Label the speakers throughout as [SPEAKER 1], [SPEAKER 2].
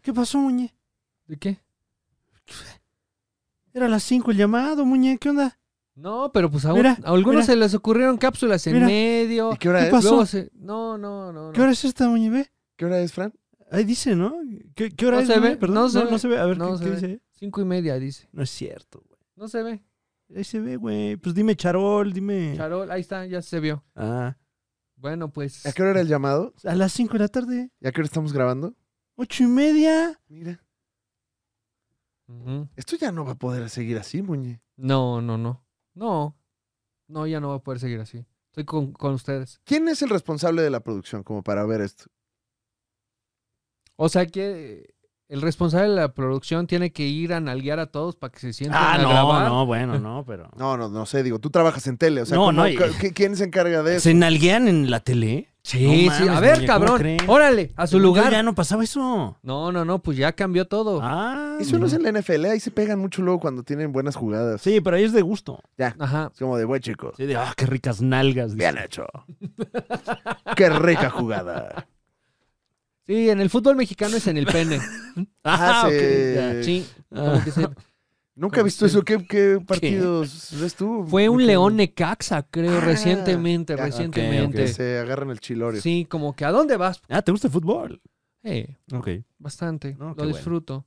[SPEAKER 1] ¿Qué pasó, Muñe?
[SPEAKER 2] ¿De qué?
[SPEAKER 1] Era las 5 el llamado, Muñe. ¿Qué onda?
[SPEAKER 2] No, pero pues a, un-
[SPEAKER 1] Mira,
[SPEAKER 2] a algunos
[SPEAKER 1] mira.
[SPEAKER 2] se les ocurrieron cápsulas en
[SPEAKER 1] Mira.
[SPEAKER 2] medio.
[SPEAKER 3] ¿Y qué hora
[SPEAKER 1] ¿Qué
[SPEAKER 3] es?
[SPEAKER 1] pasó?
[SPEAKER 2] Luego se- No, no, no. no.
[SPEAKER 1] ¿Qué hora es esta, Muñe? Ve.
[SPEAKER 3] ¿Qué hora es, Fran?
[SPEAKER 1] Ahí dice, ¿no? ¿Qué, qué hora
[SPEAKER 2] No
[SPEAKER 1] es?
[SPEAKER 2] se
[SPEAKER 1] Muñe?
[SPEAKER 2] ve,
[SPEAKER 1] Perdón,
[SPEAKER 2] no se ve.
[SPEAKER 1] no se ve. A ver,
[SPEAKER 2] No
[SPEAKER 1] ¿qué,
[SPEAKER 2] se
[SPEAKER 1] qué
[SPEAKER 2] ve.
[SPEAKER 1] dice?
[SPEAKER 2] Cinco y media, dice.
[SPEAKER 1] No es cierto, güey.
[SPEAKER 2] No se ve.
[SPEAKER 1] Ahí se ve, güey. Pues dime charol, dime.
[SPEAKER 2] Charol, ahí está, ya se vio.
[SPEAKER 1] Ah.
[SPEAKER 2] Bueno, pues.
[SPEAKER 3] ¿A qué hora era el llamado?
[SPEAKER 1] A las 5 de la tarde.
[SPEAKER 3] ¿Y a qué hora estamos grabando?
[SPEAKER 1] Ocho y media.
[SPEAKER 3] Mira,
[SPEAKER 2] Ujú.
[SPEAKER 3] esto ya no va a poder seguir así, Muñe.
[SPEAKER 2] No, no, no. No. No, ya no va a poder seguir así. Estoy con, con ustedes.
[SPEAKER 3] ¿Quién es el responsable de la producción como para ver esto?
[SPEAKER 2] O sea que eh, el responsable de la producción tiene que ir a nalguear a todos para que se sientan a grabar.
[SPEAKER 1] bueno, Ah, no, pero.
[SPEAKER 3] No, no, no sé, digo, tú trabajas en tele, o sea,
[SPEAKER 1] No,
[SPEAKER 3] ¿cómo-
[SPEAKER 1] no, y-
[SPEAKER 3] ca- qué- ¿quién se encarga de eso?
[SPEAKER 1] ¿Se nalguean en la tele?
[SPEAKER 2] Sí,
[SPEAKER 1] No
[SPEAKER 2] sí.
[SPEAKER 1] mames,
[SPEAKER 2] A ver,
[SPEAKER 1] niña, ¿cómo
[SPEAKER 2] cabrón.
[SPEAKER 1] creen?
[SPEAKER 2] Órale, a su
[SPEAKER 1] Según yo
[SPEAKER 2] lugar.
[SPEAKER 1] Ya no pasaba eso.
[SPEAKER 2] No, no, no, pues ya cambió todo.
[SPEAKER 1] Ah.
[SPEAKER 3] Eso no
[SPEAKER 1] mira.
[SPEAKER 3] es en la NFL, ahí se pegan mucho luego cuando tienen buenas jugadas.
[SPEAKER 1] Sí, pero ahí es de gusto.
[SPEAKER 2] Ajá.
[SPEAKER 3] Es como de, buen chico,
[SPEAKER 1] Sí, de, ah, qué ricas nalgas. dice.
[SPEAKER 3] bien hecho. qué rica jugada.
[SPEAKER 2] Sí, en el fútbol mexicano es en el pene.
[SPEAKER 3] Ah, sí.
[SPEAKER 1] ok, ya.
[SPEAKER 3] Eh,
[SPEAKER 2] Sí.
[SPEAKER 1] ah.
[SPEAKER 2] como que se-
[SPEAKER 3] Nunca he
[SPEAKER 1] este
[SPEAKER 3] visto eso, ¿qué, qué partidos ves tú?
[SPEAKER 2] Fue un
[SPEAKER 3] ¿Qué-
[SPEAKER 2] león Necaxa, creo,
[SPEAKER 3] Ah,
[SPEAKER 2] recientemente,
[SPEAKER 3] ya, ok,
[SPEAKER 2] recientemente.
[SPEAKER 3] Que se agarran el chilorio.
[SPEAKER 2] Sí, como que ¿a dónde vas?
[SPEAKER 1] Ah, ¿te gusta el fútbol?
[SPEAKER 2] Eh,
[SPEAKER 1] Ok.
[SPEAKER 2] bastante.
[SPEAKER 1] No, qué
[SPEAKER 2] Lo
[SPEAKER 1] bueno.
[SPEAKER 2] disfruto.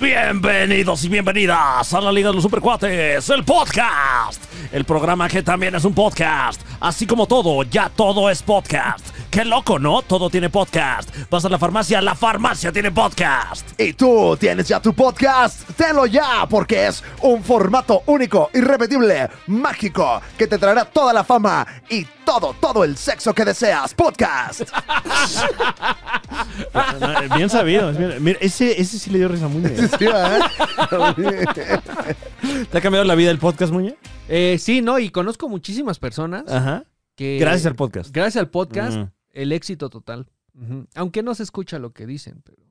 [SPEAKER 1] Bienvenidos y bienvenidas a la Liga de los Supercuates, el podcast. El programa que también es un podcast. Así como todo, ya todo es podcast. Qué loco, ¿no? Todo tiene podcast. Vas a la farmacia, la farmacia tiene podcast.
[SPEAKER 3] ¿Y tú tienes ya tu podcast? Tenlo ya, porque es un formato único, irrepetible, mágico, que te traerá toda la fama y todo, todo el sexo que deseas. Podcast.
[SPEAKER 1] Ah, Bien sabido. es bien- mira, ese, ese sí le dio risa a Muñe. ¿eh?
[SPEAKER 3] Sí, ¿verdad?
[SPEAKER 1] ¿Te ha cambiado la vida el podcast, Muñe?
[SPEAKER 2] Eh, sí, no, y conozco muchísimas personas
[SPEAKER 1] Ajá.
[SPEAKER 2] que.
[SPEAKER 1] Ah, Gracias al podcast.
[SPEAKER 2] Gracias al podcast,
[SPEAKER 1] Mm.
[SPEAKER 2] el éxito total. Ujú. Aunque no se escucha lo que dicen, pero.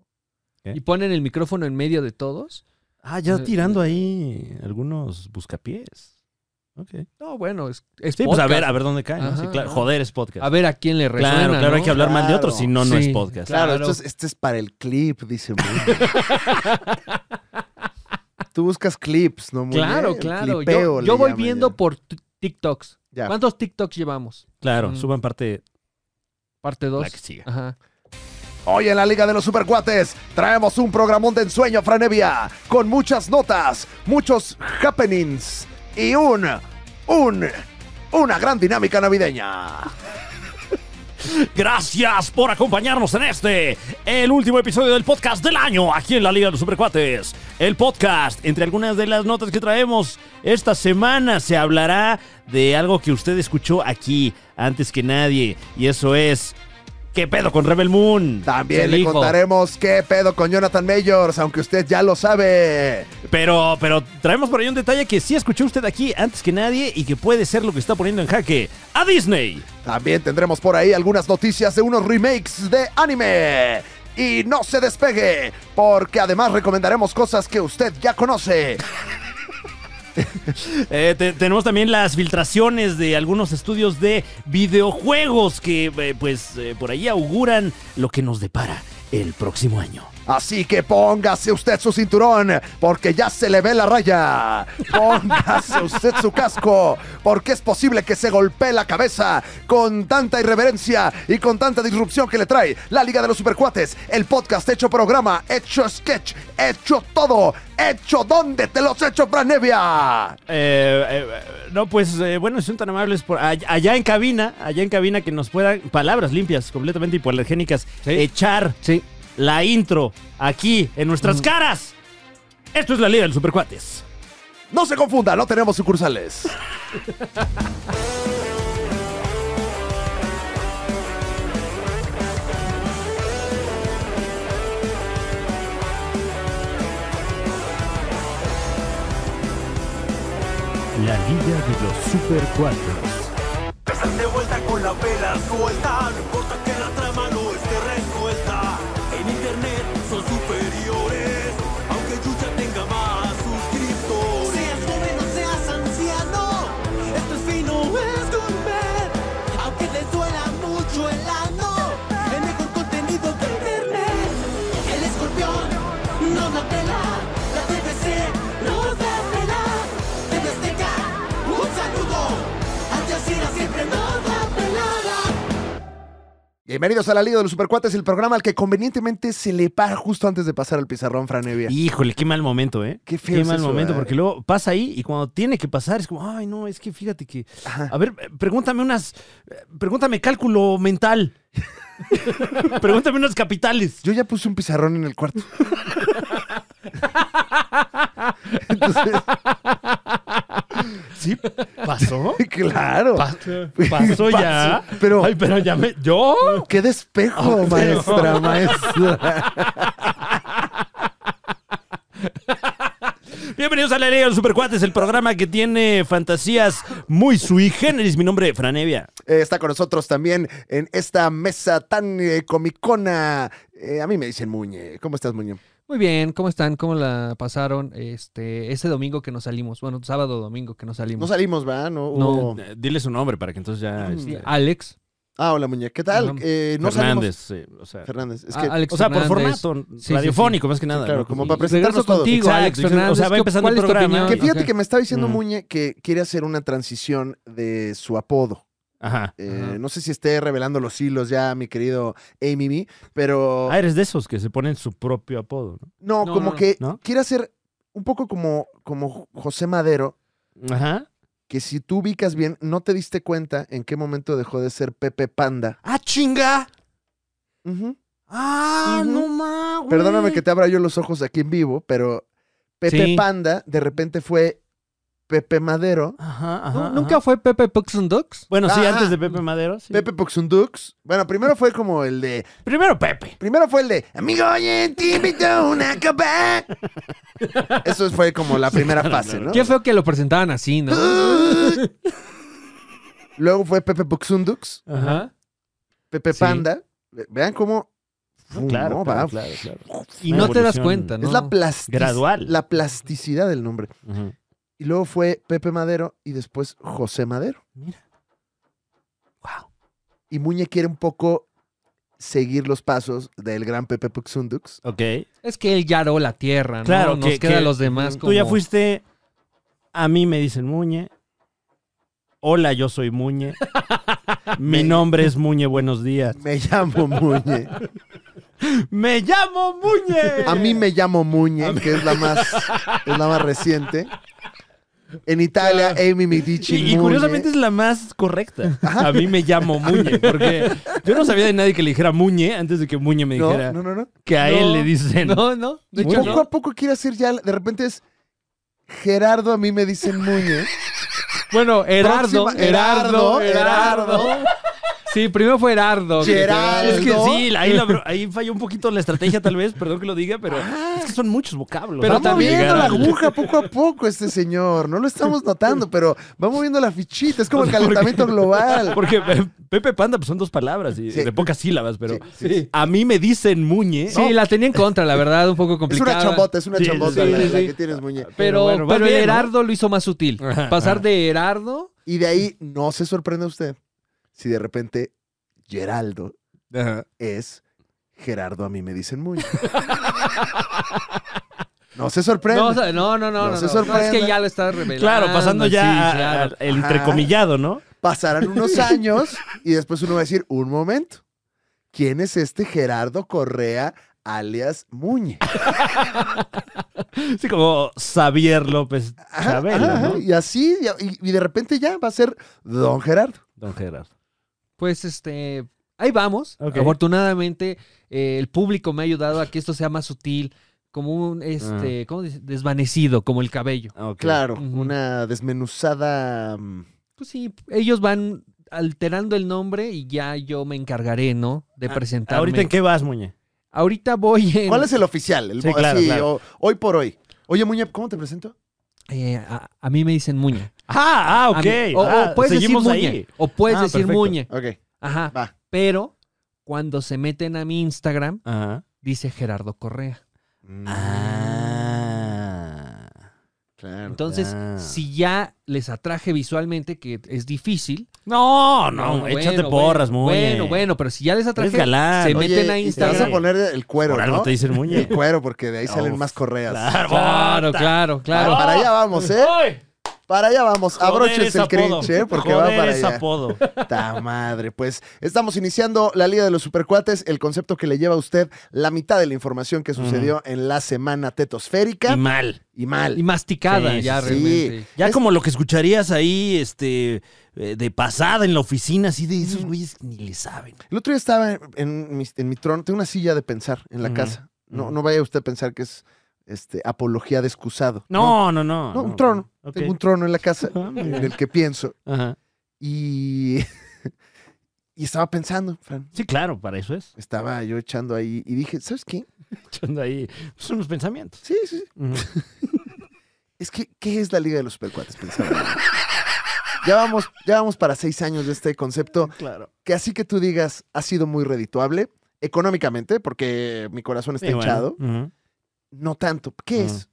[SPEAKER 1] ¿Qué?
[SPEAKER 2] Y ponen el micrófono en medio de todos.
[SPEAKER 1] Ah,
[SPEAKER 2] Eh,
[SPEAKER 1] ya tirando ahí algunos buscapiés. Ok.
[SPEAKER 2] No, bueno, es, es
[SPEAKER 1] Sí, pues a
[SPEAKER 2] podcast.
[SPEAKER 1] ver, a ver dónde cae. ¿no? Sí,
[SPEAKER 2] Ajá,
[SPEAKER 1] claro.
[SPEAKER 2] ¿no?
[SPEAKER 1] Joder, es podcast.
[SPEAKER 2] A ver a quién le resuena.
[SPEAKER 1] claro, claro, hay
[SPEAKER 2] ¿no?
[SPEAKER 1] que hablar mal de otros,
[SPEAKER 3] Claro.
[SPEAKER 1] si no, no es
[SPEAKER 2] Sí,
[SPEAKER 1] podcast.
[SPEAKER 3] Claro,
[SPEAKER 2] Claro.
[SPEAKER 3] esto es, esto es para el clip, dice Muñe. Tú buscas clips, ¿no? Muñe?
[SPEAKER 2] Claro,
[SPEAKER 3] El
[SPEAKER 2] claro.
[SPEAKER 3] clipeo
[SPEAKER 2] Yo,
[SPEAKER 3] le
[SPEAKER 2] yo voy
[SPEAKER 3] llaman
[SPEAKER 2] viendo
[SPEAKER 3] ya.
[SPEAKER 2] por t- TikToks.
[SPEAKER 3] Ya.
[SPEAKER 2] ¿Cuántos TikToks llevamos?
[SPEAKER 1] Claro,
[SPEAKER 2] Mm.
[SPEAKER 1] suban parte
[SPEAKER 2] Parte 2.
[SPEAKER 1] la que sigue.
[SPEAKER 2] Ajá.
[SPEAKER 3] Hoy en la Liga de los Supercuates traemos un programón de ensueño, Franevia, con muchas notas, muchos happenings y un, un, una gran dinámica navideña.
[SPEAKER 1] Gracias por acompañarnos en este, el último episodio del podcast del año, aquí en la Liga de los Supercuates. El podcast, entre algunas de las notas que traemos esta semana, se hablará de algo que usted escuchó aquí antes que nadie, y eso es... ¿Qué pedo con Rebel Moon?
[SPEAKER 3] También
[SPEAKER 2] El
[SPEAKER 3] le
[SPEAKER 2] hijo.
[SPEAKER 3] contaremos qué pedo con Jonathan Majors, aunque usted ya lo sabe.
[SPEAKER 1] Pero, pero traemos por ahí un detalle que sí escuchó usted aquí antes que nadie y que puede ser lo que está poniendo en jaque a Disney.
[SPEAKER 3] También tendremos por ahí algunas noticias de unos remakes de anime. Y no se despegue, porque además recomendaremos cosas que usted ya conoce.
[SPEAKER 1] Eh, te- tenemos también las filtraciones de algunos estudios de videojuegos que eh, pues eh, por ahí auguran lo que nos depara el próximo año.
[SPEAKER 3] Así que póngase usted su cinturón, porque ya se le ve la raya. Póngase usted su casco, porque es posible que se golpee la cabeza con tanta irreverencia y con tanta disrupción que le trae la Liga de los Supercuates, el podcast hecho programa, hecho sketch, hecho todo, hecho donde te los hecho, Franevia.
[SPEAKER 1] Eh, eh, eh, no, pues eh, bueno, si son tan amables por all- allá, en cabina, allá en cabina que nos puedan palabras limpias, completamente hipoalergénicas,
[SPEAKER 2] Sí.
[SPEAKER 1] echar
[SPEAKER 2] Sí.
[SPEAKER 1] la intro aquí en nuestras caras. Esto es la Liga de los Supercuates.
[SPEAKER 3] No se confunda, no tenemos sucursales.
[SPEAKER 1] La Liga de los Super
[SPEAKER 4] Están de vuelta con la vela suelta, no importa que la trama no esté resuelta. En internet son superiores, aunque Yuya tenga más suscriptores. Seas joven o seas anciano, esto es fino, es gourmet. Aunque te duela mucho el ano, el mejor
[SPEAKER 3] Bienvenidos a la Liga de los Supercuates, el programa al que convenientemente se le para justo antes de pasar al pizarrón, Franevia.
[SPEAKER 1] Híjole, qué mal momento, ¿eh?
[SPEAKER 3] Qué feo
[SPEAKER 1] Qué
[SPEAKER 3] es
[SPEAKER 1] mal
[SPEAKER 3] eso,
[SPEAKER 1] momento,
[SPEAKER 3] ¿eh?
[SPEAKER 1] porque luego pasa ahí y cuando tiene que pasar es como, ay, no, es que fíjate que.
[SPEAKER 3] Ajá.
[SPEAKER 1] A ver, eh, pregúntame unas. eh, Pregúntame cálculo mental. pregúntame unas capitales.
[SPEAKER 3] Yo ya puse un pizarrón en el cuarto. Entonces,
[SPEAKER 1] ¿Sí? ¿Pasó?
[SPEAKER 3] claro.
[SPEAKER 1] Pa- ¿Pasó ya?
[SPEAKER 3] Pasó, pero-
[SPEAKER 1] Ay, pero ya me. ¿Yo?
[SPEAKER 3] ¡Qué despejo,
[SPEAKER 1] Oh, pero-
[SPEAKER 3] maestra, maestra!
[SPEAKER 1] Bienvenidos a la Liga de los Supercuates, el programa que tiene fantasías muy sui generis. Mi nombre es Franevia.
[SPEAKER 3] Eh, está con nosotros también en esta mesa tan eh, comicona. Eh, a mí me dicen Muñe. ¿Cómo estás, Muñe?
[SPEAKER 2] Muy bien, ¿cómo están? ¿Cómo la pasaron este ese domingo que nos salimos? Bueno, sábado domingo que nos
[SPEAKER 3] No
[SPEAKER 2] salimos.
[SPEAKER 3] salimos, ¿verdad? No.
[SPEAKER 2] No.
[SPEAKER 3] hubo-
[SPEAKER 1] Eh, Dile su nombre para que entonces ya.
[SPEAKER 3] Oh. Mm,
[SPEAKER 1] este,
[SPEAKER 2] Alex
[SPEAKER 3] Ah, hola, Muñe. ¿Qué tal?
[SPEAKER 2] Ajá.
[SPEAKER 3] Eh, no
[SPEAKER 1] Fernández. sí, o sea,
[SPEAKER 3] salimos. Fernández. Es
[SPEAKER 2] Ah,
[SPEAKER 3] que,
[SPEAKER 2] Alex
[SPEAKER 1] o sea por
[SPEAKER 2] Fernández.
[SPEAKER 1] formato
[SPEAKER 2] Sí, sí,
[SPEAKER 1] radiofónico, más que nada.
[SPEAKER 3] claro,
[SPEAKER 1] ¿no?
[SPEAKER 3] como
[SPEAKER 1] Sí.
[SPEAKER 3] para presentarnos
[SPEAKER 2] Regreso
[SPEAKER 3] todos.
[SPEAKER 2] contigo,
[SPEAKER 1] Exacto,
[SPEAKER 2] Alex
[SPEAKER 1] o sea,
[SPEAKER 2] Fernández.
[SPEAKER 1] va
[SPEAKER 2] ¿Qué-
[SPEAKER 1] empezando
[SPEAKER 2] cuál
[SPEAKER 1] el
[SPEAKER 2] es tu
[SPEAKER 1] programa.
[SPEAKER 2] opinión?
[SPEAKER 3] que fíjate
[SPEAKER 2] Ok.
[SPEAKER 3] que me está diciendo
[SPEAKER 1] Mm.
[SPEAKER 3] Muñe que quiere hacer una transición de su apodo.
[SPEAKER 1] Ajá.
[SPEAKER 3] Eh,
[SPEAKER 2] Ajá.
[SPEAKER 3] no sé si esté revelando los hilos ya, mi querido Amy B, pero
[SPEAKER 1] Ah, eres de esos que se ponen su propio apodo,
[SPEAKER 3] no,
[SPEAKER 2] No,
[SPEAKER 3] como
[SPEAKER 2] no,
[SPEAKER 3] que
[SPEAKER 1] ¿no?
[SPEAKER 3] quiere hacer un poco como, como José Madero,
[SPEAKER 1] ¿no? Ajá.
[SPEAKER 3] que si tú ubicas bien, no te diste cuenta en qué momento dejó de ser Pepe Panda.
[SPEAKER 1] ¡Ah, chinga!
[SPEAKER 3] Ujú.
[SPEAKER 1] ¡Ah,
[SPEAKER 3] Ujú.
[SPEAKER 1] no mames!
[SPEAKER 3] Perdóname que te abra yo los ojos aquí en vivo, pero Pepe
[SPEAKER 2] Sí.
[SPEAKER 3] Panda de repente fue Pepe Madero,
[SPEAKER 1] Ajá,
[SPEAKER 2] ¿Nu-
[SPEAKER 1] ajá.
[SPEAKER 2] ¿Nunca
[SPEAKER 1] ajá.
[SPEAKER 2] fue Pepe Pucks and Ducks?
[SPEAKER 1] Bueno, sí,
[SPEAKER 3] Ajá.
[SPEAKER 1] antes de Pepe Madero. sí.
[SPEAKER 3] Pepe Poxundux. Bueno, primero fue como el de
[SPEAKER 1] Primero Pepe.
[SPEAKER 3] Primero fue el de Amigo, oye, te invito a una copa. Eso fue como la primera fase, ¿no?
[SPEAKER 2] Qué feo que lo presentaban así, ¿no?
[SPEAKER 3] Luego fue Pepe Buxundux,
[SPEAKER 2] Ajá.
[SPEAKER 3] Pepe
[SPEAKER 2] Sí.
[SPEAKER 3] Panda. Vean cómo. Fum,
[SPEAKER 1] Claro,
[SPEAKER 3] ¿no?
[SPEAKER 1] claro,
[SPEAKER 3] Va.
[SPEAKER 1] claro, claro.
[SPEAKER 2] Y
[SPEAKER 1] Una
[SPEAKER 2] no te das
[SPEAKER 1] evolución.
[SPEAKER 2] cuenta, ¿no?
[SPEAKER 3] Es la, plastic-
[SPEAKER 1] Gradual.
[SPEAKER 3] la plasticidad del nombre.
[SPEAKER 1] Ujú.
[SPEAKER 3] Y luego fue Pepe Madero y después José Madero.
[SPEAKER 1] Mira. Wow.
[SPEAKER 3] Y Muñe quiere un poco seguir los pasos del gran Pepe Buxundux.
[SPEAKER 1] Ok.
[SPEAKER 2] Es que él ya aró la tierra, ¿no?
[SPEAKER 1] Claro,
[SPEAKER 2] Nos
[SPEAKER 1] que-
[SPEAKER 2] queda
[SPEAKER 1] que
[SPEAKER 2] a los demás como...
[SPEAKER 1] Tú ya fuiste. A mí me dicen Muñe. Hola, yo soy Muñe. Mi nombre es Muñe, buenos días.
[SPEAKER 3] Me llamo Muñe.
[SPEAKER 1] ¡Me llamo Muñe!
[SPEAKER 3] A mí me llamo Muñe, que es la más, es la más reciente. En Italia, Amy me dice
[SPEAKER 1] Y, y
[SPEAKER 3] Muñe.
[SPEAKER 1] curiosamente es la más correcta. A mí me llamo Muñe, porque yo no sabía de nadie que le dijera Muñe antes de que Muñe me
[SPEAKER 3] no,
[SPEAKER 1] dijera
[SPEAKER 3] no, no, no.
[SPEAKER 1] que a
[SPEAKER 2] No,
[SPEAKER 1] él le dicen.
[SPEAKER 2] No, no. De hecho,
[SPEAKER 3] Poco
[SPEAKER 1] Muñe.
[SPEAKER 2] no.
[SPEAKER 3] a poco quiere hacer ya, de repente es Gerardo, a mí me dicen Muñe.
[SPEAKER 2] Bueno, Herardo,
[SPEAKER 3] Próxima-
[SPEAKER 2] Herardo,
[SPEAKER 3] Herardo,
[SPEAKER 2] Herardo,
[SPEAKER 3] Herardo.
[SPEAKER 2] Sí, primero fue Herardo. que-
[SPEAKER 3] Gerardo.
[SPEAKER 1] Es que
[SPEAKER 3] ¿No?
[SPEAKER 1] sí, la- ahí, la- ahí falló un poquito la estrategia, tal vez, perdón que lo diga, pero
[SPEAKER 3] Ah.
[SPEAKER 1] es que son muchos vocablos.
[SPEAKER 2] Pero
[SPEAKER 3] va
[SPEAKER 1] Vamos a
[SPEAKER 2] también-
[SPEAKER 3] moviendo
[SPEAKER 1] llegar
[SPEAKER 3] la
[SPEAKER 1] al-
[SPEAKER 3] aguja poco a poco este señor. No lo estamos notando, pero va moviendo la fichita. Es como el calentamiento global.
[SPEAKER 1] Porque Pe- Pepe Panda pues, son dos palabras y
[SPEAKER 3] Sí.
[SPEAKER 1] de pocas sílabas, pero
[SPEAKER 3] Sí, sí, sí.
[SPEAKER 1] a mí me dicen Muñe.
[SPEAKER 2] Sí, la tenía en contra, la verdad, un poco
[SPEAKER 3] Es
[SPEAKER 2] complicada.
[SPEAKER 3] una chambota, es una
[SPEAKER 1] Sí,
[SPEAKER 3] chambota
[SPEAKER 1] sí,
[SPEAKER 3] la,
[SPEAKER 2] sí,
[SPEAKER 3] la
[SPEAKER 2] sí. Ah,
[SPEAKER 3] que tienes, Muñe.
[SPEAKER 1] Pero
[SPEAKER 2] Pero,
[SPEAKER 1] bueno,
[SPEAKER 2] pero,
[SPEAKER 1] vas bien, ¿no?
[SPEAKER 2] Herardo lo hizo más sutil.
[SPEAKER 1] Ajá,
[SPEAKER 2] Pasar
[SPEAKER 1] ajá.
[SPEAKER 2] de Herardo
[SPEAKER 3] Y de ahí no se sorprende usted si de repente Geraldo
[SPEAKER 1] Ajá.
[SPEAKER 3] es Gerardo, a mí me dicen muy. no se sorprende.
[SPEAKER 2] No, o sea, no, no,
[SPEAKER 3] No
[SPEAKER 2] no, no,
[SPEAKER 3] se
[SPEAKER 2] no, no, es
[SPEAKER 3] sorprenda.
[SPEAKER 2] que ya lo estás revelando.
[SPEAKER 1] Claro, pasando ya
[SPEAKER 2] sí,
[SPEAKER 1] a-
[SPEAKER 2] claro.
[SPEAKER 1] al- el entrecomillado, ¿no?
[SPEAKER 3] Pasarán unos años y después uno va a decir, un momento, ¿quién es este Gerardo Correa alias Muñe?
[SPEAKER 1] Sí, como Xavier López
[SPEAKER 3] Ajá,
[SPEAKER 1] Chabela,
[SPEAKER 3] ajá,
[SPEAKER 1] ¿no?
[SPEAKER 3] Y así, y, y de repente ya va a ser Don Gerardo.
[SPEAKER 1] Don Gerardo.
[SPEAKER 2] Pues este, ahí vamos.
[SPEAKER 1] Ok.
[SPEAKER 2] Afortunadamente, eh, el público me ha ayudado a que esto sea más sutil, como un, este,
[SPEAKER 1] Ah.
[SPEAKER 2] ¿cómo dice? Desvanecido, como el cabello.
[SPEAKER 1] Ok.
[SPEAKER 3] Claro,
[SPEAKER 2] Ujú.
[SPEAKER 3] una desmenuzada... mm,
[SPEAKER 2] Pues sí, ellos van alterando el nombre y ya yo me encargaré, ¿no? De
[SPEAKER 1] Ah,
[SPEAKER 2] presentarme.
[SPEAKER 1] ¿Ahorita en qué vas, Muñe?
[SPEAKER 2] Ahorita voy en...
[SPEAKER 3] ¿Cuál es el oficial? El
[SPEAKER 1] Sí,
[SPEAKER 3] mo-
[SPEAKER 1] claro,
[SPEAKER 3] así,
[SPEAKER 1] claro.
[SPEAKER 3] o- hoy por hoy. Oye, Muñe, ¿cómo te presento?
[SPEAKER 2] Eh, a, a mí me dicen Muñe.
[SPEAKER 1] Ah, ah,
[SPEAKER 2] A
[SPEAKER 1] ok.
[SPEAKER 2] mí- o, o
[SPEAKER 1] Ah,
[SPEAKER 2] puedes decir
[SPEAKER 1] seguimos
[SPEAKER 2] Muñe.
[SPEAKER 1] ahí.
[SPEAKER 2] O puedes
[SPEAKER 1] Ah,
[SPEAKER 2] decir
[SPEAKER 1] perfecto.
[SPEAKER 2] Muñe.
[SPEAKER 3] Ok,
[SPEAKER 2] Ajá.
[SPEAKER 3] va.
[SPEAKER 2] Pero cuando se meten a mi Instagram,
[SPEAKER 1] Ajá.
[SPEAKER 2] dice Gerardo Correa.
[SPEAKER 3] Mm,
[SPEAKER 1] Ah.
[SPEAKER 3] Claro.
[SPEAKER 2] Entonces,
[SPEAKER 1] Ah.
[SPEAKER 2] si ya les atraje visualmente, que es difícil.
[SPEAKER 1] No, no,
[SPEAKER 2] Bueno,
[SPEAKER 1] échate
[SPEAKER 2] bueno,
[SPEAKER 1] porras, Muñe.
[SPEAKER 2] Bueno, bueno, pero si ya les atraje,
[SPEAKER 1] Eres galán.
[SPEAKER 2] se
[SPEAKER 1] Oye,
[SPEAKER 2] meten a
[SPEAKER 3] y te vas a
[SPEAKER 2] Instagram.
[SPEAKER 3] poner el cuero,
[SPEAKER 1] Por algo
[SPEAKER 3] ¿no?
[SPEAKER 1] te dicen Muñe.
[SPEAKER 3] El cuero, porque de ahí salen
[SPEAKER 1] Uf,
[SPEAKER 3] más correas.
[SPEAKER 1] Claro,
[SPEAKER 2] Claro, claro,
[SPEAKER 3] Para,
[SPEAKER 2] claro.
[SPEAKER 3] para allá vamos, ¿eh?
[SPEAKER 1] ¡Ay!
[SPEAKER 3] Para allá vamos.
[SPEAKER 1] Joder,
[SPEAKER 3] Abróchense
[SPEAKER 1] es
[SPEAKER 3] el
[SPEAKER 1] apodo.
[SPEAKER 3] cringe, ¿eh? porque
[SPEAKER 1] Joder,
[SPEAKER 3] va para
[SPEAKER 1] es
[SPEAKER 3] allá.
[SPEAKER 1] apodo.
[SPEAKER 3] Ta madre, pues estamos iniciando la Liga de los Supercuates, el concepto que le lleva a usted la mitad de la información que sucedió en la semana tetosférica
[SPEAKER 1] Y mal.
[SPEAKER 3] y, mal.
[SPEAKER 2] Y masticada
[SPEAKER 1] Sí,
[SPEAKER 2] ya
[SPEAKER 3] sí,
[SPEAKER 2] realmente.
[SPEAKER 3] sí.
[SPEAKER 1] Ya
[SPEAKER 3] Es-
[SPEAKER 1] como lo que escucharías ahí, este, eh, de pasada en la oficina, así de esos güeyes que ni le saben.
[SPEAKER 3] El otro día estaba en, mi, en mi trono, tengo una silla de pensar en la
[SPEAKER 1] Ujú,
[SPEAKER 3] casa. No,
[SPEAKER 1] ujú.
[SPEAKER 3] no vaya usted a pensar que es este, apología de excusado.
[SPEAKER 1] No, no, no.
[SPEAKER 3] No, un trono.
[SPEAKER 1] Ok.
[SPEAKER 3] Tengo un trono en la casa
[SPEAKER 1] Ah, muy
[SPEAKER 3] en
[SPEAKER 1] bien.
[SPEAKER 3] el que pienso.
[SPEAKER 1] Ajá.
[SPEAKER 3] Y, y estaba pensando, Fran.
[SPEAKER 1] Sí, claro, para eso es.
[SPEAKER 3] Estaba yo echando ahí y dije, ¿sabes qué?
[SPEAKER 1] Echando ahí pues, unos pensamientos.
[SPEAKER 3] Sí, sí, sí. Es que, ¿qué es la Liga de los Supercuates? Pensaba yo. Ya vamos, ya vamos para seis años de este concepto
[SPEAKER 1] Claro.
[SPEAKER 3] que así que tú digas ha sido muy redituable económicamente, porque mi corazón está
[SPEAKER 1] Sí, bueno.
[SPEAKER 3] hinchado.
[SPEAKER 1] Ujú.
[SPEAKER 3] No tanto. ¿Qué
[SPEAKER 1] Ujú.
[SPEAKER 3] es?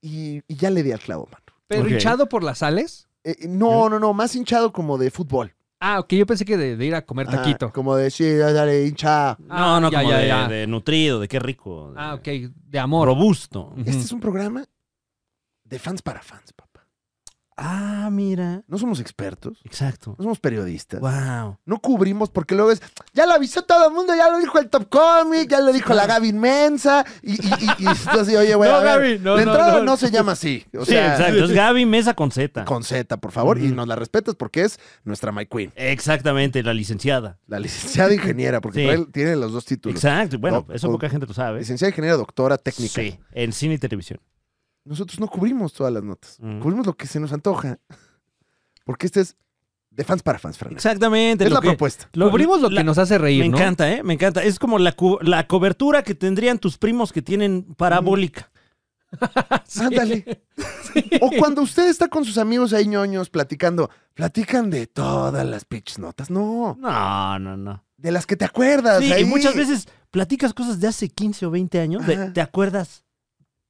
[SPEAKER 3] Y, y ya le di al clavo, mano.
[SPEAKER 2] Pero
[SPEAKER 1] Ok.
[SPEAKER 2] hinchado por las sales.
[SPEAKER 3] Eh, eh, no, no, no, más hinchado como de fútbol.
[SPEAKER 2] Ah, ok, yo pensé que de, de ir a comer
[SPEAKER 3] Ajá,
[SPEAKER 2] taquito.
[SPEAKER 3] como de, sí, ya, dale, hincha.
[SPEAKER 1] No, no,
[SPEAKER 2] Ah, ya,
[SPEAKER 1] como
[SPEAKER 2] ya,
[SPEAKER 1] de,
[SPEAKER 2] ya.
[SPEAKER 1] de nutrido, de qué rico. de
[SPEAKER 2] Ah, ok, de amor.
[SPEAKER 1] Robusto.
[SPEAKER 2] Ujú.
[SPEAKER 3] Este es un programa de fans para fans, papá.
[SPEAKER 1] Ah, mira.
[SPEAKER 3] No somos expertos,
[SPEAKER 1] Exacto.
[SPEAKER 3] no somos periodistas.
[SPEAKER 1] Wow.
[SPEAKER 3] No cubrimos porque luego es, ya lo avisó todo el mundo, ya lo dijo el Top Comic, ya lo dijo la Gaby Inmensa. Y, y, y, y tú así, oye, güey,
[SPEAKER 2] No,
[SPEAKER 3] a ver,
[SPEAKER 2] Gaby, no,
[SPEAKER 3] la
[SPEAKER 2] no,
[SPEAKER 3] entrada no,
[SPEAKER 2] no.
[SPEAKER 3] se llama así. O
[SPEAKER 1] sí,
[SPEAKER 3] sea,
[SPEAKER 1] exacto. Es Gaby Mesa con Z.
[SPEAKER 3] con Z, por favor, y
[SPEAKER 1] Ujú.
[SPEAKER 3] nos la respetas porque es nuestra My Queen,
[SPEAKER 1] Exactamente, la licenciada.
[SPEAKER 3] la licenciada ingeniera, porque
[SPEAKER 1] Sí.
[SPEAKER 3] trae- tiene los dos títulos.
[SPEAKER 1] Exacto. Bueno,
[SPEAKER 3] No,
[SPEAKER 1] eso
[SPEAKER 3] con-
[SPEAKER 1] poca gente lo sabe.
[SPEAKER 3] Licenciada ingeniera, doctora técnica.
[SPEAKER 1] Sí, en cine y televisión.
[SPEAKER 3] Nosotros no cubrimos todas las notas,
[SPEAKER 1] Ujú.
[SPEAKER 3] cubrimos lo que se nos antoja. Porque este es de fans para fans, Fran.
[SPEAKER 1] Exactamente.
[SPEAKER 3] Es
[SPEAKER 1] lo
[SPEAKER 3] la
[SPEAKER 1] que-
[SPEAKER 3] propuesta.
[SPEAKER 1] lo-
[SPEAKER 2] Cubrimos lo
[SPEAKER 1] la-
[SPEAKER 2] que nos hace reír,
[SPEAKER 1] Me
[SPEAKER 2] ¿no?
[SPEAKER 1] encanta, ¿eh? Me encanta. Es como la, cu- la cobertura que tendrían tus primos que tienen parabólica.
[SPEAKER 2] Sí.
[SPEAKER 3] Ándale. O cuando usted está con sus amigos ahí ñoños platicando, platican de todas las pitch notas. No,
[SPEAKER 1] No, no, no.
[SPEAKER 3] de las que te acuerdas.
[SPEAKER 1] Sí, y
[SPEAKER 3] ahí.
[SPEAKER 1] muchas veces platicas cosas de hace 15 o 20 años. de-
[SPEAKER 3] Ajá.
[SPEAKER 1] ¿Te acuerdas?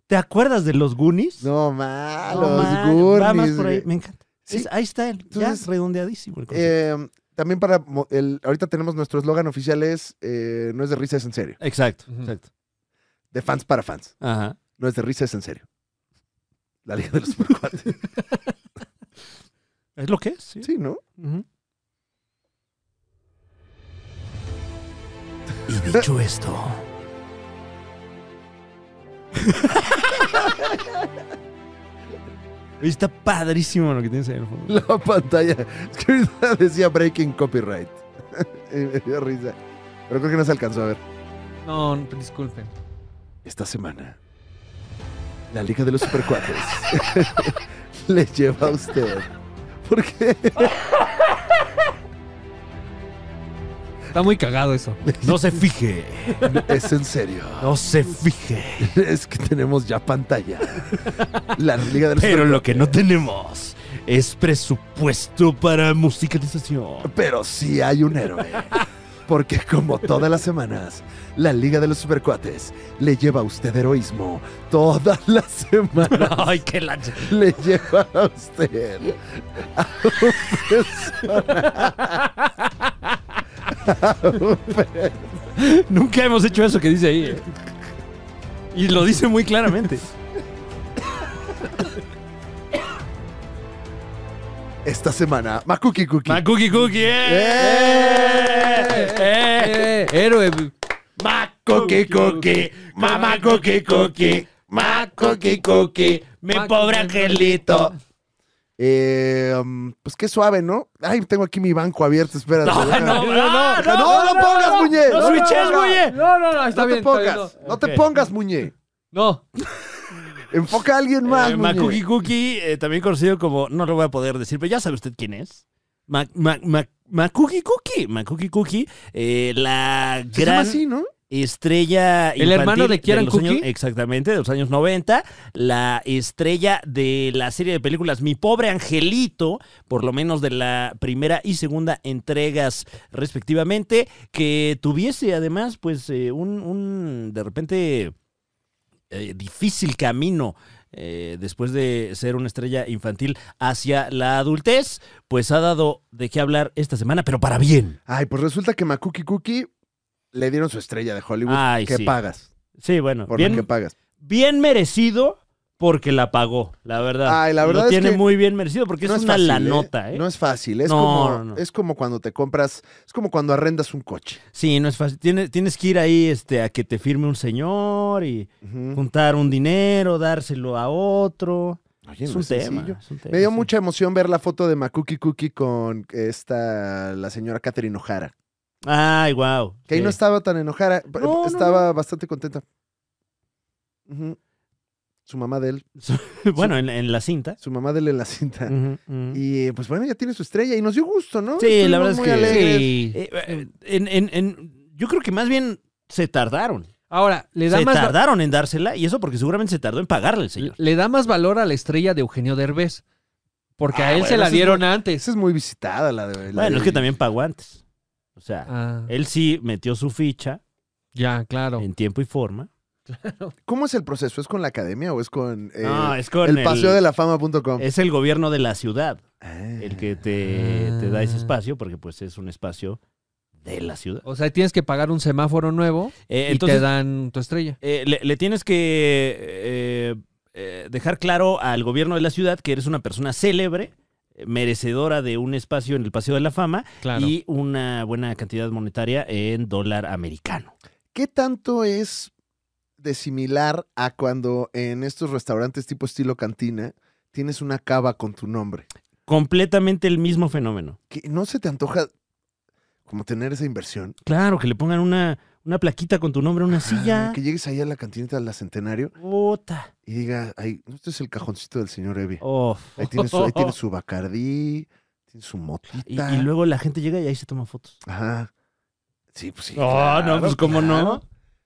[SPEAKER 1] ¿Te acuerdas de los Goonies?
[SPEAKER 3] No, ma,
[SPEAKER 1] No,
[SPEAKER 3] los
[SPEAKER 1] man, va más
[SPEAKER 3] Goonies,
[SPEAKER 1] por ahí.
[SPEAKER 3] güey.
[SPEAKER 1] Me encanta.
[SPEAKER 3] Sí.
[SPEAKER 1] Es- ahí está él. Ya
[SPEAKER 3] Entonces,
[SPEAKER 1] redondeadísimo el concepto.
[SPEAKER 3] Eh, también para mo- el, ahorita tenemos nuestro eslogan oficial es eh, no es de risa es en serio
[SPEAKER 1] exacto,
[SPEAKER 2] Ujú.
[SPEAKER 1] exacto.
[SPEAKER 3] de fans para fans
[SPEAKER 1] Ajá.
[SPEAKER 3] no es de risa es en serio la liga de los supercuates
[SPEAKER 1] ¿Es lo que es? Sí.
[SPEAKER 3] sí no
[SPEAKER 1] Ujú. Y dicho esto. Oye, Está padrísimo lo que tienes ahí en el fondo.
[SPEAKER 3] La pantalla. Es que ahorita decía breaking copyright. y me dio risa. Pero creo que no se alcanzó a ver.
[SPEAKER 2] No, no, disculpen.
[SPEAKER 3] Esta semana, la Liga de los Supercuates le lleva a usted. ¿Por qué?
[SPEAKER 2] Está muy cagado eso.
[SPEAKER 1] No se fije.
[SPEAKER 3] Es en serio.
[SPEAKER 1] No se fije.
[SPEAKER 3] Es que tenemos ya pantalla. La Liga de los
[SPEAKER 1] Pero
[SPEAKER 3] Supercuates.
[SPEAKER 1] lo que no tenemos es presupuesto para musicalización.
[SPEAKER 3] Pero sí hay un héroe. Porque como todas las semanas, la Liga de los Supercuates le lleva a usted heroísmo todas las semanas.
[SPEAKER 1] Ay, qué lancha.
[SPEAKER 3] le lleva a usted
[SPEAKER 1] Nunca hemos hecho eso que dice ahí. ¿eh? Y lo dice muy claramente.
[SPEAKER 3] esta semana Makuki Cookie.
[SPEAKER 1] Macuki Cookie,
[SPEAKER 3] ¡Eh!
[SPEAKER 1] ¡Eh!
[SPEAKER 2] Eh, héroe.
[SPEAKER 1] Macuki Cookie, mamá Cookie Cookie, Macuki Cookie, mi
[SPEAKER 2] Macuki
[SPEAKER 1] pobre
[SPEAKER 2] Cookie.
[SPEAKER 1] angelito.
[SPEAKER 3] Eh, um, pues qué suave, ¿no? Ay, tengo aquí mi banco abierto, espérate.
[SPEAKER 1] No, no,
[SPEAKER 3] déjame.
[SPEAKER 1] no, no,
[SPEAKER 3] no, no, pongas, muñe.
[SPEAKER 1] no,
[SPEAKER 3] No,
[SPEAKER 1] switches,
[SPEAKER 3] no, no.
[SPEAKER 1] muñe.
[SPEAKER 2] No, no, no, está bien. está
[SPEAKER 3] No te
[SPEAKER 2] bien,
[SPEAKER 3] pongas, no
[SPEAKER 1] Ok.
[SPEAKER 3] te pongas, Muñe.
[SPEAKER 2] No.
[SPEAKER 3] Enfoca a alguien más,
[SPEAKER 1] Eh,
[SPEAKER 3] Muñe.
[SPEAKER 1] Macuki Cookie, eh, también conocido como, no lo voy a poder decir, pero ya sabe usted quién es. Ma- ma- ma- Macuki Cookie, Macuki Cookie, eh, la
[SPEAKER 3] Se llama
[SPEAKER 1] gran
[SPEAKER 3] así, ¿no?
[SPEAKER 1] estrella
[SPEAKER 2] El hermano
[SPEAKER 1] infantil
[SPEAKER 2] de Kieran
[SPEAKER 1] los años-
[SPEAKER 2] Cookie.
[SPEAKER 1] exactamente, de los años 90, la estrella de la serie de películas Mi Pobre Angelito, por lo menos de la primera y segunda entregas respectivamente, que tuviese además pues eh, un, un, de repente eh, difícil camino eh, después de ser una estrella infantil hacia la adultez, pues ha dado de qué hablar esta semana, pero para bien.
[SPEAKER 3] Ay, pues resulta que Makuki Cookie le dieron su estrella de Hollywood.
[SPEAKER 1] Ay,
[SPEAKER 3] ¿Qué
[SPEAKER 1] sí.
[SPEAKER 3] pagas?
[SPEAKER 1] Sí, bueno,
[SPEAKER 3] Por
[SPEAKER 1] bien,
[SPEAKER 3] lo que pagas.
[SPEAKER 1] bien merecido porque la pagó, la verdad.
[SPEAKER 3] Ay, la verdad
[SPEAKER 1] Lo
[SPEAKER 3] es
[SPEAKER 1] tiene
[SPEAKER 3] que
[SPEAKER 1] muy bien merecido porque es, una
[SPEAKER 3] fácil,
[SPEAKER 1] la lanota, ¿eh?
[SPEAKER 3] No es fácil, es,
[SPEAKER 1] No,
[SPEAKER 3] como,
[SPEAKER 1] no, no.
[SPEAKER 3] es como cuando te compras, es como cuando arrendas un coche.
[SPEAKER 1] Sí, no es fácil. Tienes, tienes que ir ahí este, a que te firme un señor y
[SPEAKER 3] Ujú.
[SPEAKER 1] juntar un dinero, dárselo a otro.
[SPEAKER 3] Oye,
[SPEAKER 1] es,
[SPEAKER 3] no
[SPEAKER 1] un
[SPEAKER 3] es
[SPEAKER 1] tema,
[SPEAKER 3] sencillo.
[SPEAKER 1] es un tema,
[SPEAKER 3] Me dio
[SPEAKER 1] sí.
[SPEAKER 3] mucha emoción ver la foto de Makuki Cookie con esta, la señora Katherine O'Hara.
[SPEAKER 1] Ay, wow.
[SPEAKER 3] Que ahí no estaba tan enojada, p-
[SPEAKER 1] No, no,
[SPEAKER 3] estaba bastante contenta. Ujú. Su mamá de él,
[SPEAKER 1] Bueno, en, en la cinta.
[SPEAKER 3] su mamá de él en la cinta.
[SPEAKER 1] Ujú, ujú.
[SPEAKER 3] Y eh, pues bueno, ya tiene su estrella y nos dio gusto, ¿no?
[SPEAKER 1] Sí, la verdad es
[SPEAKER 3] muy
[SPEAKER 1] que-
[SPEAKER 3] alegres.
[SPEAKER 2] Sí.
[SPEAKER 1] Eh, eh, en- en- en- yo creo que más bien se tardaron.
[SPEAKER 2] Ahora, le da
[SPEAKER 1] Se
[SPEAKER 2] más va-
[SPEAKER 1] tardaron en dársela y eso porque seguramente se tardó en pagarle el señor.
[SPEAKER 2] le da más valor a la estrella de Eugenio Derbez. Porque
[SPEAKER 3] Ah,
[SPEAKER 2] a él
[SPEAKER 3] bueno,
[SPEAKER 2] se la
[SPEAKER 3] esa es
[SPEAKER 2] dieron antes.
[SPEAKER 3] Esa es muy visitada la de la
[SPEAKER 1] Bueno,
[SPEAKER 3] de-
[SPEAKER 1] es que también pagó antes. O sea,
[SPEAKER 2] Ah,
[SPEAKER 1] él sí metió su ficha
[SPEAKER 2] ya, claro.
[SPEAKER 1] en tiempo y forma.
[SPEAKER 3] ¿Cómo es el proceso? ¿Es con la academia o es con, eh,
[SPEAKER 1] no, es con
[SPEAKER 3] el paseo de la fama.com?
[SPEAKER 1] Es el gobierno de la ciudad
[SPEAKER 3] Ah.
[SPEAKER 1] el que te, te da ese
[SPEAKER 2] Ah.
[SPEAKER 1] espacio porque pues es un espacio de la ciudad.
[SPEAKER 2] O sea, tienes que pagar un semáforo nuevo
[SPEAKER 1] Eh,
[SPEAKER 2] y
[SPEAKER 1] entonces,
[SPEAKER 2] te dan tu estrella.
[SPEAKER 1] eh, le, le tienes que eh, eh, dejar claro al gobierno de la ciudad que eres una persona célebre, eh, merecedora de un espacio en el Paseo de la Fama
[SPEAKER 2] Claro.
[SPEAKER 1] y una buena cantidad monetaria en dólar americano.
[SPEAKER 3] ¿Qué tanto es de similar a cuando en estos restaurantes tipo estilo cantina tienes una cava con tu nombre?
[SPEAKER 1] Completamente el mismo fenómeno.
[SPEAKER 3] Que no se te antoja como tener esa inversión.
[SPEAKER 1] Claro, que le pongan una, una plaquita con tu nombre a una silla.
[SPEAKER 3] Ah, que llegues ahí a la cantinita de la Centenario
[SPEAKER 1] Puta.
[SPEAKER 3] y digas, ay, no, este es el cajoncito del señor Evi.
[SPEAKER 1] Oh.
[SPEAKER 3] Ahí tiene su, ahí tiene su bacardí, tiene su motita.
[SPEAKER 1] Y, y luego la gente llega y ahí se toma fotos.
[SPEAKER 3] Ajá. Sí, pues sí.
[SPEAKER 1] Oh, no, pues cómo no.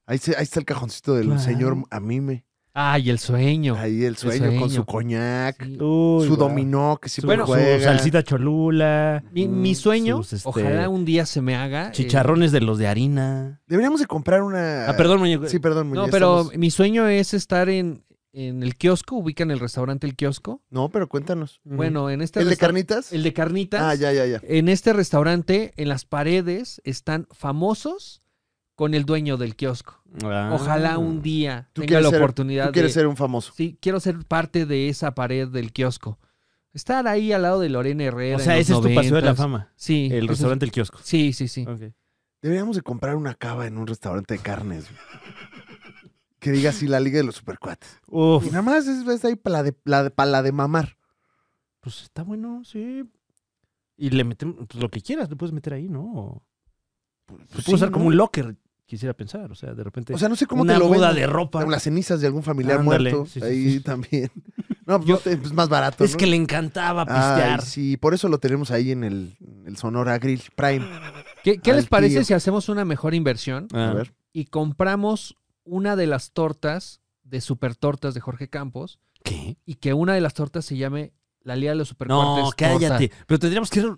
[SPEAKER 3] Ahí, se- ahí está el cajoncito del
[SPEAKER 1] Claro.
[SPEAKER 3] señor Amime.
[SPEAKER 2] Ay, el sueño.
[SPEAKER 3] Ahí el sueño, con su
[SPEAKER 2] sueño.
[SPEAKER 3] coñac,
[SPEAKER 2] Sí.
[SPEAKER 1] Uy,
[SPEAKER 3] su
[SPEAKER 1] guau.
[SPEAKER 3] dominó que siempre
[SPEAKER 1] Bueno, su
[SPEAKER 3] juega.
[SPEAKER 1] salsita cholula,
[SPEAKER 2] Mi,
[SPEAKER 3] Mm,
[SPEAKER 2] mi sueño,
[SPEAKER 1] sus, este,
[SPEAKER 2] ojalá un día se me haga. eh,
[SPEAKER 1] chicharrones de los de harina.
[SPEAKER 3] Deberíamos de comprar una.
[SPEAKER 1] Ah, perdón, muñeco.
[SPEAKER 3] Sí, perdón,
[SPEAKER 2] no,
[SPEAKER 3] Muñe,
[SPEAKER 2] pero
[SPEAKER 3] estamos-
[SPEAKER 2] mi sueño es estar en, en el kiosco, ubican el restaurante El Kiosco.
[SPEAKER 3] No, pero cuéntanos.
[SPEAKER 2] Bueno, en este
[SPEAKER 3] ¿El de
[SPEAKER 2] resta-
[SPEAKER 3] carnitas?
[SPEAKER 2] El de carnitas.
[SPEAKER 3] Ah, ya, ya, ya.
[SPEAKER 2] En este restaurante, en las paredes, están famosos con el dueño del kiosco.
[SPEAKER 1] Ah.
[SPEAKER 2] Ojalá un día
[SPEAKER 3] Tú
[SPEAKER 2] tenga
[SPEAKER 3] quieres
[SPEAKER 2] la
[SPEAKER 3] ser-
[SPEAKER 2] oportunidad
[SPEAKER 3] Tú quieres
[SPEAKER 2] de...
[SPEAKER 3] ser un famoso.
[SPEAKER 2] Sí, quiero ser parte de esa pared del kiosco. Estar ahí al lado de Lorena Herrera.
[SPEAKER 1] O
[SPEAKER 2] en
[SPEAKER 1] sea,
[SPEAKER 2] los
[SPEAKER 1] ese es tu paseo de la
[SPEAKER 2] 90s.
[SPEAKER 1] fama.
[SPEAKER 2] Sí. ese
[SPEAKER 1] El
[SPEAKER 2] es-
[SPEAKER 1] restaurante El Kiosco.
[SPEAKER 2] Sí, sí, sí.
[SPEAKER 3] Deberíamos de comprar una cava en un restaurante de carnes. güey. que diga así la Liga de los Supercuates. Y
[SPEAKER 1] Uf,
[SPEAKER 3] nada más es, es ahí para la de, la de- pa' la de mamar.
[SPEAKER 1] pues está bueno, sí. Y le metemos pues, lo que quieras, le puedes meter ahí, ¿no? Se puede
[SPEAKER 3] Pues sí,
[SPEAKER 1] usar como
[SPEAKER 3] ¿no?
[SPEAKER 1] un locker, quisiera pensar. O sea, de repente.
[SPEAKER 3] O sea, no sé cómo
[SPEAKER 1] una
[SPEAKER 3] te lo
[SPEAKER 1] muda
[SPEAKER 3] venden.
[SPEAKER 1] de ropa.
[SPEAKER 3] Con Las cenizas de algún familiar
[SPEAKER 1] Ándale,
[SPEAKER 3] muerto.
[SPEAKER 1] sí, sí,
[SPEAKER 3] ahí
[SPEAKER 1] sí.
[SPEAKER 3] también. No, pues,
[SPEAKER 1] Yo-
[SPEAKER 3] no te- pues más barato.
[SPEAKER 1] Es
[SPEAKER 3] ¿no?
[SPEAKER 1] que le encantaba
[SPEAKER 3] Ay,
[SPEAKER 1] pistear.
[SPEAKER 3] sí, por eso lo tenemos ahí en el, en el Sonora Grill Prime.
[SPEAKER 2] ¿Qué, qué
[SPEAKER 3] Al
[SPEAKER 2] les parece
[SPEAKER 3] tío.
[SPEAKER 2] si hacemos una mejor inversión
[SPEAKER 1] Ah.
[SPEAKER 3] A ver.
[SPEAKER 2] y compramos una de las tortas de Super Tortas de Jorge Campos
[SPEAKER 1] ¿Qué?
[SPEAKER 2] y que una de las tortas se llame La Liga de los Supercuates
[SPEAKER 1] No,
[SPEAKER 2] torta?
[SPEAKER 1] cállate. Pero tendríamos que ser,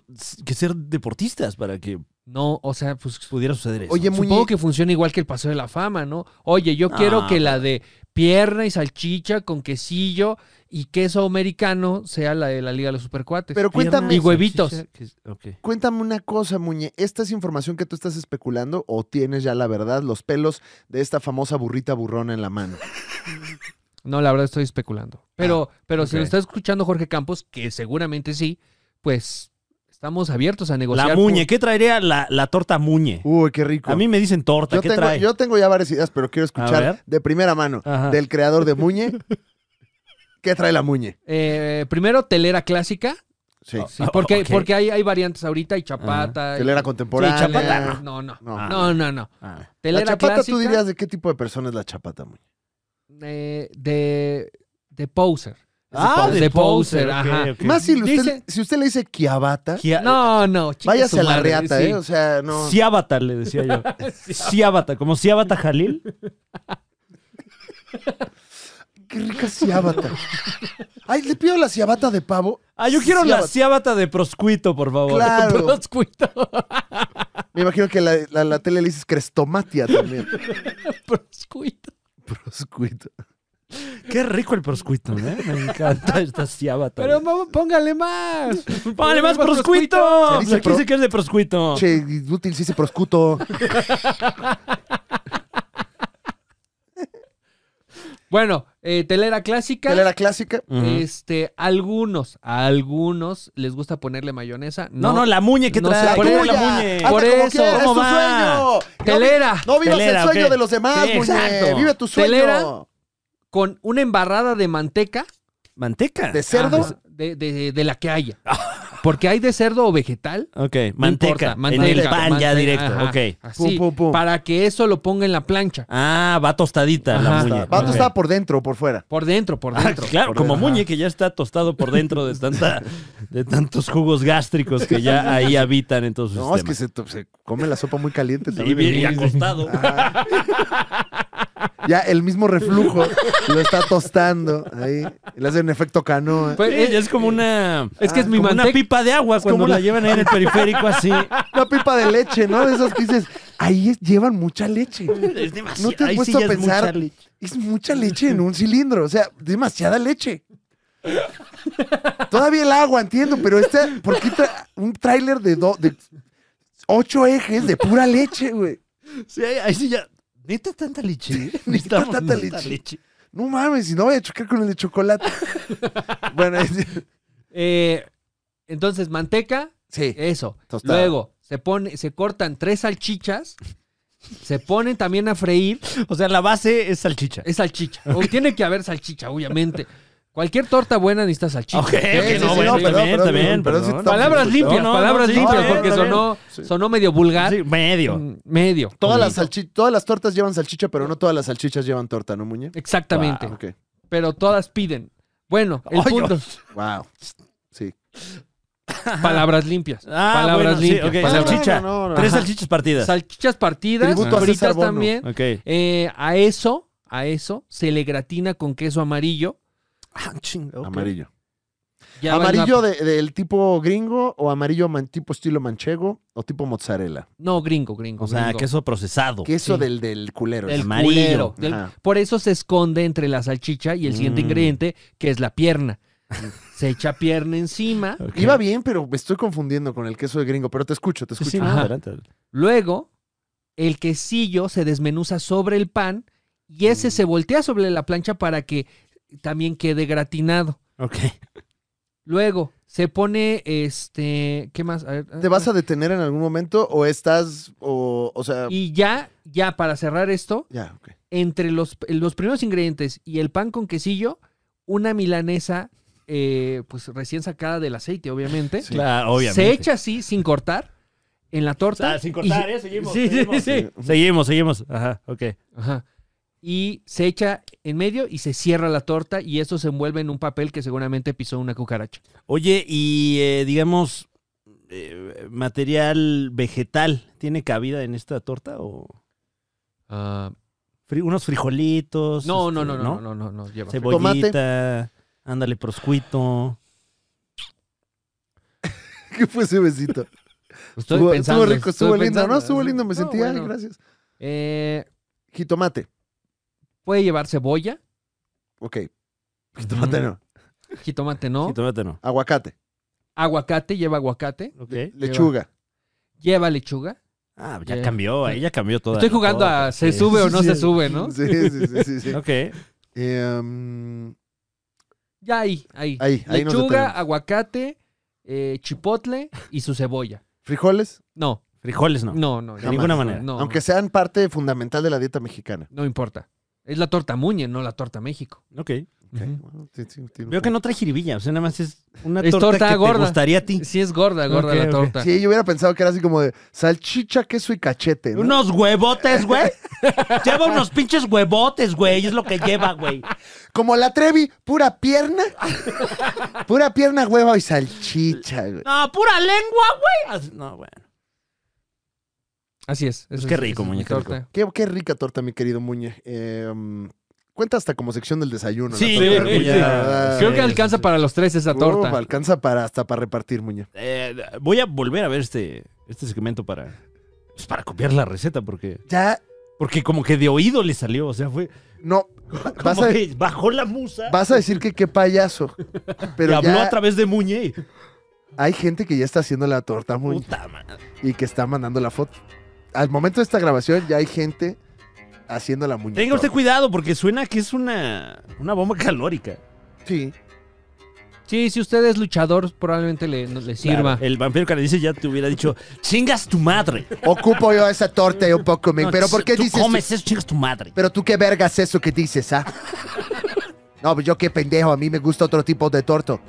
[SPEAKER 1] que ser deportistas para que
[SPEAKER 2] No, o sea, pues
[SPEAKER 1] pudiera suceder eso.
[SPEAKER 3] Oye,
[SPEAKER 2] Supongo
[SPEAKER 3] Muñe,
[SPEAKER 2] que funciona igual que el Paseo de la Fama, ¿no? Oye, yo quiero
[SPEAKER 1] Ah,
[SPEAKER 2] que la de pierna y salchicha con quesillo y queso americano sea la de la Liga de los Supercuates.
[SPEAKER 3] pero cuéntame.
[SPEAKER 2] y huevitos.
[SPEAKER 1] salchicha, que- ok.
[SPEAKER 3] Cuéntame una cosa, Muñe. ¿Esta es información que tú estás especulando o tienes ya la verdad, los pelos de esta famosa burrita burrona en la mano?
[SPEAKER 2] No, la verdad estoy especulando. Pero,
[SPEAKER 3] Ah,
[SPEAKER 2] pero si
[SPEAKER 1] ok.
[SPEAKER 2] lo está escuchando Jorge Campos, que seguramente sí, pues estamos abiertos a negociar.
[SPEAKER 1] La muñe, ¿qué traería la, la torta muñe?
[SPEAKER 3] Uy, qué rico.
[SPEAKER 1] A mí me dicen torta,
[SPEAKER 3] yo,
[SPEAKER 1] ¿qué
[SPEAKER 3] tengo,
[SPEAKER 1] trae?
[SPEAKER 3] yo tengo ya varias ideas, pero quiero escuchar
[SPEAKER 1] ver.
[SPEAKER 3] de primera mano
[SPEAKER 1] Ajá.
[SPEAKER 3] del creador de Muñe. ¿Qué trae la Muñe?
[SPEAKER 2] Eh, primero, telera clásica.
[SPEAKER 3] Sí. Ah,
[SPEAKER 2] Sí,
[SPEAKER 1] Ah,
[SPEAKER 2] porque
[SPEAKER 1] ok.
[SPEAKER 2] porque hay, hay variantes ahorita y chapata. y-
[SPEAKER 3] Telera
[SPEAKER 1] Sí,
[SPEAKER 3] contemporánea.
[SPEAKER 1] chapata,
[SPEAKER 2] No, no,
[SPEAKER 3] No.
[SPEAKER 2] no, no, no.
[SPEAKER 1] Ah.
[SPEAKER 3] La
[SPEAKER 2] Telera
[SPEAKER 3] chapata,
[SPEAKER 2] clásica
[SPEAKER 3] tú dirías de qué tipo de persona es la chapata, Muñe.
[SPEAKER 2] eh, de, de poser.
[SPEAKER 1] Ah,
[SPEAKER 2] de,
[SPEAKER 1] de poser,
[SPEAKER 2] poser,
[SPEAKER 1] ok,
[SPEAKER 2] ajá.
[SPEAKER 1] ok.
[SPEAKER 3] Más si, le- usted,
[SPEAKER 2] Dice-
[SPEAKER 3] si usted le dice quiabata,
[SPEAKER 1] Gia-
[SPEAKER 2] No, no, chingue
[SPEAKER 3] váyase
[SPEAKER 2] su
[SPEAKER 3] a la
[SPEAKER 2] madre,
[SPEAKER 3] reata,
[SPEAKER 2] sí.
[SPEAKER 3] ¿eh? O sea, no.
[SPEAKER 1] Ciábata, le decía yo. Ciábata, como Ciábata Jalil.
[SPEAKER 3] Qué rica ciabata. Ay, le pido la ciabata de pavo.
[SPEAKER 1] Ah, yo quiero la
[SPEAKER 3] Ciabat-
[SPEAKER 1] Ciábata de Proscuito, por favor.
[SPEAKER 3] Claro.
[SPEAKER 2] Los cuitos.
[SPEAKER 3] Me imagino que la, la- la tele le dices crestomatia también.
[SPEAKER 2] los cuitos.
[SPEAKER 3] Proscuito.
[SPEAKER 1] Qué rico el Proscuito, ¿eh? Me encanta esta Ciábata.
[SPEAKER 2] Pero mamá, póngale más.
[SPEAKER 1] ¡Póngale más Proscuito!
[SPEAKER 3] Se
[SPEAKER 1] Pues
[SPEAKER 3] dice
[SPEAKER 1] Aquí
[SPEAKER 3] pro-
[SPEAKER 1] dice que es de Proscuito.
[SPEAKER 3] Che, útil se dice proscuto.
[SPEAKER 2] Bueno, eh, telera clásica.
[SPEAKER 3] ¿Telera clásica?
[SPEAKER 1] Ujú.
[SPEAKER 2] Este, algunos, a algunos les gusta ponerle mayonesa.
[SPEAKER 1] No, no, la muñe que
[SPEAKER 2] no
[SPEAKER 1] trae.
[SPEAKER 2] se
[SPEAKER 1] ¿Cómo
[SPEAKER 2] puede.
[SPEAKER 1] es la
[SPEAKER 3] Tuya.
[SPEAKER 1] muñe?
[SPEAKER 3] Hazte
[SPEAKER 2] Por
[SPEAKER 3] como
[SPEAKER 2] eso,
[SPEAKER 3] quieras,
[SPEAKER 1] ¿cómo
[SPEAKER 3] tu
[SPEAKER 1] va?
[SPEAKER 3] sueño. No vi-
[SPEAKER 2] Telera.
[SPEAKER 3] No vivas
[SPEAKER 1] Telera,
[SPEAKER 3] el sueño
[SPEAKER 1] ok.
[SPEAKER 3] de los demás,
[SPEAKER 1] Sí,
[SPEAKER 3] muñe.
[SPEAKER 1] exacto.
[SPEAKER 3] Vive tu sueño.
[SPEAKER 2] Telera. Con una embarrada de manteca.
[SPEAKER 1] Manteca.
[SPEAKER 3] ¿De cerdo?
[SPEAKER 2] Ajá, de, de- de la que haya. Porque hay de cerdo o vegetal.
[SPEAKER 1] Ok,
[SPEAKER 2] no importa,
[SPEAKER 1] Ah. manteca. en el
[SPEAKER 2] manteca,
[SPEAKER 1] pan ya
[SPEAKER 2] manteca,
[SPEAKER 1] directo.
[SPEAKER 2] ajá,
[SPEAKER 1] Ok.
[SPEAKER 2] así,
[SPEAKER 3] Pum, pum, pum.
[SPEAKER 2] Para que eso lo ponga en la plancha.
[SPEAKER 1] Ah, va tostadita la
[SPEAKER 2] Ajá.
[SPEAKER 1] muñe.
[SPEAKER 3] Vato
[SPEAKER 1] Ok.
[SPEAKER 3] estaba por dentro o por fuera.
[SPEAKER 2] Por dentro, por
[SPEAKER 1] Ah,
[SPEAKER 2] dentro.
[SPEAKER 1] claro,
[SPEAKER 3] por
[SPEAKER 1] como
[SPEAKER 3] dentro.
[SPEAKER 1] Muñe, que ya está tostado por dentro de, tanta, de tantos jugos gástricos que ya ahí habitan en todos sus
[SPEAKER 3] No, es que se, to- se come la sopa muy caliente
[SPEAKER 1] Y,
[SPEAKER 3] también.
[SPEAKER 1] bien- Ah, y acostado.
[SPEAKER 3] Ya el mismo reflujo lo está tostando ahí. Le hace un efecto canoa.
[SPEAKER 2] Pues,
[SPEAKER 1] Sí,
[SPEAKER 2] eh,
[SPEAKER 1] ya es como una... ah,
[SPEAKER 2] es que es mi
[SPEAKER 1] como una
[SPEAKER 2] manteca.
[SPEAKER 1] pipa de agua cuando
[SPEAKER 3] como una-
[SPEAKER 1] la llevan ahí en el periférico así.
[SPEAKER 3] Una pipa de leche, ¿no? De esas que dices, ahí es- llevan mucha leche.
[SPEAKER 1] Es demasiado.
[SPEAKER 3] ¿No te has
[SPEAKER 1] ahí sí
[SPEAKER 3] puesto
[SPEAKER 1] ya
[SPEAKER 3] a
[SPEAKER 1] es mucha
[SPEAKER 3] pensar?
[SPEAKER 1] leche.
[SPEAKER 3] Es mucha leche en un cilindro, o sea, demasiada leche. Todavía el agua, entiendo, pero este, ¿por qué tra- un tráiler de, do- de ocho ejes de pura leche, güey?
[SPEAKER 1] Sí, ahí, ahí sí ya... ¿Neta tanta leche? Necesitamos
[SPEAKER 3] tanta leche. No mames, si no voy a chocar con el de chocolate. Bueno, es-
[SPEAKER 2] eh, entonces, manteca,
[SPEAKER 3] sí.
[SPEAKER 2] eso.
[SPEAKER 3] Tostada.
[SPEAKER 2] Luego, se pone, se cortan tres salchichas, se ponen también a freír.
[SPEAKER 1] O sea, la base es salchicha.
[SPEAKER 2] Es salchicha. O tiene que haber salchicha, obviamente. Cualquier torta buena necesita salchicha.
[SPEAKER 1] Ok, ok,
[SPEAKER 3] sí,
[SPEAKER 1] no,
[SPEAKER 3] sí,
[SPEAKER 1] bueno,
[SPEAKER 3] no, perdón,
[SPEAKER 1] también,
[SPEAKER 3] perdón,
[SPEAKER 1] también,
[SPEAKER 3] perdón, sí
[SPEAKER 1] perdón.
[SPEAKER 3] estamos-
[SPEAKER 2] Palabras
[SPEAKER 3] No,
[SPEAKER 2] limpias,
[SPEAKER 1] no,
[SPEAKER 2] palabras
[SPEAKER 1] no, sí,
[SPEAKER 2] limpias,
[SPEAKER 1] está
[SPEAKER 2] porque
[SPEAKER 1] bien, está
[SPEAKER 2] sonó,
[SPEAKER 3] bien. Sí.
[SPEAKER 2] sonó medio vulgar.
[SPEAKER 1] Sí, medio.
[SPEAKER 2] Mm, Medio.
[SPEAKER 3] Todas las,
[SPEAKER 2] Sí.
[SPEAKER 3] salchi- todas las tortas llevan salchicha, pero no todas las salchichas llevan torta, ¿no, Muñe?
[SPEAKER 1] Ah.
[SPEAKER 2] Exactamente.
[SPEAKER 3] Ok.
[SPEAKER 2] Pero todas piden. Bueno, el
[SPEAKER 1] Ay,
[SPEAKER 2] punto.
[SPEAKER 3] Wow. Sí.
[SPEAKER 2] Palabras limpias.
[SPEAKER 1] Ah,
[SPEAKER 2] palabras
[SPEAKER 1] bueno, sí,
[SPEAKER 2] limpias.
[SPEAKER 1] ok.
[SPEAKER 2] palabras-
[SPEAKER 1] Salchicha.
[SPEAKER 3] No, no, no.
[SPEAKER 1] Tres
[SPEAKER 3] Ajá.
[SPEAKER 1] salchichas partidas.
[SPEAKER 2] Salchichas partidas,
[SPEAKER 3] Tributo a César
[SPEAKER 2] fritas
[SPEAKER 3] Bono.
[SPEAKER 2] también.
[SPEAKER 1] ok.
[SPEAKER 2] Eh, a eso, a eso, se le gratina con queso amarillo.
[SPEAKER 1] Ah, chinga, ok.
[SPEAKER 3] Amarillo.
[SPEAKER 2] Ya va el
[SPEAKER 3] ¿Amarillo
[SPEAKER 2] rap-
[SPEAKER 3] de- del tipo gringo o amarillo man- tipo estilo manchego o tipo mozzarella?
[SPEAKER 2] No, gringo, gringo.
[SPEAKER 1] O sea,
[SPEAKER 2] gringo.
[SPEAKER 1] queso procesado.
[SPEAKER 3] Queso
[SPEAKER 2] Sí.
[SPEAKER 3] del, del culero.
[SPEAKER 2] Del
[SPEAKER 3] ese.
[SPEAKER 1] amarillo.
[SPEAKER 2] culero, del-
[SPEAKER 3] Ajá.
[SPEAKER 2] por eso se esconde entre la salchicha y el siguiente
[SPEAKER 1] Mm.
[SPEAKER 2] ingrediente, que es la pierna. se echa pierna encima.
[SPEAKER 1] Ok.
[SPEAKER 3] Iba bien, pero me estoy confundiendo con el queso de gringo, pero te escucho, te
[SPEAKER 1] Sí,
[SPEAKER 3] escucho.
[SPEAKER 1] sí, no,
[SPEAKER 2] Ajá.
[SPEAKER 1] adelante, adelante.
[SPEAKER 2] Luego, el quesillo se desmenuza sobre el pan y
[SPEAKER 3] Mm.
[SPEAKER 2] ese se voltea sobre la plancha para que también quede gratinado.
[SPEAKER 1] Ok.
[SPEAKER 2] Luego, se pone este. ¿Qué más? A ver,
[SPEAKER 3] ¿Te vas a detener en algún momento o estás, o, o sea,
[SPEAKER 2] Y ya, ya para cerrar esto,
[SPEAKER 3] ya, ok.
[SPEAKER 2] entre los, los primeros ingredientes y el pan con quesillo, una milanesa, eh, pues recién sacada del aceite, obviamente.
[SPEAKER 3] Sí.
[SPEAKER 1] Claro, obviamente.
[SPEAKER 2] Se echa así, sin cortar, en la torta.
[SPEAKER 1] Ah, sin cortar,
[SPEAKER 2] y-
[SPEAKER 1] ¿eh? Seguimos,
[SPEAKER 2] Sí, sí,
[SPEAKER 1] seguimos.
[SPEAKER 2] sí.
[SPEAKER 1] Seguimos, seguimos. Ajá, ok.
[SPEAKER 2] Ajá. Y se echa en medio y se cierra la torta y eso se envuelve en un papel que seguramente pisó una cucaracha.
[SPEAKER 1] Oye, y eh, digamos, eh, material vegetal, ¿tiene cabida en esta torta o
[SPEAKER 2] Ah,
[SPEAKER 1] fri- unos frijolitos?
[SPEAKER 2] no,
[SPEAKER 1] este,
[SPEAKER 2] no, no, no, no, no, no, no, lleva.
[SPEAKER 1] Cebollita, ándale, proscuito.
[SPEAKER 3] ¿Qué fue ese besito?
[SPEAKER 2] Estoy
[SPEAKER 3] estuvo,
[SPEAKER 2] pensando,
[SPEAKER 3] estuvo rico,
[SPEAKER 2] estoy
[SPEAKER 3] estuvo lindo,
[SPEAKER 2] pensando.
[SPEAKER 3] ¿no? Estuvo lindo, me
[SPEAKER 2] No,
[SPEAKER 3] sentía,
[SPEAKER 2] bueno.
[SPEAKER 3] gracias.
[SPEAKER 2] Eh,
[SPEAKER 3] Jitomate,
[SPEAKER 2] puede llevar cebolla,
[SPEAKER 3] ok. Jitomate no.
[SPEAKER 2] jitomate no,
[SPEAKER 1] Sí, tómate, no.
[SPEAKER 3] Aguacate,
[SPEAKER 2] aguacate, lleva aguacate,
[SPEAKER 1] Ok.
[SPEAKER 3] lechuga.
[SPEAKER 2] lleva lechuga.
[SPEAKER 1] Ah, ya
[SPEAKER 2] Ya.
[SPEAKER 1] cambió, ahí ya cambió todo. pues,
[SPEAKER 2] Estoy jugando a se sube o no se sube, ¿no?
[SPEAKER 3] Sí, sí, sí, sí. sí.
[SPEAKER 1] Ok.
[SPEAKER 3] Eh, mm,
[SPEAKER 2] Ya ahí, ahí.
[SPEAKER 3] Ahí, ahí nos
[SPEAKER 2] Lechuga,
[SPEAKER 3] detenemos.
[SPEAKER 2] aguacate, eh, chipotle y su cebolla.
[SPEAKER 3] frijoles,
[SPEAKER 2] No,
[SPEAKER 1] Frijoles no.
[SPEAKER 2] no, no.
[SPEAKER 1] De
[SPEAKER 2] no,
[SPEAKER 1] ninguna
[SPEAKER 2] no,
[SPEAKER 1] manera.
[SPEAKER 2] No,
[SPEAKER 3] aunque sean parte fundamental de la dieta mexicana.
[SPEAKER 2] no importa. Es la torta Muñe, no la torta México.
[SPEAKER 1] Ok.
[SPEAKER 3] Ok,
[SPEAKER 2] Ujú.
[SPEAKER 3] bueno, sí, sí, tiene un
[SPEAKER 1] Veo que no trae jiribilla, o sea, nada más es una
[SPEAKER 2] Es
[SPEAKER 1] torta,
[SPEAKER 2] torta
[SPEAKER 1] que
[SPEAKER 2] gorda.
[SPEAKER 1] te gustaría a ti.
[SPEAKER 2] Sí es gorda, gorda
[SPEAKER 1] Ok,
[SPEAKER 2] la
[SPEAKER 1] ok.
[SPEAKER 2] torta.
[SPEAKER 3] Sí, yo hubiera pensado que era así como de salchicha, queso y cachete. ¿no?
[SPEAKER 1] Unos huevotes, güey. lleva unos pinches huevotes, güey. Es lo que lleva, güey.
[SPEAKER 3] Como la Trevi, pura pierna. pura pierna, hueva y salchicha, güey.
[SPEAKER 1] No, pura lengua, güey. Así- No, bueno.
[SPEAKER 2] Así es. esa
[SPEAKER 1] Pues qué
[SPEAKER 2] es-
[SPEAKER 1] rico,
[SPEAKER 2] esa es mi
[SPEAKER 1] Muñe, qué rico.
[SPEAKER 2] torta.
[SPEAKER 3] Qué, qué rica torta, mi querido Muñe. Eh, mm, cuenta hasta como sección del desayuno. la
[SPEAKER 1] Sí,
[SPEAKER 3] torta
[SPEAKER 2] sí,
[SPEAKER 3] de Muñe,
[SPEAKER 2] sí.
[SPEAKER 3] la verdad.
[SPEAKER 2] Creo que
[SPEAKER 1] Sí,
[SPEAKER 2] alcanza
[SPEAKER 1] sí, sí.
[SPEAKER 2] para los tres esa
[SPEAKER 3] Uf,
[SPEAKER 2] torta.
[SPEAKER 3] uh, alcanza para, hasta para repartir, Muñe.
[SPEAKER 1] Eh, voy a volver a ver este, este segmento para. pues, para copiar la receta, porque.
[SPEAKER 3] Ya,
[SPEAKER 1] Porque como que de oído le salió. O sea, fue.
[SPEAKER 3] no. Vas
[SPEAKER 1] Como
[SPEAKER 3] a,
[SPEAKER 1] que bajó la musa.
[SPEAKER 3] vas a decir que qué payaso.
[SPEAKER 1] y
[SPEAKER 3] Pero
[SPEAKER 1] habló
[SPEAKER 3] ya
[SPEAKER 1] a través de Muñe. y-
[SPEAKER 3] hay gente que ya está haciendo la torta, Muñe.
[SPEAKER 1] Puta madre.
[SPEAKER 3] y que está mandando la foto. Al momento de esta grabación ya hay gente haciendo la muñeca.
[SPEAKER 1] Tenga usted cuidado porque suena que es una, una bomba calórica.
[SPEAKER 3] Sí.
[SPEAKER 2] Sí, si usted es luchador, probablemente le, no- le sirva.
[SPEAKER 1] Claro, el vampiro canadiense ya te hubiera dicho, chingas tu madre.
[SPEAKER 3] Ocupo yo esa torta y un poco, men,
[SPEAKER 1] No,
[SPEAKER 3] pero ¿por qué
[SPEAKER 1] tú
[SPEAKER 3] dices
[SPEAKER 1] comes eso, chingas tu madre.
[SPEAKER 3] Pero tú qué vergas eso que dices, ¿ah? No, pues yo qué pendejo, a mí me gusta otro tipo de torto.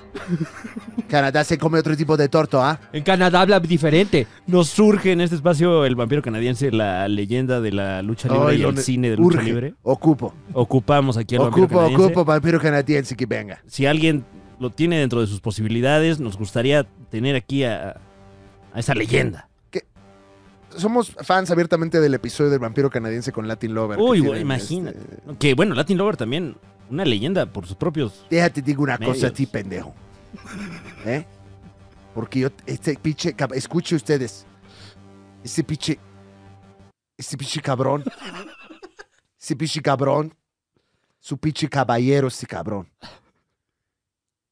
[SPEAKER 3] Canadá se come otro tipo de torto, ¿ah?
[SPEAKER 2] En Canadá habla diferente.
[SPEAKER 1] Nos surge en este espacio el vampiro canadiense, la leyenda de la lucha libre
[SPEAKER 3] Ay,
[SPEAKER 1] y
[SPEAKER 3] lo
[SPEAKER 1] el
[SPEAKER 3] ne-
[SPEAKER 1] cine de lucha
[SPEAKER 3] urge.
[SPEAKER 1] libre.
[SPEAKER 3] Ocupo,
[SPEAKER 1] Ocupamos aquí al vampiro
[SPEAKER 3] ocupo,
[SPEAKER 1] canadiense.
[SPEAKER 3] ocupo, vampiro canadiense que venga.
[SPEAKER 1] Si alguien lo tiene dentro de sus posibilidades, nos gustaría tener aquí a, a esa leyenda.
[SPEAKER 3] Somos fans abiertamente del episodio del vampiro canadiense con Latin Lover. que
[SPEAKER 1] Uy,
[SPEAKER 3] tienen,
[SPEAKER 1] güey, imagínate.
[SPEAKER 3] este,
[SPEAKER 1] Que bueno, Latin Lover también, una leyenda por sus propios.
[SPEAKER 3] Déjate, digo una cosa a
[SPEAKER 1] Medios.
[SPEAKER 3] ti, pendejo. ¿Eh? Porque yo, este pinche, cab- escuche ustedes. Este pinche, este pinche cabrón. Este pinche cabrón. Su pinche caballero, este cabrón.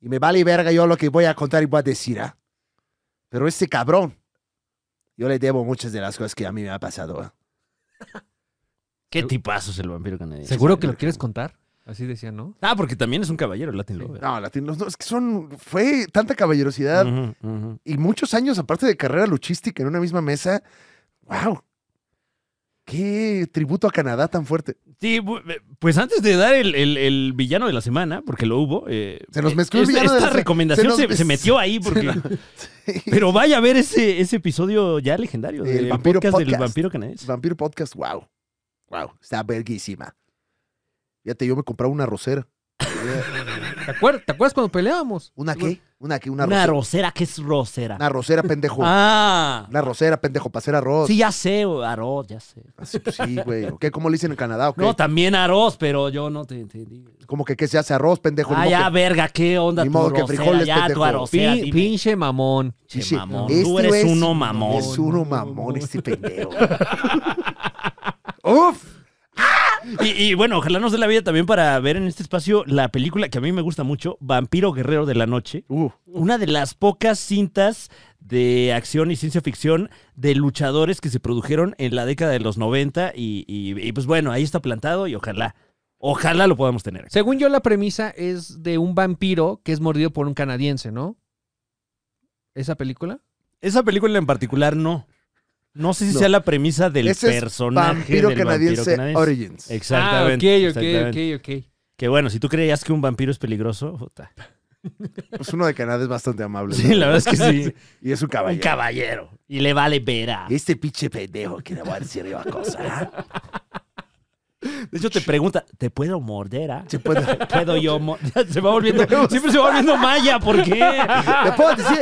[SPEAKER 3] Y me vale verga yo lo que voy a contar y voy a decir, ¿ah? Pero este cabrón, yo le debo muchas de las cosas que a mí me ha pasado, ¿ah?
[SPEAKER 1] Qué
[SPEAKER 2] Segu-
[SPEAKER 1] tipazo es el vampiro canadiense.
[SPEAKER 2] ¿Seguro que lo quieres contar? Así decía, ¿no?
[SPEAKER 1] Ah, porque también es un caballero Latin Lover.
[SPEAKER 3] No, latinos, no, es que son, fue tanta caballerosidad.
[SPEAKER 1] Ujú, ujú.
[SPEAKER 3] y muchos años aparte de carrera luchística en una misma mesa. ¡Wow! ¡Qué tributo a Canadá tan fuerte!
[SPEAKER 1] Sí, bu- pues antes de dar el, el- el villano de la semana, porque lo hubo. eh,
[SPEAKER 3] Se nos mezcló el
[SPEAKER 1] esta-
[SPEAKER 3] villano de
[SPEAKER 1] Esta
[SPEAKER 3] la se-
[SPEAKER 1] recomendación
[SPEAKER 3] se
[SPEAKER 1] se,
[SPEAKER 3] nos mez-
[SPEAKER 1] se metió ahí porque. Pero vaya a ver ese, ese episodio ya legendario
[SPEAKER 3] El
[SPEAKER 1] del
[SPEAKER 3] vampiro
[SPEAKER 1] podcast del
[SPEAKER 3] podcast.
[SPEAKER 1] vampiro canadiense.
[SPEAKER 3] Vampiro Podcast, wow. Wow, está verguísima. Fíjate, yo me compraba una rosera.
[SPEAKER 2] ¿Te acuer- te acuerdas cuando peleábamos?
[SPEAKER 3] ¿Una qué? ¿Una qué? Una
[SPEAKER 1] Una
[SPEAKER 3] rosera.
[SPEAKER 1] rosera, que es rosera?
[SPEAKER 3] Una rosera, pendejo.
[SPEAKER 1] Ah,
[SPEAKER 3] Una rosera, pendejo, para hacer arroz.
[SPEAKER 1] sí, ya sé, o- arroz, ya sé.
[SPEAKER 3] Así, pues, sí, güey. ¿O ¿Qué? ¿Cómo le dicen en Canadá? ¿O qué?
[SPEAKER 1] No, también arroz, pero yo no te entendí.
[SPEAKER 3] ¿Cómo que qué se hace arroz, pendejo? Ni
[SPEAKER 1] Ah,
[SPEAKER 3] modo
[SPEAKER 1] ya,
[SPEAKER 3] que-
[SPEAKER 1] verga, qué onda
[SPEAKER 3] ni
[SPEAKER 1] tu
[SPEAKER 3] modo que
[SPEAKER 1] rosera,
[SPEAKER 3] frijoles,
[SPEAKER 1] ya tu
[SPEAKER 3] pendejo.
[SPEAKER 1] arrocera,
[SPEAKER 2] Pin-
[SPEAKER 1] dime.
[SPEAKER 2] pinche mamón.
[SPEAKER 1] Che,
[SPEAKER 3] Dice,
[SPEAKER 1] mamón,
[SPEAKER 3] este
[SPEAKER 1] tú eres
[SPEAKER 3] es-
[SPEAKER 1] uno mamón.
[SPEAKER 3] Es uno mamón este pendejo. ¡Uf!
[SPEAKER 1] Y, y bueno, ojalá nos dé la vida también para ver en este espacio la película que a mí me gusta mucho, Vampiro Guerrero de la Noche.
[SPEAKER 3] Uh.
[SPEAKER 1] Una de las pocas cintas de acción y ciencia ficción de luchadores que se produjeron en la década de los 90. Y, y- y, pues bueno, ahí está plantado y ojalá, ojalá lo podamos tener.
[SPEAKER 2] Según yo, la premisa es de un vampiro que es mordido por un canadiense, ¿no? ¿Esa película?
[SPEAKER 1] Esa película en particular no. No sé si
[SPEAKER 3] No.
[SPEAKER 1] sea la premisa del
[SPEAKER 3] Ese es
[SPEAKER 1] personaje
[SPEAKER 3] Vampiro
[SPEAKER 1] del
[SPEAKER 3] canadiense,
[SPEAKER 1] vampiro canadiense.
[SPEAKER 3] Origins.
[SPEAKER 1] Exactamente.
[SPEAKER 2] Ah, ok, ok,
[SPEAKER 1] exactamente.
[SPEAKER 2] ok, ok.
[SPEAKER 1] Que bueno, si tú creías que un vampiro es peligroso, puta.
[SPEAKER 3] Pues uno de Canadá es bastante amable.
[SPEAKER 1] Sí,
[SPEAKER 3] ¿no?
[SPEAKER 1] la verdad es que sí.
[SPEAKER 3] Y es un
[SPEAKER 1] Un
[SPEAKER 3] caballero.
[SPEAKER 1] caballero. Y le vale vera. De
[SPEAKER 3] este pinche pendejo que le voy a decir yo a cosa. ¿ah?
[SPEAKER 1] hecho, te pregunta, ¿te puedo morder, ah?
[SPEAKER 3] ¿Se puede- ¿Le
[SPEAKER 1] ¿Puedo yo mo- Se va volviendo, siempre se va volviendo maya, ¿por qué?
[SPEAKER 3] puedo decir?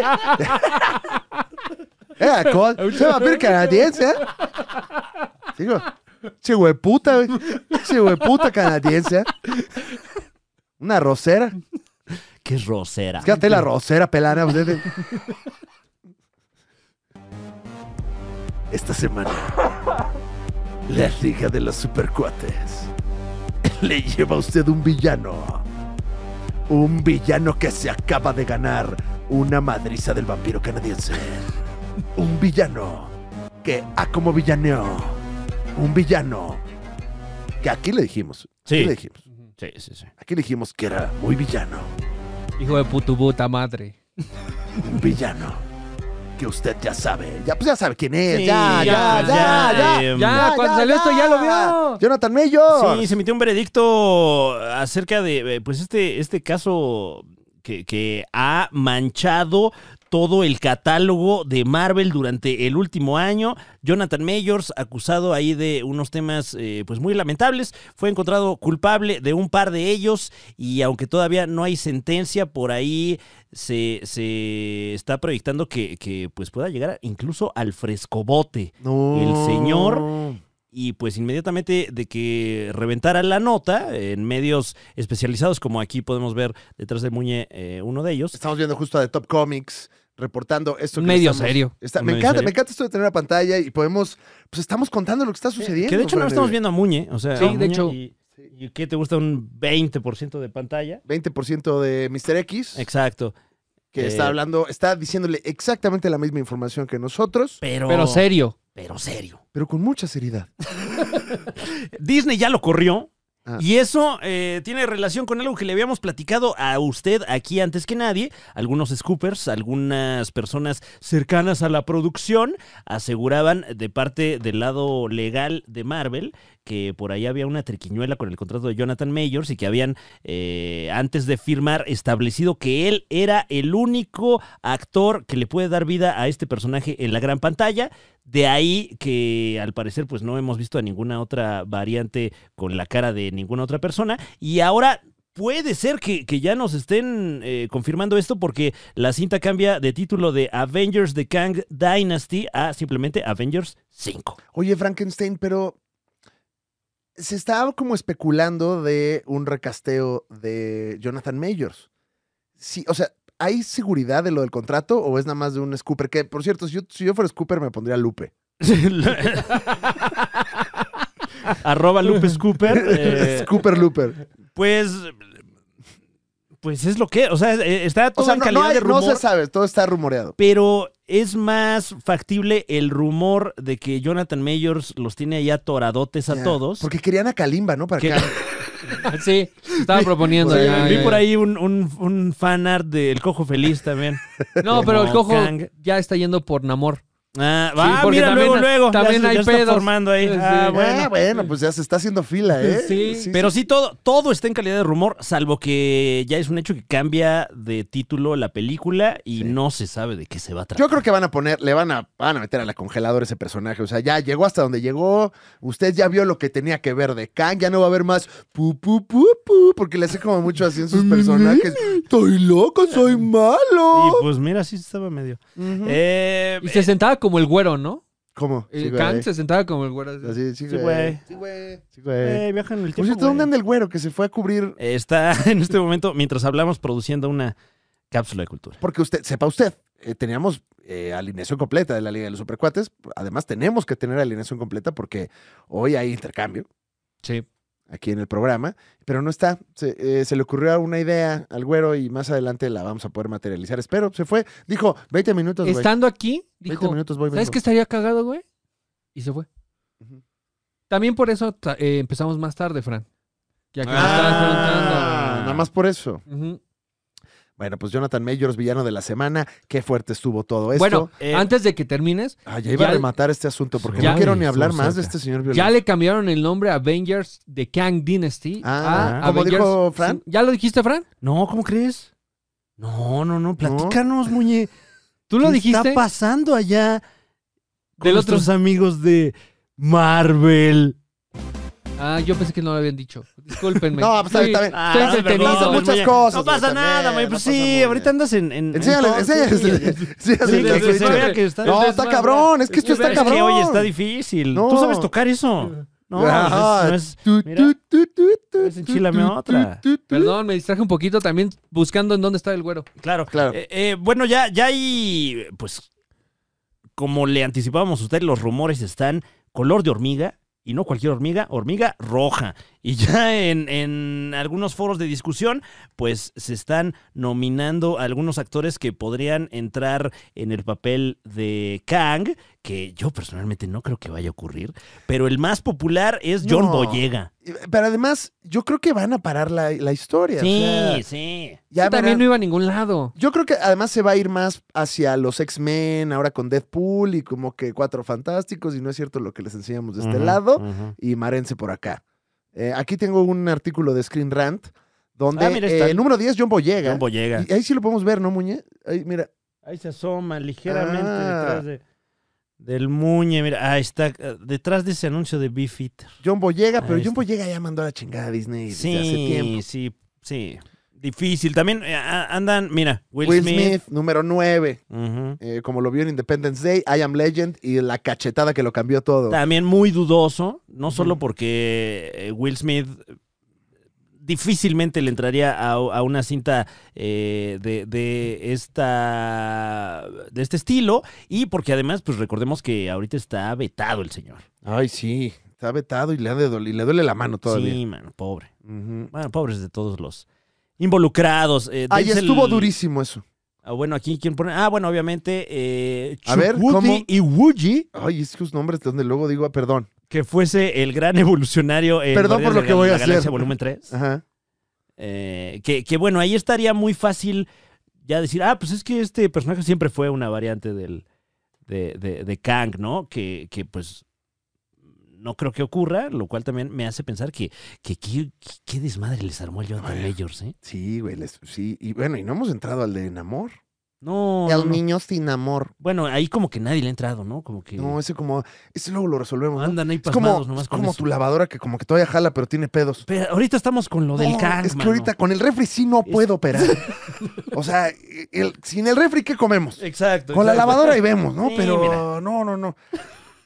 [SPEAKER 3] Eh, col, se va a ver canadiense, ¿eh? Digo, che hueputa, güey. Che hueputa canadiense, ¿eh? Una rosera.
[SPEAKER 1] ¿Qué es rosera?
[SPEAKER 3] Fíjate la rosera pelana. ustedes. Esta semana, la Liga de los Supercuates le lleva a usted un villano. Un villano que se acaba de ganar una madriza del vampiro canadiense. Un villano que, ah, como villaneo. Un villano que aquí le dijimos. Aquí
[SPEAKER 1] Sí.
[SPEAKER 3] le dijimos.
[SPEAKER 1] Sí, sí, sí.
[SPEAKER 3] Aquí le dijimos que era muy villano.
[SPEAKER 2] Hijo de putu puta madre.
[SPEAKER 3] un villano que usted ya sabe. Ya, pues ya sabe quién es.
[SPEAKER 1] Sí,
[SPEAKER 3] ya, ya,
[SPEAKER 1] ya,
[SPEAKER 3] ya,
[SPEAKER 1] ya,
[SPEAKER 3] ya.
[SPEAKER 1] em.
[SPEAKER 2] Ya, cuando salió esto ya lo vio.
[SPEAKER 3] Jonathan Mayor.
[SPEAKER 1] Sí, se emitió un veredicto acerca de, eh, pues, este, este caso que, que ha manchado todo el catálogo de Marvel durante el último año. Jonathan Mayors, acusado ahí de unos temas, eh, pues, muy lamentables, fue encontrado culpable de un par de ellos y aunque todavía no hay sentencia, por ahí se, se está proyectando que, que, pues, pueda llegar incluso al frescobote.
[SPEAKER 3] No.
[SPEAKER 1] El señor. Y pues inmediatamente de que reventara la nota en medios especializados, como aquí podemos ver detrás de Muñe eh, uno de ellos.
[SPEAKER 3] Estamos viendo justo a The Top Comics reportando esto.
[SPEAKER 2] Un
[SPEAKER 3] que le
[SPEAKER 2] medio
[SPEAKER 3] estamos-
[SPEAKER 2] serio.
[SPEAKER 3] Está-
[SPEAKER 1] Un
[SPEAKER 3] me
[SPEAKER 1] medio
[SPEAKER 3] encanta,
[SPEAKER 1] serio.
[SPEAKER 3] me encanta esto de tener la pantalla y podemos. Pues estamos contando lo que está sucediendo.
[SPEAKER 1] Que de hecho no
[SPEAKER 3] Fran,
[SPEAKER 1] estamos
[SPEAKER 3] eh,
[SPEAKER 1] viendo a Muñe. O sea,
[SPEAKER 2] Sí,
[SPEAKER 1] a
[SPEAKER 2] de
[SPEAKER 1] Muñe
[SPEAKER 2] hecho.
[SPEAKER 1] Y, y ¿qué te gusta? Un 20% de pantalla.
[SPEAKER 3] 20% de Mr. X,
[SPEAKER 1] Exacto.
[SPEAKER 3] que
[SPEAKER 1] eh.
[SPEAKER 3] está hablando, está diciéndole exactamente la misma información que nosotros.
[SPEAKER 1] Pero,
[SPEAKER 2] Pero serio.
[SPEAKER 1] pero serio.
[SPEAKER 3] pero con mucha seriedad.
[SPEAKER 1] Disney ya lo corrió.
[SPEAKER 3] Ah.
[SPEAKER 1] Y eso eh, tiene relación con algo que le habíamos platicado a usted aquí antes que nadie. Algunos scoopers, algunas personas cercanas a la producción aseguraban de parte del lado legal de Marvel que por ahí había una triquiñuela con el contrato de Jonathan Mayors y que habían eh, antes de firmar establecido que él era el único actor que le puede dar vida a este personaje en la gran pantalla. De ahí que al parecer pues no hemos visto a ninguna otra variante con la cara de ninguna otra persona y ahora puede ser que, que ya nos estén eh, confirmando esto porque la cinta cambia de título de Avengers The Kang Dynasty a simplemente Avengers 5.
[SPEAKER 3] Oye, Frankenstein, pero se estaba como especulando de un recasteo de Jonathan Majors. Sí, o sea, ¿hay seguridad de lo del contrato o es nada más de un scooper? Que, por cierto, si yo, si yo fuera scooper me pondría Lupe.
[SPEAKER 1] Arroba Lupe Scooper. eh,
[SPEAKER 3] Scooper Looper.
[SPEAKER 1] pues... Pues es lo que, o sea, eh, está todo
[SPEAKER 3] O sea,
[SPEAKER 1] en
[SPEAKER 3] no,
[SPEAKER 1] calidad
[SPEAKER 3] no hay-
[SPEAKER 1] de
[SPEAKER 3] no
[SPEAKER 1] rumor.
[SPEAKER 3] se sabe, todo está rumoreado.
[SPEAKER 1] pero es más factible el rumor de que Jonathan Mayors los tiene ahí atoradotes a
[SPEAKER 3] Ya,
[SPEAKER 1] todos.
[SPEAKER 3] Porque querían a Kalimba, ¿no? Para
[SPEAKER 1] Que-
[SPEAKER 3] acá.
[SPEAKER 2] Sí, estaba proponiendo.
[SPEAKER 3] Sí,
[SPEAKER 2] ya,
[SPEAKER 1] Vi
[SPEAKER 2] ya,
[SPEAKER 1] por
[SPEAKER 2] ya.
[SPEAKER 1] ahí un, un, un fan art del Cojo Feliz también.
[SPEAKER 2] No, pero el
[SPEAKER 1] Como
[SPEAKER 2] cojo
[SPEAKER 1] Kang.
[SPEAKER 2] ya está yendo por Namor.
[SPEAKER 1] Ah,
[SPEAKER 2] Sí,
[SPEAKER 1] ah,
[SPEAKER 2] porque
[SPEAKER 1] mira,
[SPEAKER 2] también-
[SPEAKER 1] luego, luego. Ya se-
[SPEAKER 2] también
[SPEAKER 1] ya
[SPEAKER 2] hay
[SPEAKER 1] está
[SPEAKER 2] pedos.
[SPEAKER 1] formando ahí.
[SPEAKER 2] Sí.
[SPEAKER 1] Ah,
[SPEAKER 3] Ah, bueno,
[SPEAKER 1] bueno.
[SPEAKER 3] pues ya se está haciendo fila, ¿eh?
[SPEAKER 2] Sí.
[SPEAKER 1] Pero sí, todo, todo está en calidad de rumor, salvo que ya es un hecho que cambia de título la película y
[SPEAKER 3] Sí.
[SPEAKER 1] no se sabe de qué se va a tratar.
[SPEAKER 3] Yo creo que van a poner, le van a, van a meter a la congeladora ese personaje. O sea, ya llegó hasta donde llegó. Usted ya vio lo que tenía que ver de Kang. Ya no va a haber más pu, pu, pu, pu, porque le hace como mucho así en sus personajes. Estoy loco, soy malo.
[SPEAKER 1] Y pues mira, sí estaba medio.
[SPEAKER 3] Ujú.
[SPEAKER 1] Eh,
[SPEAKER 2] Y se sentaba como el güero, ¿no?
[SPEAKER 3] ¿Cómo? Sí,
[SPEAKER 2] El
[SPEAKER 3] güey.
[SPEAKER 2] Kang se sentaba como el güero. así.
[SPEAKER 3] Así, sí,
[SPEAKER 1] Sí,
[SPEAKER 3] güey.
[SPEAKER 1] güey.
[SPEAKER 3] Sí, güey. Sí,
[SPEAKER 1] eh,
[SPEAKER 3] güey.
[SPEAKER 1] eh, viaja en el
[SPEAKER 3] Por
[SPEAKER 1] tiempo,
[SPEAKER 3] cierto, ¿dónde
[SPEAKER 1] güey.
[SPEAKER 3] anda el güero que se fue a cubrir?
[SPEAKER 1] Está en este momento, mientras hablamos, produciendo una cápsula de cultura.
[SPEAKER 3] Porque usted, sepa usted, eh, teníamos eh, alineación completa de la Liga de los Supercuates. Además, tenemos que tener alineación completa porque hoy hay intercambio.
[SPEAKER 2] Sí.
[SPEAKER 3] aquí en el programa, pero no está. Se, eh, se le ocurrió una idea al güero y más adelante la vamos a poder materializar. Espero, se fue. Dijo, 20 minutos, güey. 20
[SPEAKER 2] Estando aquí, dijo,
[SPEAKER 3] minutos voy.
[SPEAKER 2] ¿sabes
[SPEAKER 3] vengo".
[SPEAKER 2] qué estaría cagado, güey? Y se fue.
[SPEAKER 3] Ujú.
[SPEAKER 2] También por eso ta- eh, empezamos más tarde, Fran. Ya que me estabas
[SPEAKER 3] Ah,
[SPEAKER 2] preguntando.
[SPEAKER 3] nada más por eso.
[SPEAKER 2] Ujú.
[SPEAKER 3] Bueno, pues Jonathan Mayors, villano de la semana. Qué fuerte estuvo todo esto.
[SPEAKER 2] Bueno,
[SPEAKER 1] eh,
[SPEAKER 2] antes de que termines,
[SPEAKER 3] Ah, ya iba
[SPEAKER 2] ya-
[SPEAKER 3] a rematar este asunto porque
[SPEAKER 2] Ya-
[SPEAKER 3] no quiero ni
[SPEAKER 1] Estuvo
[SPEAKER 3] hablar
[SPEAKER 1] cerca.
[SPEAKER 3] más de este señor
[SPEAKER 2] ya
[SPEAKER 3] violento.
[SPEAKER 2] le cambiaron el nombre a Avengers de Kang Dynasty.
[SPEAKER 3] Ah,
[SPEAKER 2] a
[SPEAKER 3] ¿cómo
[SPEAKER 2] Avengers-
[SPEAKER 3] dijo Fran?
[SPEAKER 2] ¿Ya lo dijiste, Fran?
[SPEAKER 1] No, ¿cómo crees? No, no, no, platícanos, Muñe.
[SPEAKER 2] ¿Tú lo
[SPEAKER 1] ¿Qué
[SPEAKER 2] dijiste?
[SPEAKER 1] está pasando allá con
[SPEAKER 2] Del otro-
[SPEAKER 1] nuestros amigos de Marvel?
[SPEAKER 2] Ah, yo pensé que no lo habían dicho. Discúlpenme.
[SPEAKER 3] No, pues, está bien,
[SPEAKER 2] Sí,
[SPEAKER 3] está bien.
[SPEAKER 1] Ah,
[SPEAKER 2] Estoy
[SPEAKER 1] no te
[SPEAKER 2] entretenido.
[SPEAKER 1] preocupes,
[SPEAKER 3] Pasan muchas
[SPEAKER 1] Muñe.
[SPEAKER 3] cosas,
[SPEAKER 1] No pasa
[SPEAKER 3] güey,
[SPEAKER 1] nada,
[SPEAKER 3] también,
[SPEAKER 1] güey.
[SPEAKER 3] no
[SPEAKER 1] Pues
[SPEAKER 3] pasa
[SPEAKER 1] sí,
[SPEAKER 3] mucho.
[SPEAKER 1] ahorita andas en... en
[SPEAKER 3] Enséñale,
[SPEAKER 1] en-
[SPEAKER 3] enséñale. enséñale
[SPEAKER 1] Sí, que
[SPEAKER 3] el
[SPEAKER 1] se vea
[SPEAKER 3] Twitter.
[SPEAKER 1] que está...
[SPEAKER 3] No, está cabrón, es que esto está
[SPEAKER 1] Es que
[SPEAKER 3] cabrón.
[SPEAKER 1] oye, está difícil.
[SPEAKER 3] No.
[SPEAKER 1] Tú sabes tocar eso. No,
[SPEAKER 3] Ah,
[SPEAKER 1] no es...
[SPEAKER 3] tu,
[SPEAKER 1] mira,
[SPEAKER 3] tu, tu, tu, tu,
[SPEAKER 1] es enchilame
[SPEAKER 3] tu, tu,
[SPEAKER 1] otra.
[SPEAKER 3] tu, tu.
[SPEAKER 2] Perdón, me distraje un poquito también buscando en dónde estaba el güero.
[SPEAKER 1] Claro.
[SPEAKER 3] Claro.
[SPEAKER 1] Eh, eh, bueno, ya, ya hay, pues, como le anticipábamos a usted, los rumores están color de hormiga. Y no cualquier hormiga, hormiga roja. Y ya en, en algunos foros de discusión, pues se están nominando a algunos actores que podrían entrar en el papel de Kang, que yo personalmente no creo que vaya a ocurrir, pero el más popular es John
[SPEAKER 3] No.
[SPEAKER 1] Boyega.
[SPEAKER 3] Pero además, yo creo que van a parar la, la historia. o sea,
[SPEAKER 1] Sí, sí.
[SPEAKER 2] Yo
[SPEAKER 3] ya
[SPEAKER 2] Este también
[SPEAKER 3] verán.
[SPEAKER 2] no iba a ningún lado.
[SPEAKER 3] Yo creo que además se va a ir más hacia los X-Men, ahora con Deadpool y como que Cuatro Fantásticos, y no es cierto lo que les enseñamos de este
[SPEAKER 1] Ujú,
[SPEAKER 3] lado,
[SPEAKER 1] ujú.
[SPEAKER 3] y Marense por acá. Eh, aquí tengo un artículo de Screen Rant, donde
[SPEAKER 1] Ah, mira, está
[SPEAKER 3] eh,
[SPEAKER 1] el-
[SPEAKER 3] número 10, John Boyega.
[SPEAKER 1] John Boyega.
[SPEAKER 3] Y ahí sí lo podemos ver, ¿no, Muñe? Ahí, mira,
[SPEAKER 1] Ahí se asoma ligeramente
[SPEAKER 3] Ah.
[SPEAKER 1] detrás de- del muñe. Mira, ahí está, eh, detrás de ese anuncio de Beefeater.
[SPEAKER 3] John Boyega, pero
[SPEAKER 1] Ahí
[SPEAKER 3] John
[SPEAKER 1] está.
[SPEAKER 3] Boyega ya mandó a la chingada a Disney desde hace
[SPEAKER 1] Sí,
[SPEAKER 3] tiempo.
[SPEAKER 1] sí, sí. Difícil. También eh, a- andan, mira, Will,
[SPEAKER 3] Will,
[SPEAKER 1] Smith.
[SPEAKER 3] Smith. número 9,
[SPEAKER 1] Ujú.
[SPEAKER 3] como lo vio en Independence Day, I Am Legend y la cachetada que lo cambió todo.
[SPEAKER 1] También muy dudoso, no solo
[SPEAKER 3] Ujú.
[SPEAKER 1] porque eh, Will Smith eh, difícilmente le entraría a, a una cinta eh, de, de esta de este estilo y porque además pues recordemos que ahorita está vetado el señor
[SPEAKER 3] Ay, sí. Está vetado y le, ha de doler- y le duele la mano todavía.
[SPEAKER 1] sí mano pobre
[SPEAKER 3] Ujú.
[SPEAKER 1] Bueno, pobres de todos los involucrados. Eh,
[SPEAKER 3] Ahí
[SPEAKER 1] dense el-
[SPEAKER 3] estuvo durísimo eso.
[SPEAKER 1] Ah, bueno, aquí quién pone. Ah, bueno, obviamente. Eh,
[SPEAKER 3] A ver,
[SPEAKER 1] Chukwudi
[SPEAKER 3] ¿cómo?
[SPEAKER 1] y Wuji,
[SPEAKER 3] Ay, es que sus nombres donde luego digo, ah, perdón.
[SPEAKER 1] que fuese el gran evolucionario. en
[SPEAKER 3] Perdón
[SPEAKER 1] Guardianes
[SPEAKER 3] por lo
[SPEAKER 1] de
[SPEAKER 3] que
[SPEAKER 1] la-
[SPEAKER 3] voy a
[SPEAKER 1] la Galaxia
[SPEAKER 3] hacer. Ah.
[SPEAKER 1] Volumen 3.
[SPEAKER 3] Ajá.
[SPEAKER 1] Eh, que, que, bueno, ahí estaría muy fácil ya decir, ah, pues es que este personaje siempre fue una variante del, de, de- de Kang, ¿no? Que, que, pues no creo que ocurra, lo cual también me hace pensar que qué que, que- qué desmadre les armó el Jonathan
[SPEAKER 3] Bueno.
[SPEAKER 1] Majors, ¿eh?
[SPEAKER 3] Sí, güey, les- sí. Y bueno, y no hemos entrado al de Enamor.
[SPEAKER 1] No, no,
[SPEAKER 3] el
[SPEAKER 1] no.
[SPEAKER 3] niño sin amor.
[SPEAKER 1] Bueno, ahí como que nadie le ha entrado, ¿no? Como que
[SPEAKER 3] No, ese como, ese luego lo resolvemos. ¿no?
[SPEAKER 1] andan ahí
[SPEAKER 3] Es como,
[SPEAKER 1] pasmados nomás
[SPEAKER 3] es
[SPEAKER 1] con
[SPEAKER 3] como
[SPEAKER 1] eso.
[SPEAKER 3] tu lavadora que como que todavía jala, pero tiene pedos.
[SPEAKER 1] Pero ahorita estamos con lo del
[SPEAKER 3] No,
[SPEAKER 1] Kang,
[SPEAKER 3] Es que
[SPEAKER 1] mano.
[SPEAKER 3] ahorita con el refri sí no
[SPEAKER 1] Es-
[SPEAKER 3] puedo operar. o sea, el- sin el refri, ¿qué comemos?
[SPEAKER 1] Exacto.
[SPEAKER 3] Con la
[SPEAKER 1] exacto.
[SPEAKER 3] lavadora y vemos, ¿no?
[SPEAKER 1] Sí,
[SPEAKER 3] Pero
[SPEAKER 1] mira.
[SPEAKER 3] no, no, no.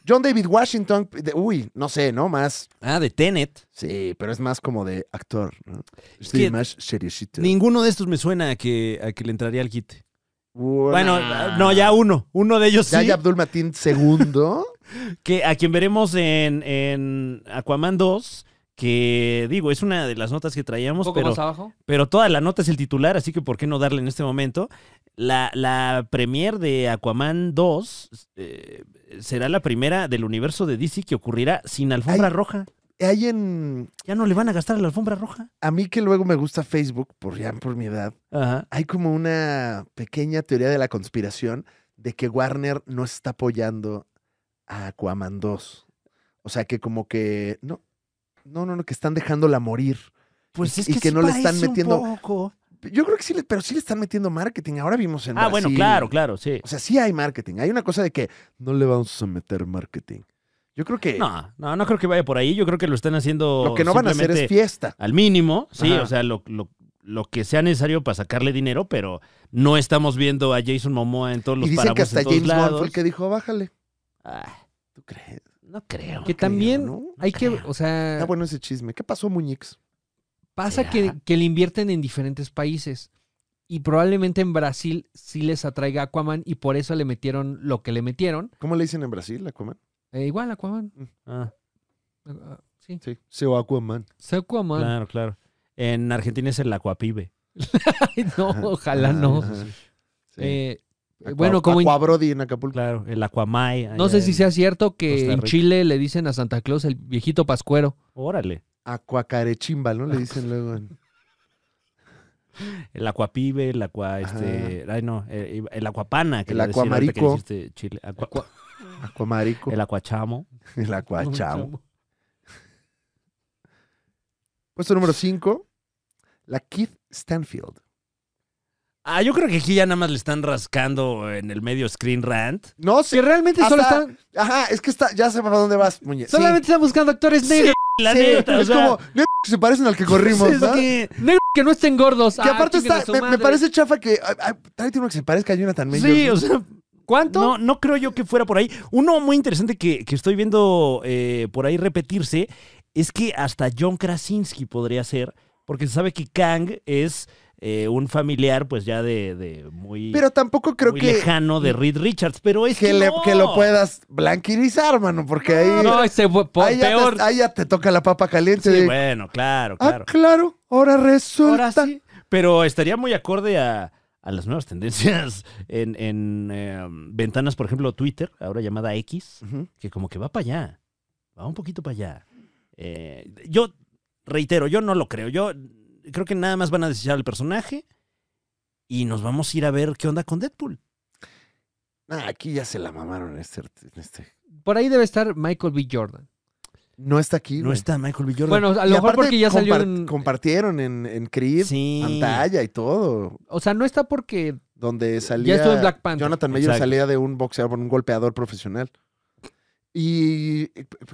[SPEAKER 3] John David Washington, de- uy, no sé, ¿no? Más,
[SPEAKER 1] Ah, de Tenet.
[SPEAKER 3] sí, pero es más como de actor, ¿no?
[SPEAKER 1] Es
[SPEAKER 3] Sí,
[SPEAKER 1] que-
[SPEAKER 3] más seriecito.
[SPEAKER 1] Ninguno de estos me suena a que, a que le entraría al quite.
[SPEAKER 3] Una-
[SPEAKER 1] Bueno, no, ya uno. Uno de ellos
[SPEAKER 3] Ya
[SPEAKER 1] sí.
[SPEAKER 3] hay Abdul Matin segundo.
[SPEAKER 1] Que a quien veremos en, en Aquaman 2. Que digo, es una de las notas que
[SPEAKER 2] Un
[SPEAKER 1] traíamos,
[SPEAKER 2] poco
[SPEAKER 1] pero,
[SPEAKER 2] más abajo.
[SPEAKER 1] pero toda la nota es el titular, así que ¿por qué no darle en este momento? La, la premier de Aquaman 2 eh, será la primera del universo de DC que ocurrirá sin alfombra
[SPEAKER 3] Ay.
[SPEAKER 1] roja.
[SPEAKER 3] hay en...
[SPEAKER 1] Ya no le van a gastar a la alfombra roja.
[SPEAKER 3] A mí que luego me gusta Facebook, por ya por mi edad,
[SPEAKER 1] Ajá.
[SPEAKER 3] hay como una pequeña teoría de la conspiración de que Warner no está apoyando a Aquaman 2. O sea, que como que... No, no, no, no, que están dejándola morir.
[SPEAKER 1] Pues
[SPEAKER 3] Y-
[SPEAKER 1] es
[SPEAKER 3] y
[SPEAKER 1] que,
[SPEAKER 3] que
[SPEAKER 1] sí
[SPEAKER 3] no le están
[SPEAKER 1] parece un
[SPEAKER 3] metiendo-
[SPEAKER 1] poco.
[SPEAKER 3] Yo creo que sí, le- pero sí le están metiendo marketing. Ahora vimos en
[SPEAKER 1] Ah, bueno,
[SPEAKER 3] Brasil.
[SPEAKER 1] claro, claro, sí.
[SPEAKER 3] O sea, sí hay marketing. Hay una cosa de que no le vamos a meter marketing. Yo creo que
[SPEAKER 1] No, no, no creo que vaya por ahí. Yo creo que lo están haciendo.
[SPEAKER 3] lo que no van a hacer es
[SPEAKER 1] simplemente
[SPEAKER 3] fiesta.
[SPEAKER 1] Al mínimo, sí,
[SPEAKER 3] Ajá.
[SPEAKER 1] o sea, lo, lo- lo que sea necesario para sacarle dinero, pero no estamos viendo a Jason Momoa en todos los
[SPEAKER 3] Y dicen que
[SPEAKER 1] páramos,
[SPEAKER 3] hasta
[SPEAKER 1] en todos
[SPEAKER 3] James Bond
[SPEAKER 1] lados.
[SPEAKER 3] fue el que dijo, bájale.
[SPEAKER 1] Ah,
[SPEAKER 3] ¿Tú crees?
[SPEAKER 1] no creo.
[SPEAKER 2] Que
[SPEAKER 3] creo,
[SPEAKER 2] también
[SPEAKER 3] ¿no?
[SPEAKER 2] hay que,
[SPEAKER 1] creo.
[SPEAKER 2] o sea,
[SPEAKER 3] Está bueno ese chisme. ¿Qué pasó, Muñix?
[SPEAKER 2] pasa
[SPEAKER 1] ¿Será?
[SPEAKER 2] que, que le invierten en diferentes países. Y probablemente en Brasil sí les atraiga Aquaman y por eso le metieron lo que le metieron.
[SPEAKER 3] ¿Cómo le dicen en Brasil, Aquaman?
[SPEAKER 2] Eh, igual Aquaman.
[SPEAKER 1] Ah,
[SPEAKER 2] Ah, Sí.
[SPEAKER 3] Sí, o Aquaman.
[SPEAKER 2] Sí, Aquaman.
[SPEAKER 1] claro, claro. En Argentina es el Acuapibe.
[SPEAKER 2] Ay, no, ojalá no.
[SPEAKER 3] Ah, Ajá. Sí.
[SPEAKER 2] Eh,
[SPEAKER 3] Aqua-
[SPEAKER 2] bueno, como in-
[SPEAKER 3] Aquabrody en Acapulco.
[SPEAKER 1] Claro, el Aquamai.
[SPEAKER 2] no
[SPEAKER 1] allá
[SPEAKER 2] sé si
[SPEAKER 1] en-
[SPEAKER 2] sea cierto
[SPEAKER 1] Costa
[SPEAKER 2] que en
[SPEAKER 1] Rica.
[SPEAKER 2] Chile le dicen a Santa Claus el viejito pascuero.
[SPEAKER 1] Órale,
[SPEAKER 3] Aquacarechimba, ¿no? Le dicen luego en...
[SPEAKER 1] el Acuapibe, el Aqua. Este, ay, no, el, el Acuapana. Que
[SPEAKER 3] El
[SPEAKER 1] le decían ahorita que
[SPEAKER 3] Acuamarico.
[SPEAKER 1] dijiste Chile, Acua-
[SPEAKER 3] Aquamarico.
[SPEAKER 1] el Acuachamo.
[SPEAKER 3] El Aquachao. Puesto número 5, la Keith Stanfield.
[SPEAKER 1] Ah, yo creo que aquí ya nada más le están rascando en el medio screen rant.
[SPEAKER 3] No, sí.
[SPEAKER 2] Que realmente solo
[SPEAKER 3] Hasta-
[SPEAKER 2] están,
[SPEAKER 3] Ajá, es que está, ya sé para dónde vas, muñe. Sí,
[SPEAKER 2] solamente están buscando actores negros.
[SPEAKER 1] La
[SPEAKER 3] sí,
[SPEAKER 1] neta, o
[SPEAKER 3] es
[SPEAKER 1] sea,
[SPEAKER 3] como, neta que se parecen al que corrimos,
[SPEAKER 1] es
[SPEAKER 3] ¿no? Que,
[SPEAKER 1] que-
[SPEAKER 2] Negros que no estén gordos. Ah,
[SPEAKER 3] aparte
[SPEAKER 2] chinguen a
[SPEAKER 3] está,
[SPEAKER 2] su
[SPEAKER 3] me, me
[SPEAKER 2] madre.
[SPEAKER 3] parece chafa que, ay, ay, tráete uno que se parezca a Jonathan Majors.
[SPEAKER 1] Sí,
[SPEAKER 3] ¿no?
[SPEAKER 1] o sea,
[SPEAKER 2] ¿Cuánto?
[SPEAKER 1] no, no creo yo que fuera por ahí. Uno muy interesante que, que estoy viendo eh, por ahí repetirse es que hasta John Krasinski podría ser, porque se sabe que Kang es eh, un familiar, pues ya de, de muy,
[SPEAKER 3] Pero tampoco creo
[SPEAKER 1] muy
[SPEAKER 3] que,
[SPEAKER 1] lejano de Reed Richards, pero es que,
[SPEAKER 3] que, le-
[SPEAKER 1] no.
[SPEAKER 3] que lo puedas blanquirizar, mano, porque ahí,
[SPEAKER 2] No, ese fue po-
[SPEAKER 3] ahí, ya
[SPEAKER 2] peor.
[SPEAKER 3] te, ahí ya te toca la papa caliente.
[SPEAKER 1] Sí,
[SPEAKER 3] de,
[SPEAKER 1] bueno, claro,
[SPEAKER 3] Ah,
[SPEAKER 1] claro.
[SPEAKER 3] claro, ahora resulta.
[SPEAKER 1] Ahora sí, pero estaría muy acorde a, a las nuevas tendencias en, en, eh, ventanas, por ejemplo, Twitter, ahora llamada X.
[SPEAKER 3] Ujú.
[SPEAKER 1] que como que va para allá, va un poquito para allá. Eh, yo reitero, yo no lo creo. Yo creo que nada más van a desechar al personaje y nos vamos a ir a ver qué onda con Deadpool.
[SPEAKER 3] Ah, aquí ya se la mamaron en este, en este-
[SPEAKER 2] Por ahí debe estar Michael B. Jordan.
[SPEAKER 3] No está aquí,
[SPEAKER 1] No
[SPEAKER 3] güey.
[SPEAKER 1] está Michael B. Jordan.
[SPEAKER 2] Bueno, a
[SPEAKER 3] Y
[SPEAKER 2] lo mejor
[SPEAKER 3] aparte
[SPEAKER 2] porque ya salió
[SPEAKER 3] compar-
[SPEAKER 2] en-
[SPEAKER 3] Compartieron en, en Creed,
[SPEAKER 1] sí.
[SPEAKER 3] pantalla y todo.
[SPEAKER 2] O sea, no está porque...
[SPEAKER 3] Donde salía.
[SPEAKER 2] estuvo en Black Panther.
[SPEAKER 3] Jonathan Mayer
[SPEAKER 1] Exacto.
[SPEAKER 3] salía de un boxeador, un golpeador profesional. ¿Y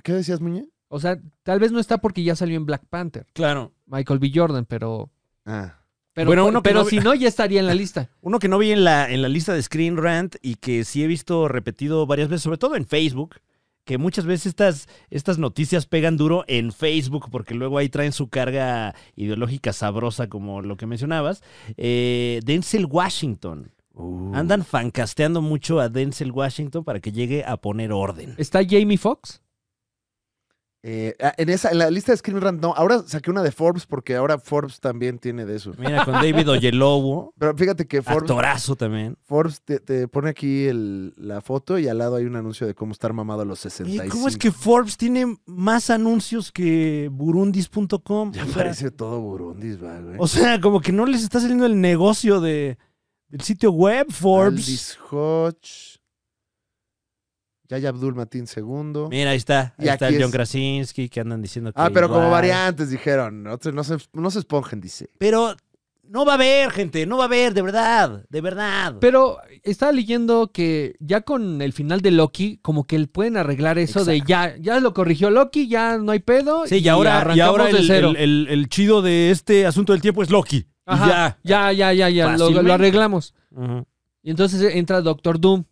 [SPEAKER 3] qué decías, Muñe?
[SPEAKER 2] O sea, tal vez no está porque ya salió en Black Panther.
[SPEAKER 1] Claro.
[SPEAKER 2] Michael B. Jordan, pero...
[SPEAKER 3] Ah.
[SPEAKER 2] Pero,
[SPEAKER 1] Bueno, uno que
[SPEAKER 2] pero
[SPEAKER 1] no-
[SPEAKER 2] si no, ya estaría en la lista.
[SPEAKER 1] Uno que no vi en la, en la lista de Screen Rant y que sí he visto repetido varias veces, sobre todo en Facebook, que muchas veces estas, estas noticias pegan duro en Facebook porque luego ahí traen su carga ideológica sabrosa, como lo que mencionabas. Eh, Denzel Washington. Andan fancasteando mucho a Denzel Washington para que llegue a poner orden.
[SPEAKER 2] ¿Está Jamie Foxx?
[SPEAKER 3] Eh, ah, en, esa, en la lista de Screen Rant no. Ahora saqué una de Forbes porque ahora Forbes también tiene de eso.
[SPEAKER 1] Mira, con David Oyelowo,
[SPEAKER 3] Pero fíjate que Forbes,
[SPEAKER 1] actorazo también.
[SPEAKER 3] Forbes te, te pone aquí el- la foto y al lado hay un anuncio de cómo estar mamado a los 65.
[SPEAKER 1] Oye, ¿cómo es que Forbes tiene más anuncios que burundis.com?
[SPEAKER 3] Ya
[SPEAKER 1] O sea,
[SPEAKER 3] parece ¿eh? todo burundis, va, güey.
[SPEAKER 1] O sea, como que no les está saliendo el negocio de, del sitio web Forbes.
[SPEAKER 3] Aldis Hodge. Yaya Abdul Matin segundo.
[SPEAKER 1] Mira, ahí está. Ahí
[SPEAKER 3] Y
[SPEAKER 1] está
[SPEAKER 3] aquí
[SPEAKER 1] el John
[SPEAKER 3] es-
[SPEAKER 1] Krasinski que andan diciendo que.
[SPEAKER 3] Ah, pero como
[SPEAKER 1] igual.
[SPEAKER 3] variantes dijeron. No, se- no se, no se esponjen, dice.
[SPEAKER 1] Pero no va a haber, gente. No va a haber, de verdad. De verdad.
[SPEAKER 2] Pero estaba leyendo que ya con el final de Loki, como que pueden arreglar eso de ya, ya lo corrigió Loki, ya no hay pedo.
[SPEAKER 1] sí, y ahora, y
[SPEAKER 2] arrancamos
[SPEAKER 1] ahora
[SPEAKER 2] de
[SPEAKER 1] el,
[SPEAKER 2] cero.
[SPEAKER 1] el- el- el chido de este asunto del tiempo es Loki. Y
[SPEAKER 2] Ajá,
[SPEAKER 1] ya.
[SPEAKER 2] ya, ya, ya, ya, lo- lo,
[SPEAKER 1] Fácilmente.
[SPEAKER 2] arreglamos.
[SPEAKER 1] Ajá.
[SPEAKER 2] Y entonces entra Doctor Doom.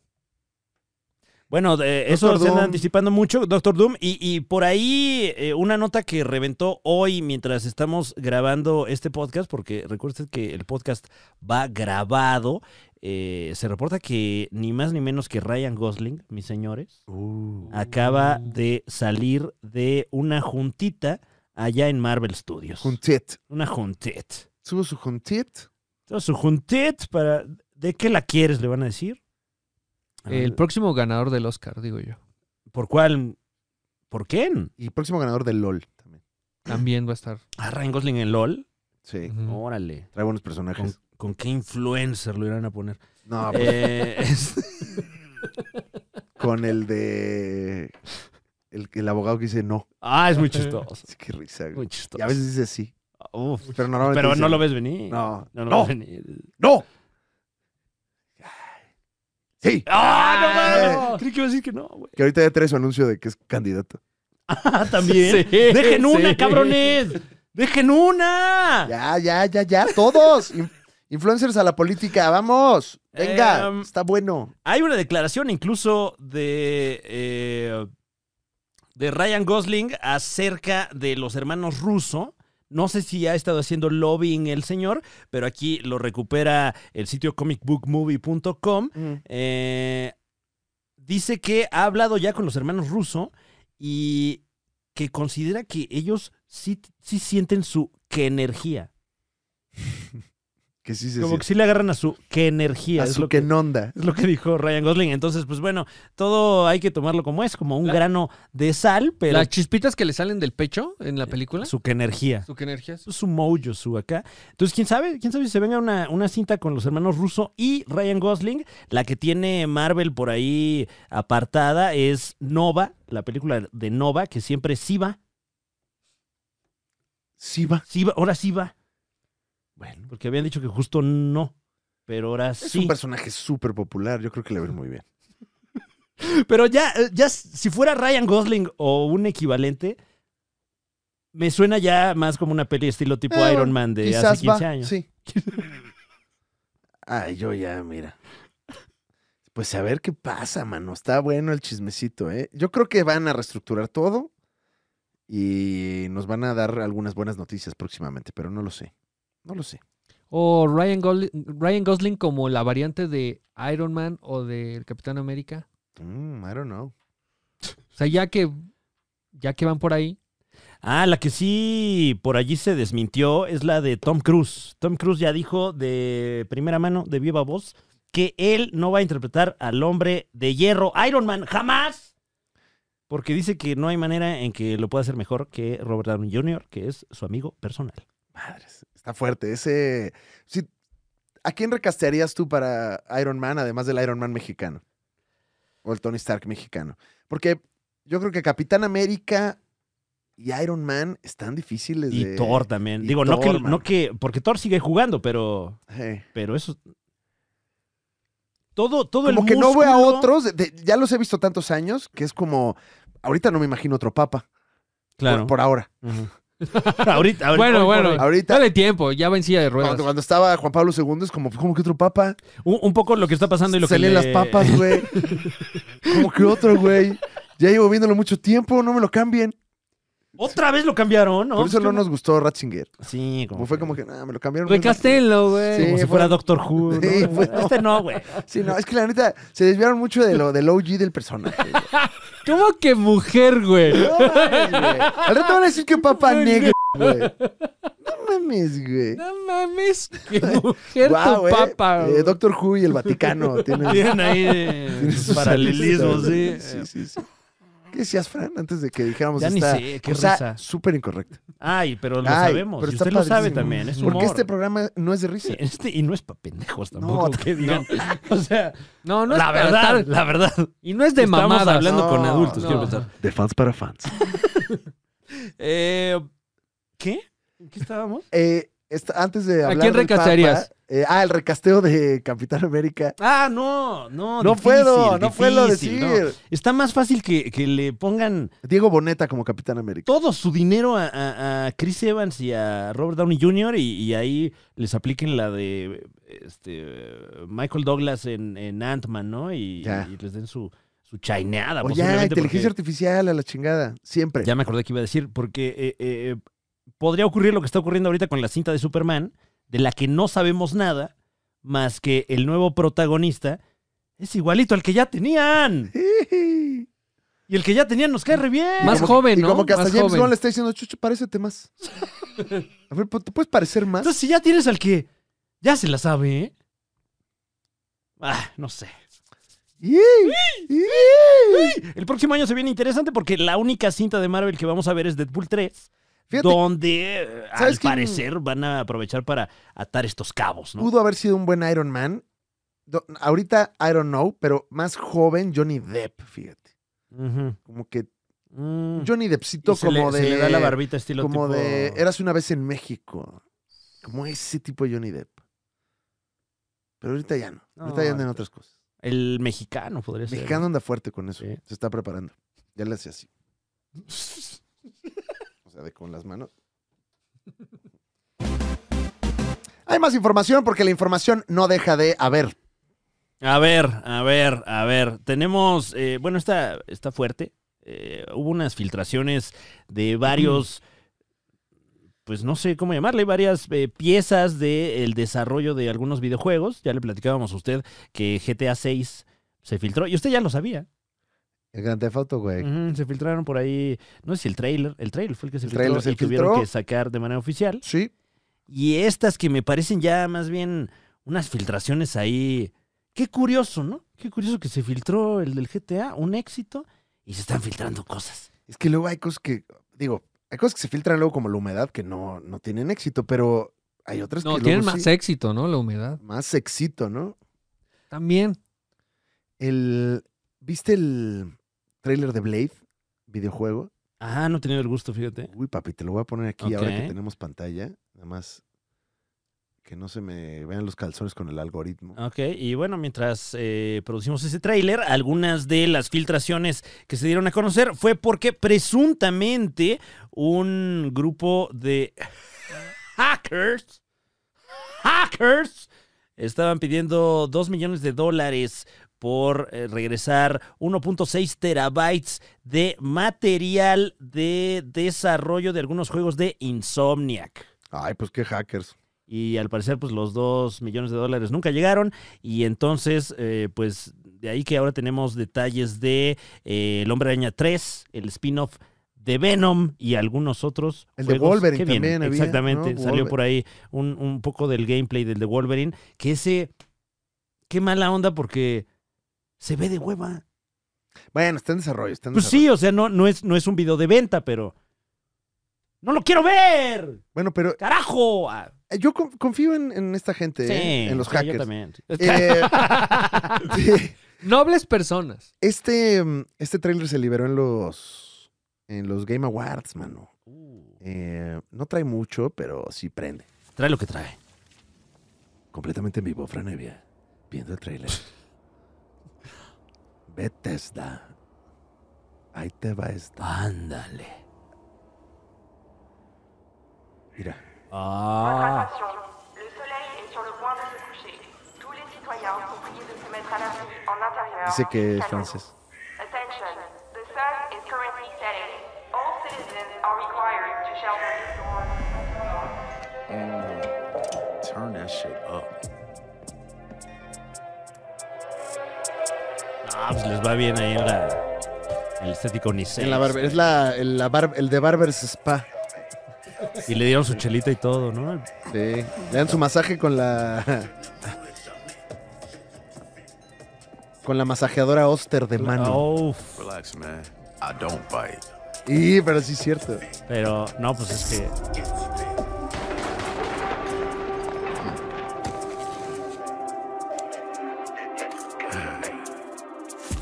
[SPEAKER 1] Bueno, de- eso se
[SPEAKER 3] Doom.
[SPEAKER 1] anda anticipando mucho, Doctor Doom. Y, y por ahí, eh, una nota que reventó hoy mientras estamos grabando este podcast, porque recuerden que el podcast va grabado. eh, se reporta que ni más ni menos que Ryan Gosling, mis señores, Uh.
[SPEAKER 3] Ah,
[SPEAKER 1] acaba de salir de una juntita allá en Marvel Studios.
[SPEAKER 3] Juntit.
[SPEAKER 1] una juntet.
[SPEAKER 3] Subo su juntit.
[SPEAKER 1] Entonces, su juntet para. ¿De qué la quieres? Le van a decir. Ah.
[SPEAKER 2] El próximo ganador del Oscar, digo yo.
[SPEAKER 1] ¿Por cuál? ¿Por quién?
[SPEAKER 3] Y próximo ganador del LOL también.
[SPEAKER 2] También va a estar.
[SPEAKER 1] ¿A Ryan Gosling en LOL?
[SPEAKER 3] Sí.
[SPEAKER 2] Ujú.
[SPEAKER 1] Órale.
[SPEAKER 3] Trae buenos
[SPEAKER 1] ¿Con,
[SPEAKER 3] personajes.
[SPEAKER 1] con qué influencer lo irán a poner?
[SPEAKER 3] No, pues,
[SPEAKER 1] Eh, es-
[SPEAKER 3] con el de. El, el abogado que dice no.
[SPEAKER 1] ah, es muy chistoso.
[SPEAKER 3] Sí, qué risa, güey.
[SPEAKER 1] Muy
[SPEAKER 3] Y
[SPEAKER 1] chistoso.
[SPEAKER 3] a veces dice sí.
[SPEAKER 1] Uf,
[SPEAKER 3] Pero normalmente.
[SPEAKER 1] pero
[SPEAKER 3] dice
[SPEAKER 1] no lo ves venir.
[SPEAKER 3] No.
[SPEAKER 1] No lo
[SPEAKER 3] No.
[SPEAKER 1] ves venir.
[SPEAKER 3] ¡No! Sí.
[SPEAKER 1] ¡Ah, no
[SPEAKER 3] Ay.
[SPEAKER 1] mames! Creí que iba a decir que no, güey.
[SPEAKER 3] Que ahorita ya trae su anuncio de que es candidato.
[SPEAKER 1] Ah, también.
[SPEAKER 2] Sí,
[SPEAKER 1] Dejen
[SPEAKER 2] sí.
[SPEAKER 1] una, cabrones. Dejen una.
[SPEAKER 3] Ya, ya, ya, ya. Todos. In- Influencers a la política, vamos. Venga,
[SPEAKER 1] Em,
[SPEAKER 3] está bueno.
[SPEAKER 1] Hay una declaración incluso de, eh, de Ryan Gosling acerca de los hermanos ruso. No sé si ha estado haciendo lobbying el señor, pero aquí lo recupera el sitio comicbookmovie.com. Eh, dice que ha hablado ya con los hermanos ruso y que considera que ellos sí, sí sienten su que energía.
[SPEAKER 3] Que sí se
[SPEAKER 1] Como que
[SPEAKER 3] siente.
[SPEAKER 1] sí le agarran a su que energía.
[SPEAKER 3] A
[SPEAKER 1] es
[SPEAKER 3] su
[SPEAKER 1] lo
[SPEAKER 3] que
[SPEAKER 1] que-
[SPEAKER 3] nonda.
[SPEAKER 1] es lo que dijo Ryan Gosling. Entonces, pues bueno, todo hay que tomarlo como es, como un
[SPEAKER 2] La-
[SPEAKER 1] grano de sal, pero
[SPEAKER 2] Las chispitas que le salen del pecho en la película.
[SPEAKER 1] su que energía.
[SPEAKER 2] Su que energía. su-
[SPEAKER 1] Su mojo, su acá. Entonces, quién sabe, quién sabe si se venga una, una cinta con los hermanos Russo y Ryan Gosling. La que tiene Marvel por ahí apartada es Nova, la película de Nova, que siempre sí va,
[SPEAKER 3] Sí va.
[SPEAKER 1] sí va, ahora sí va. Bueno, porque habían dicho que justo no, pero ahora
[SPEAKER 3] Es
[SPEAKER 1] sí.
[SPEAKER 3] un personaje súper popular. Yo creo que le va a ir muy bien.
[SPEAKER 1] Pero ya, eh, ya s- si fuera Ryan Gosling o un equivalente, me suena ya más como una peli estilo tipo
[SPEAKER 3] Eh,
[SPEAKER 1] Iron
[SPEAKER 3] bueno,
[SPEAKER 1] Man de
[SPEAKER 3] Quizás
[SPEAKER 1] hace 15
[SPEAKER 3] va,
[SPEAKER 1] años.
[SPEAKER 3] Sí. Ay, yo ya, mira. Pues a ver qué pasa, mano. Está bueno el chismecito, ¿eh? Yo creo que van a reestructurar todo y nos van a dar algunas buenas noticias próximamente, pero no lo sé. No lo sé.
[SPEAKER 2] O Ryan Gosling, Ryan Gosling como la variante de Iron Man o del Capitán América.
[SPEAKER 3] Mm, I don't know.
[SPEAKER 2] O sea, ya que, ya que van por ahí.
[SPEAKER 1] Ah, la que sí por allí se desmintió es la de Tom Cruise. Tom Cruise ya dijo de primera mano, de viva voz, que él no va a interpretar al hombre de hierro Iron Man jamás. Porque dice que no hay manera en que lo pueda hacer mejor que Robert Downey Jr., que es su amigo personal.
[SPEAKER 3] Madres. Está fuerte. Ese. sí, ¿A quién recastearías tú para Iron Man, además del Iron Man mexicano? O el Tony Stark mexicano. Porque yo creo que Capitán América y Iron Man están difíciles
[SPEAKER 1] Y
[SPEAKER 3] de.
[SPEAKER 1] Thor también.
[SPEAKER 3] y
[SPEAKER 1] Digo, no,
[SPEAKER 3] Thor,
[SPEAKER 1] que,
[SPEAKER 3] mano.
[SPEAKER 1] no que. Porque Thor sigue jugando, pero.
[SPEAKER 3] Eh.
[SPEAKER 1] Pero eso. Todo, todo el
[SPEAKER 3] Como que no veo a
[SPEAKER 1] músculo-
[SPEAKER 3] otros, de- de- ya los he visto tantos años, que es como, ahorita no me imagino otro papa, por-
[SPEAKER 1] Claro.
[SPEAKER 3] por, ahora.
[SPEAKER 1] Ujú. ahorita, ahorita-
[SPEAKER 2] Bueno,
[SPEAKER 1] hoy por
[SPEAKER 2] bueno.
[SPEAKER 1] hoy.
[SPEAKER 3] Ahorita,
[SPEAKER 2] Dale tiempo, ya va en silla de ruedas.
[SPEAKER 1] pues.
[SPEAKER 3] cuando, cuando estaba Juan Pablo II, es como, ¿cómo que otro papa?
[SPEAKER 1] Un, un poco lo que está pasando y lo
[SPEAKER 3] Se
[SPEAKER 1] que.
[SPEAKER 3] leen las
[SPEAKER 1] le-
[SPEAKER 3] papas, güey. como que otro, güey. Ya llevo viéndolo mucho tiempo, no me lo cambien.
[SPEAKER 1] Otra vez lo cambiaron, ¿no?
[SPEAKER 3] Por eso no nos gustó Ratzinger.
[SPEAKER 1] Sí, como.
[SPEAKER 3] Fue como que, nah, me lo cambiaron. muy
[SPEAKER 2] Recastenlo, güey.
[SPEAKER 3] Sí.
[SPEAKER 1] como si
[SPEAKER 3] fue-
[SPEAKER 1] fuera Doctor Who. ¿no?
[SPEAKER 3] Sí, fue-
[SPEAKER 1] Este no, güey.
[SPEAKER 3] mal. Sí, no, es que la neta, se desviaron mucho de lo del OG del personaje. güey.
[SPEAKER 2] ¿Cómo que mujer, güey?
[SPEAKER 3] No mames, güey. Al rato van a decir que papá negro, güey. No mames, güey.
[SPEAKER 2] No mames, que mujer
[SPEAKER 3] Guau,
[SPEAKER 2] tu
[SPEAKER 3] eh.
[SPEAKER 2] papa.
[SPEAKER 3] Eh,
[SPEAKER 2] güey.
[SPEAKER 3] Doctor Who y el Vaticano tienen
[SPEAKER 1] Tienen ahí eh,
[SPEAKER 3] tienen sus
[SPEAKER 1] paralelismos, sí.
[SPEAKER 3] anécdotas, Sí, sí, sí. ¿Qué decías, Fran, antes de que dijéramos
[SPEAKER 1] Ya ni
[SPEAKER 3] esta
[SPEAKER 1] sé, qué
[SPEAKER 3] cosa
[SPEAKER 1] risa.
[SPEAKER 3] súper incorrecta?
[SPEAKER 1] Ay, pero lo
[SPEAKER 3] Ay,
[SPEAKER 1] sabemos.
[SPEAKER 3] pero
[SPEAKER 1] y
[SPEAKER 3] está
[SPEAKER 1] usted lo sabe
[SPEAKER 3] padrísimo.
[SPEAKER 1] también. Es humor.
[SPEAKER 3] Porque este programa no es de risa.
[SPEAKER 1] Este- y no es para pendejos tampoco.
[SPEAKER 3] No,
[SPEAKER 1] que digan. O sea,
[SPEAKER 2] No, no es
[SPEAKER 1] la
[SPEAKER 2] para
[SPEAKER 1] verdad,
[SPEAKER 2] estar-
[SPEAKER 1] la verdad.
[SPEAKER 2] Y no es de
[SPEAKER 1] Estamos
[SPEAKER 2] mamadas.
[SPEAKER 1] hablando con
[SPEAKER 3] No,
[SPEAKER 1] adultos,
[SPEAKER 2] no.
[SPEAKER 1] quiero pensar.
[SPEAKER 3] De fans para fans.
[SPEAKER 1] Eh, ¿Qué? ¿En ¿Qué estábamos?
[SPEAKER 3] Eh, esta- antes de
[SPEAKER 2] ¿A
[SPEAKER 3] hablar
[SPEAKER 2] quién
[SPEAKER 3] del Papa,
[SPEAKER 2] recastearías?
[SPEAKER 3] eh, ah, el recasteo de Capitán América.
[SPEAKER 1] Ah, no, no.
[SPEAKER 3] No
[SPEAKER 1] difícil,
[SPEAKER 3] puedo, no puedo
[SPEAKER 1] difícil, no.
[SPEAKER 3] decir.
[SPEAKER 1] Está más fácil que, que le pongan
[SPEAKER 3] Diego Boneta como Capitán América.
[SPEAKER 1] todo su dinero a, a- a Chris Evans y a Robert Downey Jr. y, y ahí les apliquen la de este, Michael Douglas en, en Ant-Man, ¿no? Y,
[SPEAKER 3] Ya.
[SPEAKER 1] y les den su, su chaineada.
[SPEAKER 3] O ya,
[SPEAKER 1] posiblemente,
[SPEAKER 3] ah, inteligencia
[SPEAKER 1] Ah, pues porque-
[SPEAKER 3] artificial a la chingada. Siempre.
[SPEAKER 1] Ya me acordé que iba a decir, porque eh, eh, podría ocurrir lo que está ocurriendo ahorita con la cinta de Superman, de la que no sabemos nada, más que el nuevo protagonista es igualito al que ya tenían.
[SPEAKER 3] Más
[SPEAKER 1] Y el que ya tenían nos cae re bien.
[SPEAKER 2] Más joven,
[SPEAKER 3] Y
[SPEAKER 2] ¿no?
[SPEAKER 3] como que hasta
[SPEAKER 2] Más
[SPEAKER 3] James
[SPEAKER 2] joven.
[SPEAKER 3] Gunn le está diciendo, Chucho, parécete más. A ver, ¿te puedes parecer más?
[SPEAKER 1] Entonces, si ya tienes al que ya se la sabe, ¿eh? Ah, no sé.
[SPEAKER 3] ¡Yee! ¡Yee!
[SPEAKER 1] El próximo año se viene interesante porque la única cinta de Marvel que vamos a ver es Deadpool 3,
[SPEAKER 3] Fíjate,
[SPEAKER 1] donde eh, al
[SPEAKER 3] ¿sabes quién-
[SPEAKER 1] parecer van a aprovechar para atar estos cabos, ¿no?
[SPEAKER 3] pudo haber sido un buen Iron Man. Do- ahorita, I don't know, pero más joven Johnny Depp, fíjate.
[SPEAKER 1] Ujú.
[SPEAKER 3] Como que
[SPEAKER 1] Mm.
[SPEAKER 3] Johnny Deppcito
[SPEAKER 1] Y se
[SPEAKER 3] como
[SPEAKER 1] le,
[SPEAKER 3] de...
[SPEAKER 1] se le da la barbita estilo tipo-
[SPEAKER 3] como de eras una vez en México. Como ese tipo de Johnny Depp. Pero ahorita ya no. Ahorita
[SPEAKER 1] No, pues,
[SPEAKER 3] ya andan en otras cosas.
[SPEAKER 1] El mexicano podría ser.
[SPEAKER 3] Mexicano anda fuerte con eso.
[SPEAKER 1] Sí.
[SPEAKER 3] Se está preparando. Ya le hace así. O sea, de con las manos. Hay más información porque la información no deja de haber.
[SPEAKER 1] A ver, a ver, a ver. Tenemos, eh, bueno, está, está fuerte. Eh, hubo unas filtraciones de varios, pues no sé cómo llamarle, varias eh, piezas del desarrollo de algunos videojuegos. Ya le platicábamos a usted que GTA 6 se filtró y usted ya lo sabía.
[SPEAKER 3] El Gran Theft Auto, güey.
[SPEAKER 1] Ujú, se filtraron por ahí, no sé si el trailer, el trailer fue el que se
[SPEAKER 3] El
[SPEAKER 1] filtró
[SPEAKER 3] tráiler se
[SPEAKER 1] y tuvieron
[SPEAKER 3] filtró.
[SPEAKER 1] que sacar de manera oficial.
[SPEAKER 3] Sí.
[SPEAKER 1] Y estas que me parecen ya más bien unas filtraciones ahí. Qué curioso, ¿no? Qué curioso que se filtró el del GTA, un éxito, y se están filtrando cosas.
[SPEAKER 3] Es que luego hay cosas que, digo, hay cosas que se filtran luego como la humedad que no, no tienen éxito, pero hay otras
[SPEAKER 2] No,
[SPEAKER 3] que
[SPEAKER 2] tienen
[SPEAKER 3] luego
[SPEAKER 2] más
[SPEAKER 3] sí,
[SPEAKER 2] éxito, ¿no? La humedad.
[SPEAKER 1] e-,
[SPEAKER 3] más éxito, ¿no?
[SPEAKER 2] También.
[SPEAKER 3] El, ¿Viste el tráiler de Blade? Videojuego.
[SPEAKER 1] Ah, no he tenido el gusto, fíjate.
[SPEAKER 3] Uy, papi, te lo voy a poner aquí ahora que
[SPEAKER 1] Ok.
[SPEAKER 3] tenemos pantalla. Nada más que no se me vean los calzones con el algoritmo.
[SPEAKER 1] Ok, y bueno, mientras eh, producimos ese tráiler, algunas de las filtraciones que se dieron a conocer fue porque presuntamente un grupo de hackers, hackers, estaban pidiendo 2 millones de dólares por eh, regresar 1.6 terabytes de material de desarrollo de algunos juegos de Insomniac.
[SPEAKER 3] Ay, pues qué hackers.
[SPEAKER 1] Y al parecer, pues los dos millones de dólares nunca llegaron. Y entonces, eh, pues de ahí que ahora tenemos detalles de eh, El Hombre Araña 3, el spin-off de Venom y algunos otros.
[SPEAKER 3] El de
[SPEAKER 1] juegos.
[SPEAKER 3] Wolverine
[SPEAKER 1] Qué bien,
[SPEAKER 3] también había,
[SPEAKER 1] Exactamente,
[SPEAKER 3] ¿no?
[SPEAKER 1] salió por ahí un, un poco del gameplay del de Wolverine. Que ese. Qué mala onda porque se ve de hueva.
[SPEAKER 3] Bueno, está en desarrollo, está en
[SPEAKER 1] Pues
[SPEAKER 3] desarrollo.
[SPEAKER 1] sí, o sea, no, no, es, no es un video de venta, pero. ¡No lo quiero ver!
[SPEAKER 3] Bueno, pero
[SPEAKER 1] ¡Carajo! Ah,
[SPEAKER 3] eh, yo con- confío en, en esta gente, ¿eh? en los
[SPEAKER 1] sí, Yo
[SPEAKER 3] hackers.
[SPEAKER 1] también.
[SPEAKER 3] Eh, sí,
[SPEAKER 2] Nobles personas.
[SPEAKER 3] este, mm, este tráiler se liberó en los, en los Game Awards, mano. Eh, no trae mucho, pero sí prende.
[SPEAKER 1] Trae lo que trae.
[SPEAKER 3] Completamente en vivo, Franevia. Viendo el tráiler. Bethesda. Ahí te va esta.
[SPEAKER 1] Ándale.
[SPEAKER 3] Mira.
[SPEAKER 1] Ah.
[SPEAKER 5] Attention, le soleil est sur le point de se coucher. Tous les citoyens sont priés de se mettre à l'abri en intérieur.
[SPEAKER 3] Dice que es
[SPEAKER 5] Calme.
[SPEAKER 3] francés.
[SPEAKER 5] Attention, the sun is currently setting. All citizens residents are required to shelter in dorms.
[SPEAKER 6] Turn that shit up.
[SPEAKER 1] Ah, pues les va bien ahí en la. en El estético Nice.
[SPEAKER 3] En la barber, es la, el, la bar- el de Barber's Spa.
[SPEAKER 1] Y le dieron su chelita y todo, ¿no?
[SPEAKER 3] Sí. Le dan su masaje con la. Con la masajeadora Oster de mano.
[SPEAKER 1] Uf,
[SPEAKER 6] Relax, man. I don't bite.
[SPEAKER 3] Y, pero sí es cierto.
[SPEAKER 1] pero no, pues es que.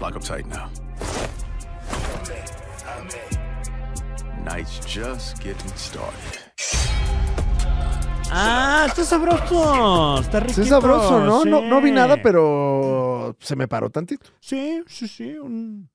[SPEAKER 6] Lock up tight now. Night's just getting started.
[SPEAKER 1] ¡Ah! ¡Está sabroso! Está rico.
[SPEAKER 3] Sí es sabroso, ¿no? No, no vi nada, pero se me paró tantito.
[SPEAKER 1] Sí, sí, sí. un-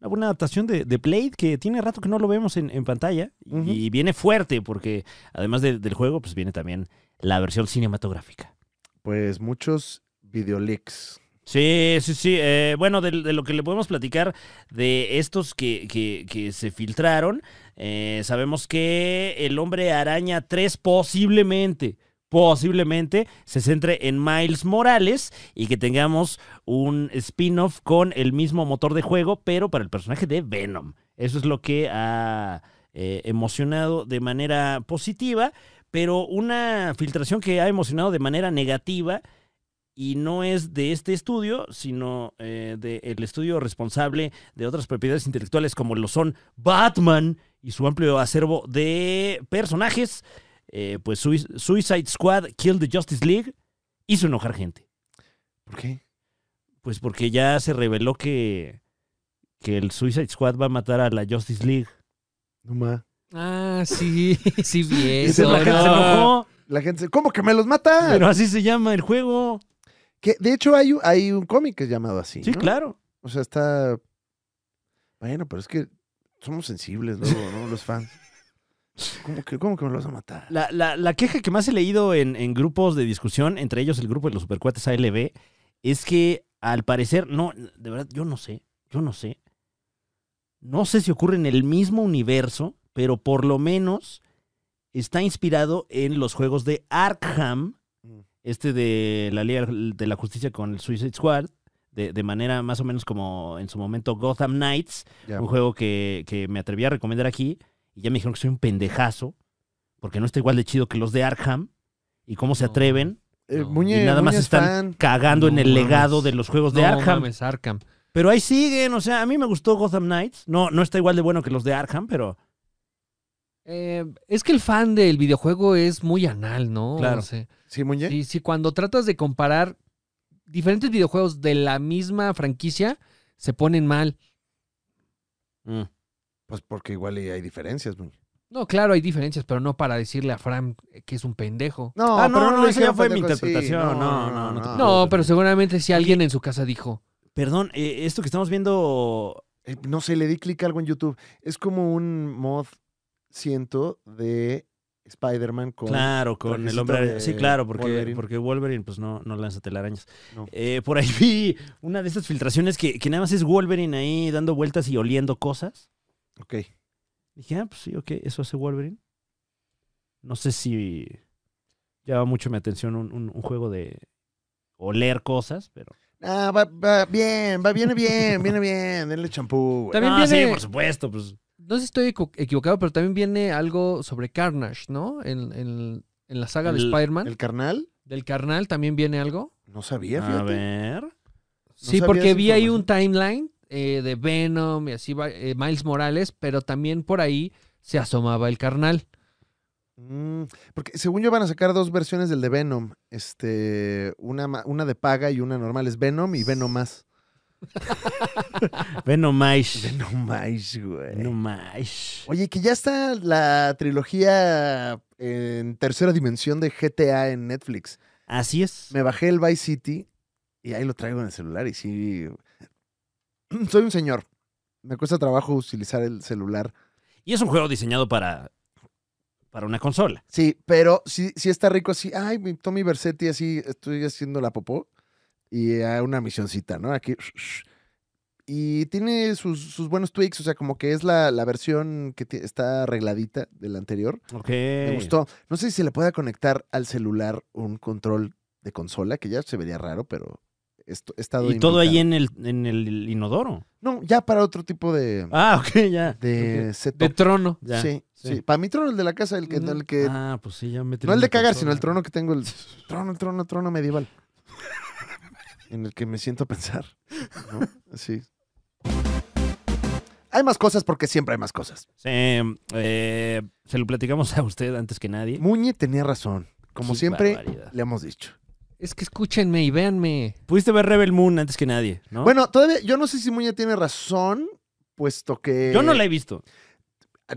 [SPEAKER 1] una buena adaptación de, de Blade que tiene rato que no lo vemos en, en pantalla.
[SPEAKER 3] Ujú.
[SPEAKER 1] Y viene fuerte porque además de- del juego, pues viene también la versión cinematográfica.
[SPEAKER 3] Pues muchos videoleaks.
[SPEAKER 1] Sí, sí, sí. Eh, bueno, de, de lo que le podemos platicar de estos que, que- que se filtraron, eh, sabemos que el hombre araña 3 posiblemente, posiblemente se centre en Miles Morales y que tengamos un spin-off con el mismo motor de juego, pero para el personaje de Venom. Eso es lo que ha eh, emocionado de manera positiva, pero una filtración que ha emocionado de manera negativa y no es de este estudio, sino eh, del estudio responsable de otras propiedades intelectuales como lo son Batman y su amplio acervo de personajes, eh, pues Sui- Suicide Squad, Kill the Justice League, hizo enojar gente.
[SPEAKER 3] ¿Por qué?
[SPEAKER 1] Pues porque ya se reveló que, que el Suicide Squad va a matar a la Justice League.
[SPEAKER 3] No ma.
[SPEAKER 2] Ah, sí, sí, bien.
[SPEAKER 3] Dice la
[SPEAKER 1] La gente se
[SPEAKER 3] no.
[SPEAKER 1] enojó,
[SPEAKER 3] La gente dice, ¿cómo que me los mata?
[SPEAKER 1] pero así se llama el juego.
[SPEAKER 3] Que, de hecho, hay, un- hay un cómic que es llamado así.
[SPEAKER 1] Sí,
[SPEAKER 3] ¿no?
[SPEAKER 1] claro.
[SPEAKER 3] O sea, está. Bueno, pero es que somos sensibles luego, ¿no? Los fans. ¿Cómo que, cómo que me los vas a matar?
[SPEAKER 1] La, la- la queja que más he leído en, en grupos de discusión, entre ellos el grupo de los supercuates ALB, es que al parecer, no, de verdad, yo no sé, yo no sé. No sé si ocurre en el mismo universo, pero por lo menos está inspirado en los juegos de Arkham,
[SPEAKER 3] Mm.
[SPEAKER 1] este de la Liga de la Justicia con el Suicide Squad, de, de manera más o menos como en su momento Gotham Knights,
[SPEAKER 3] Ya.
[SPEAKER 1] un juego que, que me atreví a recomendar aquí y ya me dijeron que soy un pendejazo porque no está igual de chido que los de Arkham y cómo se
[SPEAKER 2] No.
[SPEAKER 1] atreven
[SPEAKER 3] Eh,
[SPEAKER 2] No.
[SPEAKER 3] Muñe,
[SPEAKER 1] y nada más
[SPEAKER 3] Muñe es
[SPEAKER 1] están
[SPEAKER 3] fan.
[SPEAKER 1] cagando en
[SPEAKER 2] No
[SPEAKER 1] el
[SPEAKER 2] mames.
[SPEAKER 1] legado de los juegos de
[SPEAKER 2] No
[SPEAKER 1] Arkham.
[SPEAKER 2] mames, Arkham.
[SPEAKER 1] Pero ahí siguen, o sea, a mí me gustó Gotham Knights. No, no está igual de bueno que los de Arkham, pero
[SPEAKER 2] Eh, es que el fan del videojuego es muy anal, ¿no?
[SPEAKER 1] Claro.
[SPEAKER 2] O sea,
[SPEAKER 3] Sí, Muñe.
[SPEAKER 2] sí, sí, cuando tratas de comparar diferentes videojuegos de la misma franquicia, se ponen mal.
[SPEAKER 1] mm,
[SPEAKER 3] Pues porque igual y hay diferencias, Muñe.
[SPEAKER 2] No, claro, hay diferencias, pero no para decirle a Fran que es un pendejo.
[SPEAKER 3] No,
[SPEAKER 1] Ah, no, no,
[SPEAKER 3] le
[SPEAKER 1] esa ya
[SPEAKER 3] dijeron
[SPEAKER 1] fue mi
[SPEAKER 3] pendejo así.
[SPEAKER 1] interpretación. No, no, no te
[SPEAKER 3] Ah,
[SPEAKER 2] No, pero seguramente si alguien en su casa dijo,
[SPEAKER 1] Perdón, eh, esto que estamos viendo.
[SPEAKER 3] Eh, no sé, le di clic a algo en YouTube. Es como un mod, siento, de Spider-Man con...
[SPEAKER 1] claro, con el
[SPEAKER 3] trajecito
[SPEAKER 1] hombre.
[SPEAKER 3] de
[SPEAKER 1] Sí, claro, porque Wolverine,
[SPEAKER 3] Wolverine.
[SPEAKER 1] porque Wolverine pues no, no lanza telarañas.
[SPEAKER 3] No.
[SPEAKER 1] Eh, por ahí vi una de estas filtraciones que, que nada más es Wolverine ahí dando vueltas y oliendo cosas.
[SPEAKER 3] Ok.
[SPEAKER 1] Dije, ah, pues sí, ok, eso hace Wolverine. No sé si llama mucho mi atención un, un- un juego de oler cosas, pero.
[SPEAKER 3] Ah, va, va bien, va, viene bien, viene bien. Denle champú, güey.
[SPEAKER 2] También
[SPEAKER 1] Ah,
[SPEAKER 2] viene-
[SPEAKER 1] sí, por supuesto, pues.
[SPEAKER 2] no sé si estoy equi- equivocado, pero también viene algo sobre Carnage, ¿no? En, en- en la saga de
[SPEAKER 1] El-
[SPEAKER 2] Spider-Man.
[SPEAKER 3] ¿El carnal?
[SPEAKER 2] Del carnal también viene algo.
[SPEAKER 3] No sabía,
[SPEAKER 1] A
[SPEAKER 3] fíjate.
[SPEAKER 1] ver.
[SPEAKER 2] Sí,
[SPEAKER 3] sabía
[SPEAKER 2] porque
[SPEAKER 3] esa
[SPEAKER 2] vi ahí un timeline eh, de Venom y así, va- eh, Miles Morales, pero también por ahí se asomaba el carnal.
[SPEAKER 3] Mm, porque según yo van a sacar dos versiones del de Venom. Este, una, ma- una de paga y una normal. Es Venom y Venom más.
[SPEAKER 1] Ve nomás.
[SPEAKER 3] Venom más, güey.
[SPEAKER 1] Ve nomás.
[SPEAKER 3] Oye, que ya está la trilogía en tercera dimensión de GTA en Netflix.
[SPEAKER 1] Así es.
[SPEAKER 3] Me bajé el Vice City y ahí lo traigo en el celular y sí. Soy un señor. Me cuesta trabajo utilizar el celular.
[SPEAKER 1] Y es un juego diseñado para. para una consola.
[SPEAKER 3] Sí, pero sí, sí está rico así. Ay, mi Tommy Versetti, así estoy haciendo la popó. Y a una misioncita, ¿no? Aquí. Y tiene sus, sus buenos tweaks, o sea, como que es la, la versión que ti- está arregladita de la anterior.
[SPEAKER 1] Ok.
[SPEAKER 3] Me gustó. No sé si se le pueda conectar al celular un control de consola, que ya se vería raro, pero esto, he estado.
[SPEAKER 1] Y todo ahí
[SPEAKER 3] inventando.
[SPEAKER 1] en el, en el inodoro.
[SPEAKER 3] No, ya para otro tipo de.
[SPEAKER 1] Ah, ok, ya.
[SPEAKER 3] de
[SPEAKER 2] De
[SPEAKER 3] setup.
[SPEAKER 2] trono.
[SPEAKER 1] ya.
[SPEAKER 3] sí, sí,
[SPEAKER 1] sí.
[SPEAKER 3] Para mi trono, el de la casa, el que.
[SPEAKER 1] Ujú.
[SPEAKER 3] El que
[SPEAKER 1] Ah, pues sí, ya me
[SPEAKER 3] no el de cagar, sino el trono que tengo. El trono, trono, trono medieval. en el que me siento a pensar. ¿no? Así. Hay más cosas porque siempre hay más cosas.
[SPEAKER 1] Sí, eh, se lo platicamos a usted antes que nadie.
[SPEAKER 3] Muñe tenía razón. Como
[SPEAKER 1] Qué
[SPEAKER 3] siempre,
[SPEAKER 1] barbaridad.
[SPEAKER 3] le hemos dicho.
[SPEAKER 2] Es que escúchenme y véanme.
[SPEAKER 1] Pudiste ver Rebel Moon antes que nadie, ¿no?
[SPEAKER 3] Bueno, todavía, yo no sé si Muñe tiene razón, puesto que
[SPEAKER 1] yo no la he visto.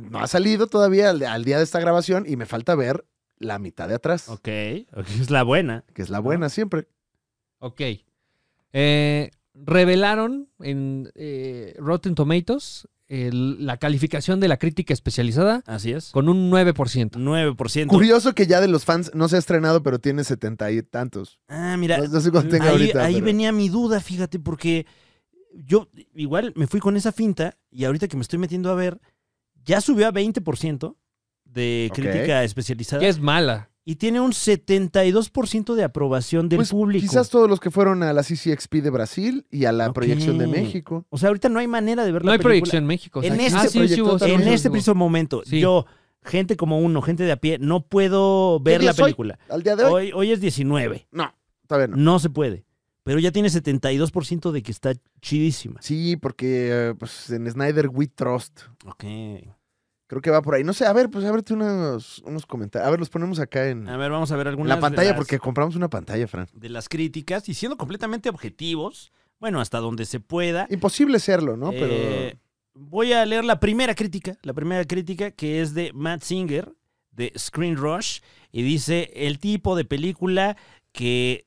[SPEAKER 3] no ha salido todavía al, al día de esta grabación y me falta ver la mitad de atrás,
[SPEAKER 1] Ok, Ah. ok, es la buena.
[SPEAKER 3] que es la buena siempre.
[SPEAKER 2] Ok. Eh, revelaron en eh, Rotten Tomatoes el- la calificación de la crítica especializada
[SPEAKER 1] Así es.
[SPEAKER 2] con un 9%.
[SPEAKER 1] 9%.
[SPEAKER 3] Curioso que ya de los fans no se ha estrenado, pero tiene setenta y tantos.
[SPEAKER 1] Ah, mira.
[SPEAKER 3] No, no sé cuánto tenga
[SPEAKER 1] ahí
[SPEAKER 3] ahorita.
[SPEAKER 1] ahí
[SPEAKER 3] pero-
[SPEAKER 1] venía mi duda, fíjate, porque yo igual me fui con esa finta y ahorita que me estoy metiendo a ver, ya subió a 20% de
[SPEAKER 3] Ok.
[SPEAKER 1] crítica especializada
[SPEAKER 2] Ya es mala.
[SPEAKER 1] y tiene un 72% de aprobación del
[SPEAKER 3] Pues,
[SPEAKER 1] público.
[SPEAKER 3] Quizás todos los que fueron a la CCXP de Brasil y a la
[SPEAKER 1] Ok.
[SPEAKER 3] proyección de México.
[SPEAKER 1] O sea, ahorita no hay manera de ver
[SPEAKER 2] No
[SPEAKER 1] la
[SPEAKER 2] hay
[SPEAKER 1] película.
[SPEAKER 2] proyección en México.
[SPEAKER 1] En
[SPEAKER 2] Aquí
[SPEAKER 1] este
[SPEAKER 2] Ah, sí, sí
[SPEAKER 3] proyecto
[SPEAKER 2] hubo,
[SPEAKER 3] también.
[SPEAKER 2] sí
[SPEAKER 1] En
[SPEAKER 2] hubo, sí
[SPEAKER 1] este
[SPEAKER 2] hubo.
[SPEAKER 1] preciso momento,
[SPEAKER 2] Sí.
[SPEAKER 1] yo, gente como uno, gente de a pie, no puedo ver
[SPEAKER 3] día
[SPEAKER 1] la
[SPEAKER 3] es hoy?
[SPEAKER 1] película.
[SPEAKER 3] Al día de hoy,
[SPEAKER 1] Hoy, hoy es 19,
[SPEAKER 3] todavía no.
[SPEAKER 1] no. se puede. Pero ya tiene 72% de que está chidísima.
[SPEAKER 3] Sí, porque eh, pues, en Snyder We Trust.
[SPEAKER 1] Ok.
[SPEAKER 3] Mm. Creo que va por ahí. No sé, a ver, pues ábrete unos, unos comentarios. A ver, los ponemos acá en,
[SPEAKER 1] A ver, vamos a ver
[SPEAKER 3] en
[SPEAKER 1] algunas
[SPEAKER 3] la
[SPEAKER 1] de
[SPEAKER 3] pantalla
[SPEAKER 1] las,
[SPEAKER 3] porque compramos una pantalla, Fran.
[SPEAKER 1] de las críticas y siendo completamente objetivos, bueno, hasta donde se pueda.
[SPEAKER 3] Imposible serlo, ¿no? Pero
[SPEAKER 1] Eh, voy a leer la primera crítica, la primera crítica que es de Matt Singer de Screen Rush y dice el tipo de película que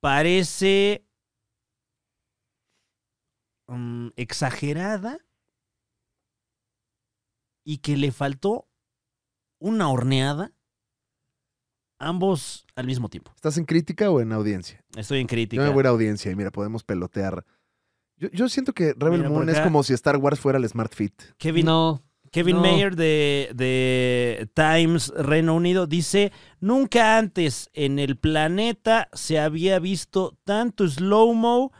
[SPEAKER 1] parece mm, exagerada y que le faltó una horneada ambos al mismo tiempo.
[SPEAKER 3] ¿estás en crítica o en audiencia?
[SPEAKER 1] Estoy en
[SPEAKER 3] Yo
[SPEAKER 1] crítica.
[SPEAKER 3] me voy a ir a audiencia y mira, podemos pelotear. Yo, yo siento que Rebel
[SPEAKER 1] Mira, por
[SPEAKER 3] Moon es
[SPEAKER 1] acá.
[SPEAKER 3] como si Star Wars fuera el Smart Fit.
[SPEAKER 1] Kevin
[SPEAKER 2] No.
[SPEAKER 1] Kevin
[SPEAKER 2] No.
[SPEAKER 1] Mayer de, de Times Reino Unido dice, nunca antes en el planeta se había visto tanto slow-mo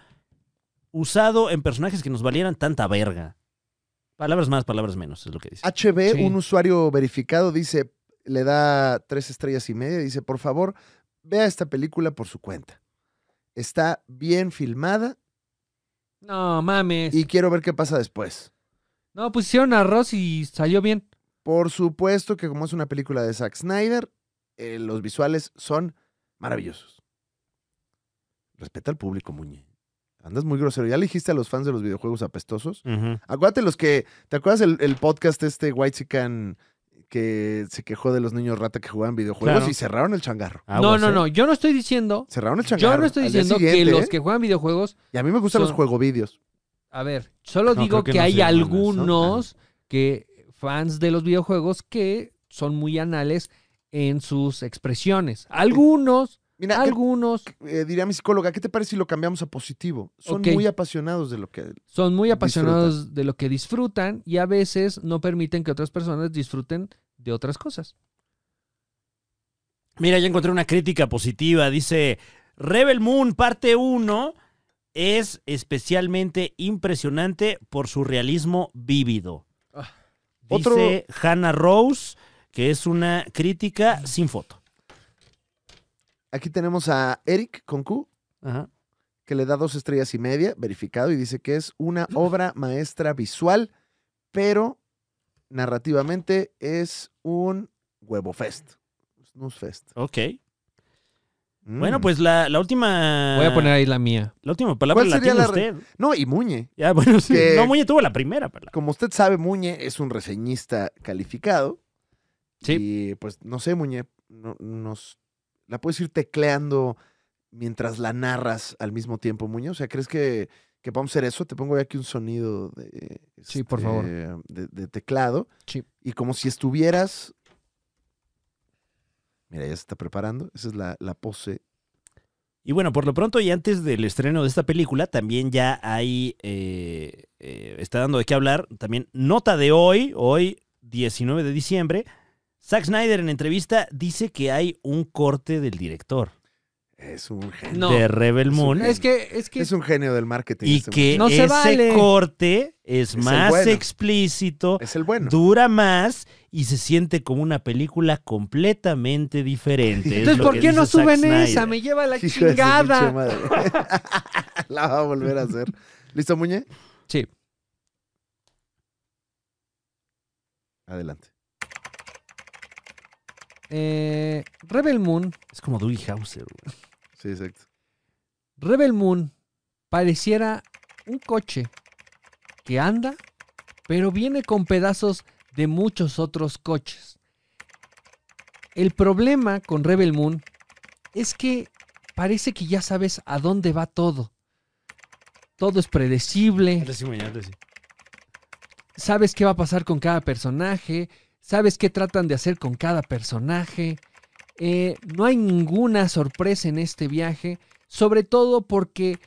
[SPEAKER 1] usado en personajes que nos valieran tanta verga. Palabras más, palabras menos, es lo que
[SPEAKER 3] Ah,
[SPEAKER 1] dice.
[SPEAKER 3] HB,
[SPEAKER 2] Sí.
[SPEAKER 3] un usuario verificado, dice, le da tres estrellas y media, dice, por favor, vea esta película por su cuenta. Está bien filmada
[SPEAKER 2] No, mames.
[SPEAKER 3] y quiero ver qué pasa después.
[SPEAKER 2] No, pusieron arroz y salió bien.
[SPEAKER 3] Por supuesto que como es una película de Zack Snyder, eh, los visuales son maravillosos. Respeta al público, Muñe. Andas muy grosero. Ya le dijiste a los fans de los videojuegos apestosos.
[SPEAKER 1] Ujú.
[SPEAKER 3] Acuérdate los que... ¿Te acuerdas el, el podcast este, White que se quejó de los niños rata que jugaban videojuegos
[SPEAKER 1] Claro.
[SPEAKER 3] y cerraron el changarro?
[SPEAKER 1] Aguas,
[SPEAKER 2] no, no,
[SPEAKER 1] ¿eh?
[SPEAKER 2] no. Yo no estoy diciendo.
[SPEAKER 3] Cerraron el changarro.
[SPEAKER 2] Yo no estoy
[SPEAKER 3] Ah, al día
[SPEAKER 2] diciendo que
[SPEAKER 3] siguiente,
[SPEAKER 2] los
[SPEAKER 3] ¿eh?
[SPEAKER 2] que juegan videojuegos.
[SPEAKER 3] Y a mí me gustan los
[SPEAKER 2] son-
[SPEAKER 3] juegovideos.
[SPEAKER 2] A ver, solo
[SPEAKER 1] No, creo
[SPEAKER 2] digo
[SPEAKER 1] que
[SPEAKER 2] que,
[SPEAKER 1] no se
[SPEAKER 2] hay
[SPEAKER 1] llaman, ¿no?
[SPEAKER 2] algunos que fans de los videojuegos que son muy anales en sus expresiones. Algunos,
[SPEAKER 3] Mira, ¿qué-
[SPEAKER 2] algunos
[SPEAKER 3] eh, diría mi psicóloga, ¿qué te parece si lo cambiamos a positivo? Son
[SPEAKER 2] Ok.
[SPEAKER 3] muy apasionados de lo que
[SPEAKER 2] son muy apasionados de lo que disfrutan y a veces no permiten que otras personas disfruten de otras cosas.
[SPEAKER 1] Mira, ya encontré una crítica positiva. Dice, Rebel Moon parte 1 es especialmente impresionante por su realismo vívido.
[SPEAKER 2] Ah.
[SPEAKER 1] Dice Hannah Rose, que es una crítica sin foto.
[SPEAKER 3] Aquí tenemos a Eric con Q,
[SPEAKER 1] Ajá.
[SPEAKER 3] que le da dos estrellas y media, verificado, y dice que es una obra maestra visual, pero narrativamente es un huevo fest. Snooze fest.
[SPEAKER 1] Ok.
[SPEAKER 3] Mm.
[SPEAKER 1] Bueno, pues la, la última...
[SPEAKER 2] Voy a poner ahí la mía.
[SPEAKER 1] La última palabra
[SPEAKER 3] ¿Cuál
[SPEAKER 1] la
[SPEAKER 3] sería
[SPEAKER 1] tiene
[SPEAKER 3] la
[SPEAKER 1] usted.
[SPEAKER 3] No, y Muñe.
[SPEAKER 1] Ya, bueno, sí.
[SPEAKER 3] Que-
[SPEAKER 1] No, Muñe tuvo la primera palabra.
[SPEAKER 3] Como usted sabe, Muñe es un reseñista calificado.
[SPEAKER 2] Sí.
[SPEAKER 3] Y pues, no sé, Muñe, no- nos, la puedes ir tecleando mientras la narras al mismo tiempo, Muñe. O sea, ¿crees que, que podemos hacer eso? Te pongo aquí un sonido de, este,
[SPEAKER 2] Sí, por favor.
[SPEAKER 3] de, de teclado.
[SPEAKER 2] Sí.
[SPEAKER 3] Y como si estuvieras... Mira, ya se está preparando. Esa es la, la pose
[SPEAKER 1] Y bueno, por lo pronto y antes del estreno de esta película, también ya hay, eh, eh, está dando de qué hablar, también nota de hoy, hoy 19 de diciembre, Zack Snyder en entrevista dice que hay un corte del director
[SPEAKER 3] Es un genio.
[SPEAKER 2] No.
[SPEAKER 1] de Rebel Moon
[SPEAKER 2] Es que, es que.
[SPEAKER 3] Es un genio del marketing.
[SPEAKER 1] y
[SPEAKER 3] este
[SPEAKER 1] que
[SPEAKER 2] No se
[SPEAKER 1] ese
[SPEAKER 2] vale.
[SPEAKER 1] corte es,
[SPEAKER 3] el
[SPEAKER 1] más
[SPEAKER 3] bueno.
[SPEAKER 1] explícito,
[SPEAKER 3] muchacho. Es el bueno.
[SPEAKER 1] dura más y se siente como una película completamente diferente. es
[SPEAKER 2] Entonces,
[SPEAKER 1] lo
[SPEAKER 2] ¿por
[SPEAKER 1] que
[SPEAKER 2] qué no
[SPEAKER 1] dice Zack
[SPEAKER 2] suben
[SPEAKER 1] Snyder.
[SPEAKER 2] esa? Me lleva la
[SPEAKER 3] Hijo de su pinche
[SPEAKER 2] chingada.
[SPEAKER 3] madre. La va a volver a hacer. ¿Listo, Muñe?
[SPEAKER 2] Sí.
[SPEAKER 3] Adelante.
[SPEAKER 2] Eh, Rebel Moon.
[SPEAKER 1] Es como Dewey Hauser, güey.
[SPEAKER 3] Sí, exacto.
[SPEAKER 2] Rebel Moon pareciera un coche que anda, pero viene con pedazos de muchos otros coches. El problema con Rebel Moon es que parece que ya sabes a dónde va todo. Todo es predecible, sabes qué va a pasar con cada personaje, sabes qué tratan de hacer con cada personaje. Eh, no hay ninguna sorpresa en este viaje, sobre todo porque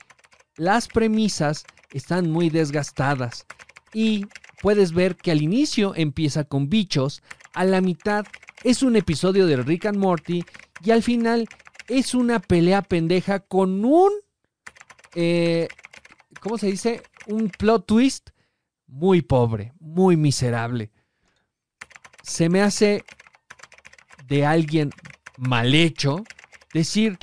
[SPEAKER 2] las premisas están muy desgastadas y puedes ver que al inicio empieza con bichos, a la mitad es un episodio de Rick and Morty y al final es una pelea pendeja con un, eh, ¿cómo se dice? Un plot twist muy pobre, muy miserable. Se me hace de alguien mal hecho decir,